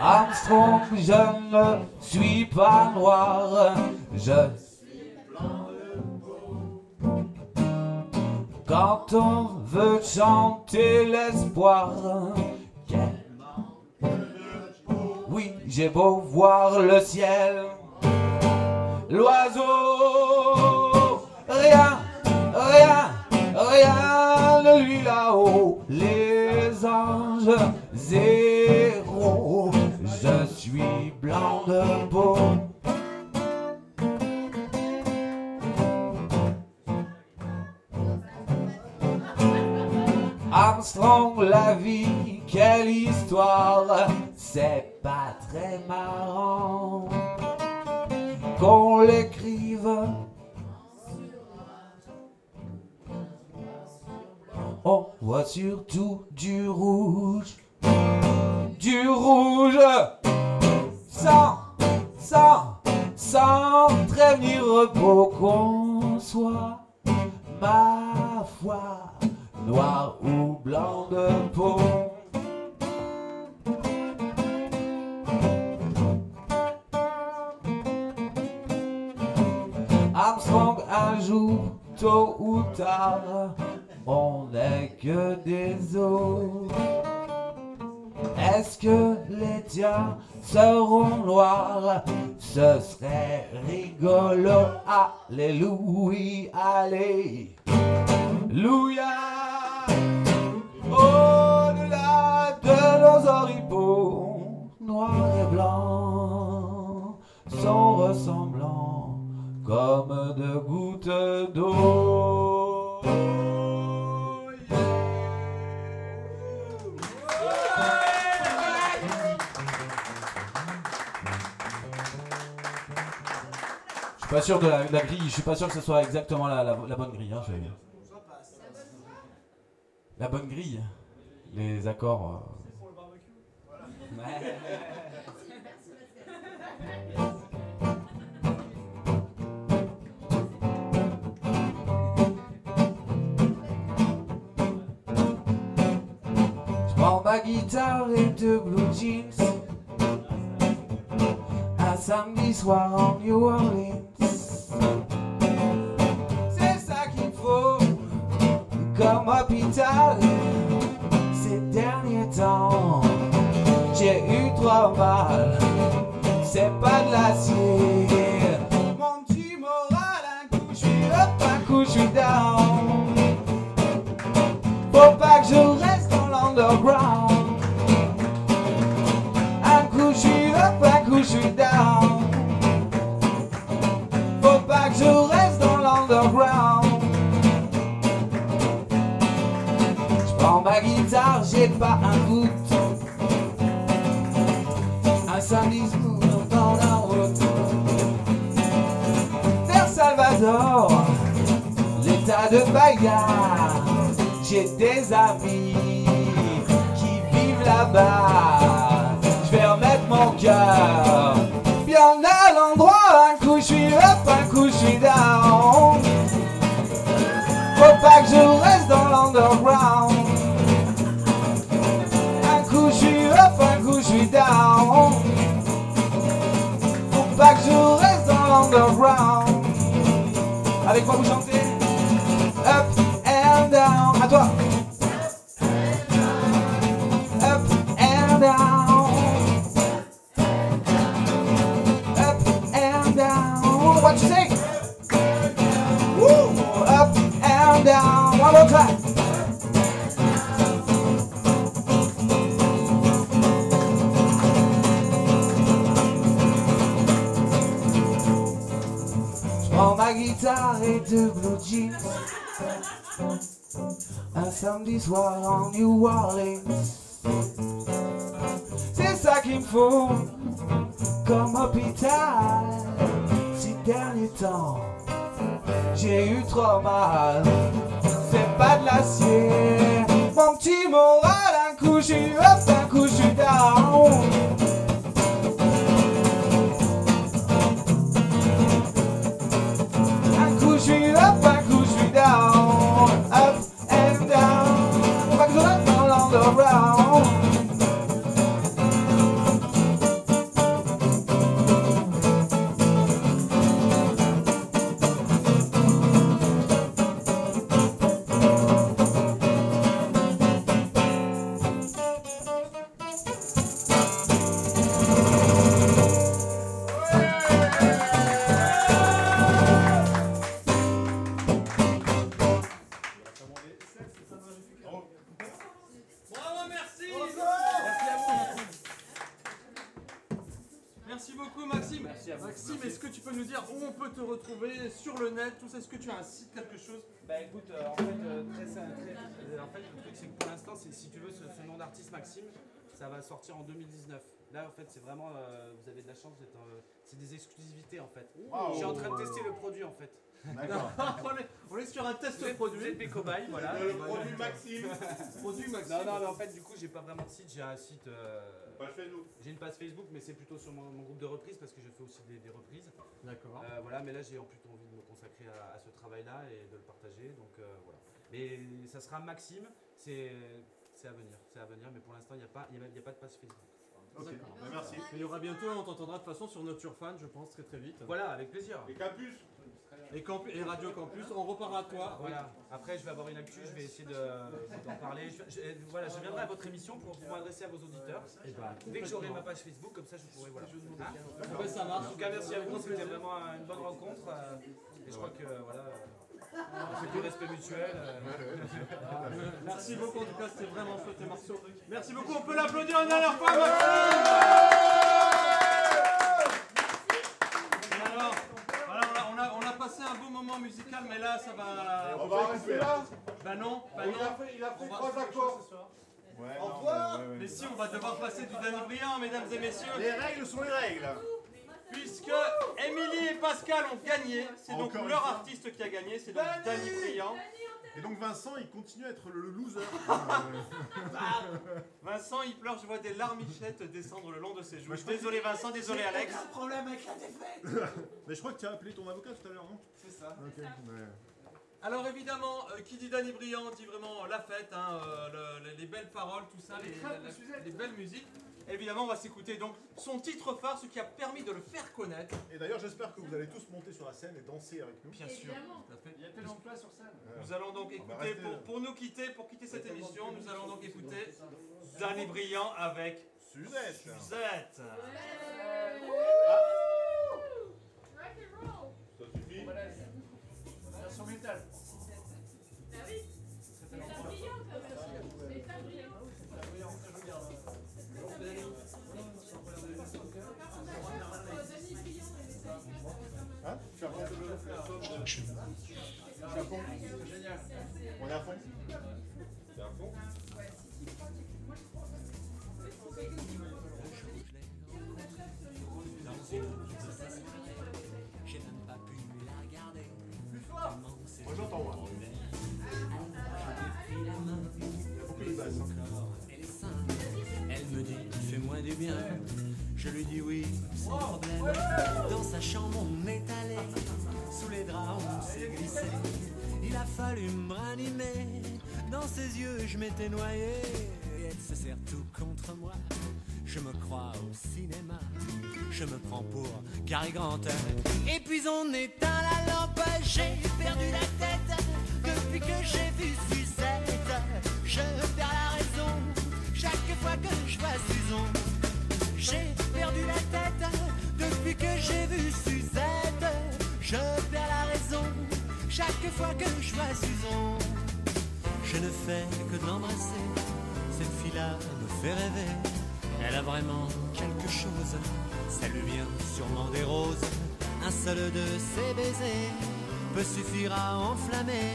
[SPEAKER 9] Armstrong, je ne suis pas noir, je Quand on veut chanter l'espoir, quel Oui, j'ai beau voir le ciel, l'oiseau, rien, rien, rien ne celui là-haut, les anges zéro. Je suis blanc de peau. Armstrong, la vie, quelle histoire, c'est pas très marrant qu'on l'écrive. On voit surtout du rouge, du rouge, sans, sans, sans trêve ni repos qu'on soit, ma foi, noir ou blanc de peau. Armstrong un jour, tôt ou tard, on n'est que des os. Est-ce que les tiens seront noirs Ce serait rigolo. Alléluia, alléluia. Au-delà de nos oripeaux, noirs et blancs sont ressemblants comme deux gouttes d'eau. Je suis pas sûr de la, de la grille, je suis pas sûr que ce soit exactement la, la- la bonne grille. hein, je- La bonne grille, les accords. euh, Je prends ma guitare et deux blue jeans. Un samedi soir en New Orleans. C'est ça qu'il faut comme hôpital ces derniers temps. J'ai eu trois balles, c'est pas de l'acier. Mon petit moral, un coup je suis up, un coup je suis down. Faut pas que je reste dans l'underground. Un coup je suis up, un coup je suis down. Faut pas que je reste dans l'underground. Je prends ma guitare, j'ai pas un goût. Un samedi soir dans la route. Vers Salvador, l'état de bagarre. J'ai des amis qui vivent là-bas. Je vais remettre mon cœur. Bien à l'endroit, un coup je suis up, un coup je suis down. Faut pas que je reste dans l'underground. Un coup je suis up, un coup je suis down. Faut pas que je reste dans l'underground. Avec moi vous chantez Up and down. À toi. Up and down. Up and down. What you say? Woo! Up and down. One more time. Je prends ma guitare et deux blue jeans. Un samedi soir en New Orleans. C'est ça qu'il me faut comme hôpital. Ces derniers temps, j'ai eu trop mal. C'est pas de l'acier. Mon petit moral, un coup je suis up, un coup je suis down. Un coup je suis up, un coup je suis down. Up and down. Back to the all around.
[SPEAKER 2] Merci Merci à vous Merci beaucoup Maxime.
[SPEAKER 5] Merci à vous.
[SPEAKER 2] Maxime,
[SPEAKER 5] Merci.
[SPEAKER 2] est-ce que tu peux nous dire où on peut te retrouver sur le net, tout ça, est-ce que tu as un site, quelque chose
[SPEAKER 5] Bah écoute, euh, en fait, euh, très, très- euh, en fait, le truc c'est que pour l'instant, c'est si tu veux, ce, ce nom d'artiste Maxime, ça va sortir en 2019. Là, en fait, c'est vraiment, euh, vous avez de la chance, vous êtes, euh, c'est des exclusivités en fait.
[SPEAKER 2] Wow.
[SPEAKER 5] Je suis en train de tester le produit en fait.
[SPEAKER 2] D'accord. on, est, on est sur un test produit. Euh,
[SPEAKER 5] Vous êtes des cobayes, voilà.
[SPEAKER 2] Le produit Maxime. Produit Maxime.
[SPEAKER 5] Non, non, mais en fait, du coup, j'ai pas vraiment de site, j'ai un site. euh,
[SPEAKER 4] Bah,
[SPEAKER 10] Page Facebook.
[SPEAKER 5] J'ai une page Facebook, mais c'est plutôt sur mon, mon groupe de reprises parce que je fais aussi des, des reprises.
[SPEAKER 2] D'accord.
[SPEAKER 5] Euh, voilà, mais là, j'ai en plutôt envie de me consacrer à, à ce travail-là et de le partager. Donc euh, voilà. Mais ça sera Maxime, c'est c'est à venir, c'est à venir, mais pour l'instant, il n'y a, pas- il y a- il y a pas de page Facebook.
[SPEAKER 2] D'accord. Mais il y aura bientôt, on t'entendra de toute façon sur Nature Fan, je pense, très très vite.
[SPEAKER 5] Voilà, avec plaisir.
[SPEAKER 2] Et Campus Et, Campu- et Radio Campus, on reparlera à toi.
[SPEAKER 5] Voilà. Après, je vais avoir une actu, je vais essayer de- d'en parler. Je, je- voilà, je viendrai à votre émission pour vous m'adresser à vos auditeurs.
[SPEAKER 2] Eh ben,
[SPEAKER 5] Dès que j'aurai
[SPEAKER 2] complètement.
[SPEAKER 5] ma page Facebook, comme ça, je pourrai. Voilà. Ah,
[SPEAKER 2] Ouais, ça marche.
[SPEAKER 5] En tout cas, merci à vous. C'était vraiment une bonne rencontre. euh, Et je crois que euh, voilà, euh, c'est du respect mutuel. euh.
[SPEAKER 2] Merci beaucoup, en tout cas, c'était vraiment chouette et morceaux. Merci beaucoup, on peut l'applaudir une dernière fois, Maxime Alors, voilà, on a, on a passé un beau moment musical, mais là, ça va.
[SPEAKER 10] On va rester là
[SPEAKER 2] Bah non, bah
[SPEAKER 10] Il
[SPEAKER 2] non.
[SPEAKER 10] a fait- il a fait
[SPEAKER 2] On va-
[SPEAKER 10] trois accords.
[SPEAKER 8] Ouais,
[SPEAKER 10] Au revoir.
[SPEAKER 2] Mais si, on va devoir passer du Dan Briand, mesdames et messieurs.
[SPEAKER 10] Les règles sont les règles.
[SPEAKER 2] Puisque Émilie et Pascal ont gagné, c'est donc
[SPEAKER 10] Encore une
[SPEAKER 2] leur
[SPEAKER 10] fois.
[SPEAKER 2] artiste qui a gagné, c'est donc Danny Briand.
[SPEAKER 10] Et donc Vincent, il continue à être le loser.
[SPEAKER 2] Ah Vincent, il pleure, je vois des larmichettes descendre le long de ses joues. Désolé Vincent, désolé Alex.
[SPEAKER 17] J'ai aucun problème avec la défaite.
[SPEAKER 10] Mais je crois que tu as appelé ton avocat tout à l'heure, non
[SPEAKER 17] C'est ça.
[SPEAKER 10] Ok. ouais.
[SPEAKER 2] Alors évidemment, euh, qui dit Danny Briand dit vraiment la fête, hein, euh, le- le- les belles paroles, tout ça, les, la- la- les belles musiques. Évidemment, on va s'écouter donc son titre phare, ce qui a permis de le faire connaître.
[SPEAKER 10] Et d'ailleurs, j'espère que vous allez tous monter sur la scène et danser avec nous.
[SPEAKER 2] Bien sûr. tout à fait.
[SPEAKER 7] Il y a tellement de place sur scène.
[SPEAKER 2] Nous allons donc
[SPEAKER 10] Ah bah,
[SPEAKER 2] écouter,
[SPEAKER 10] restez
[SPEAKER 7] euh,
[SPEAKER 2] pour,
[SPEAKER 10] là.
[SPEAKER 2] pour nous quitter, pour quitter cette émission, nous allons donc écouter
[SPEAKER 10] ça.
[SPEAKER 2] Danny Briand avec
[SPEAKER 10] Suzette.
[SPEAKER 2] Suzette.
[SPEAKER 6] Euh,
[SPEAKER 10] Ça suffit.
[SPEAKER 7] Version métal.
[SPEAKER 10] Hein Je suis à fond. Je suis à fond. Génial. On est à fond. T'es à fond
[SPEAKER 19] J'ai même pas pu la regarder. Plus
[SPEAKER 10] fort Moi j'entends moi.
[SPEAKER 19] Elle est simple. Elle me dit, fais-moi du bien. Je lui dis oui, sans problème. Dans sa chambre, on est allé. Sous les draps, on s'est glissé. Il a fallu me ranimer. Dans ses yeux, je m'étais noyé. Et elle se sert tout contre moi. Je me crois au cinéma. Je me prends pour Cary Grant. Et puis on éteint la lampe. J'ai perdu la tête depuis que j'ai vu Suzette. Je perds la raison chaque fois que je vois Suzon. J'ai perdu la tête depuis que j'ai vu Suzette. Je perds la raison chaque fois que je vois Suzon. Je ne fais que de l'embrasser. Cette fille-là me fait rêver. Elle a vraiment quelque chose. Ça lui vient sûrement des roses. Un seul de ses baisers peut suffire à enflammer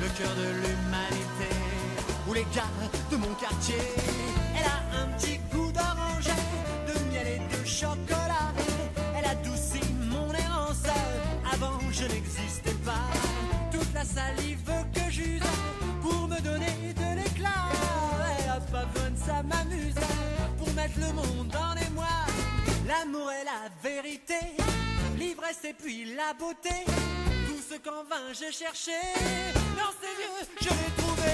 [SPEAKER 19] le cœur de l'humanité. Ou les gars de mon quartier. Elle a un petit goût d'orange, de miel et de chocolat. Elle adoucit mon errance. Avant, je n'existais pas. Toute la salive que j'use pour me donner de l'éclat. Elle a pas bonne, ça m'amuse. Pour mettre le monde en émoi. L'amour est la vérité. L'ivresse et puis la beauté. Tout ce qu'en vain je cherchais. Dans ses yeux, je l'ai trouvé.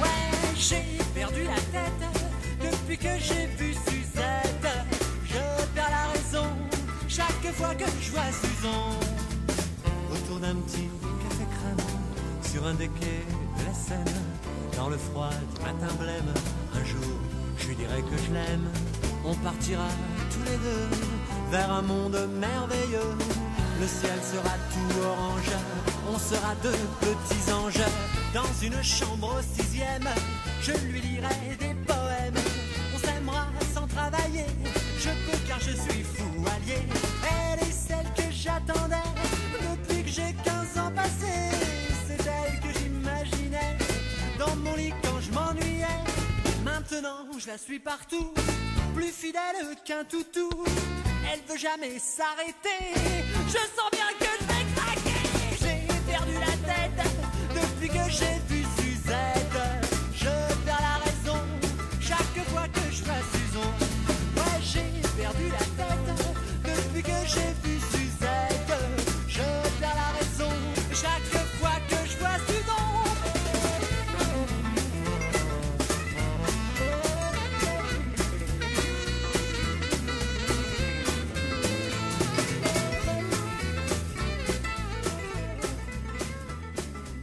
[SPEAKER 19] Ouais, j'ai perdu la tête depuis que j'ai vu Suzette. Je perds la raison chaque fois que je vois Suzon. Autour d'un petit café crème, sur un des quais de la Seine, dans le froid du matin blême, un jour je lui dirai que je l'aime. On partira tous les deux vers un monde merveilleux.
[SPEAKER 5] Le ciel sera tout orange, on sera deux petits anges. Dans une chambre au sixième, je lui lirai des poèmes. On s'aimera sans travailler, je peux car je suis fou allié. Elle est celle que j'attendais depuis que j'ai 15 ans passés. C'est elle que j'imaginais dans mon lit quand je m'ennuyais. Maintenant je la suis partout, plus fidèle qu'un toutou. Elle veut jamais s'arrêter. Je sens bien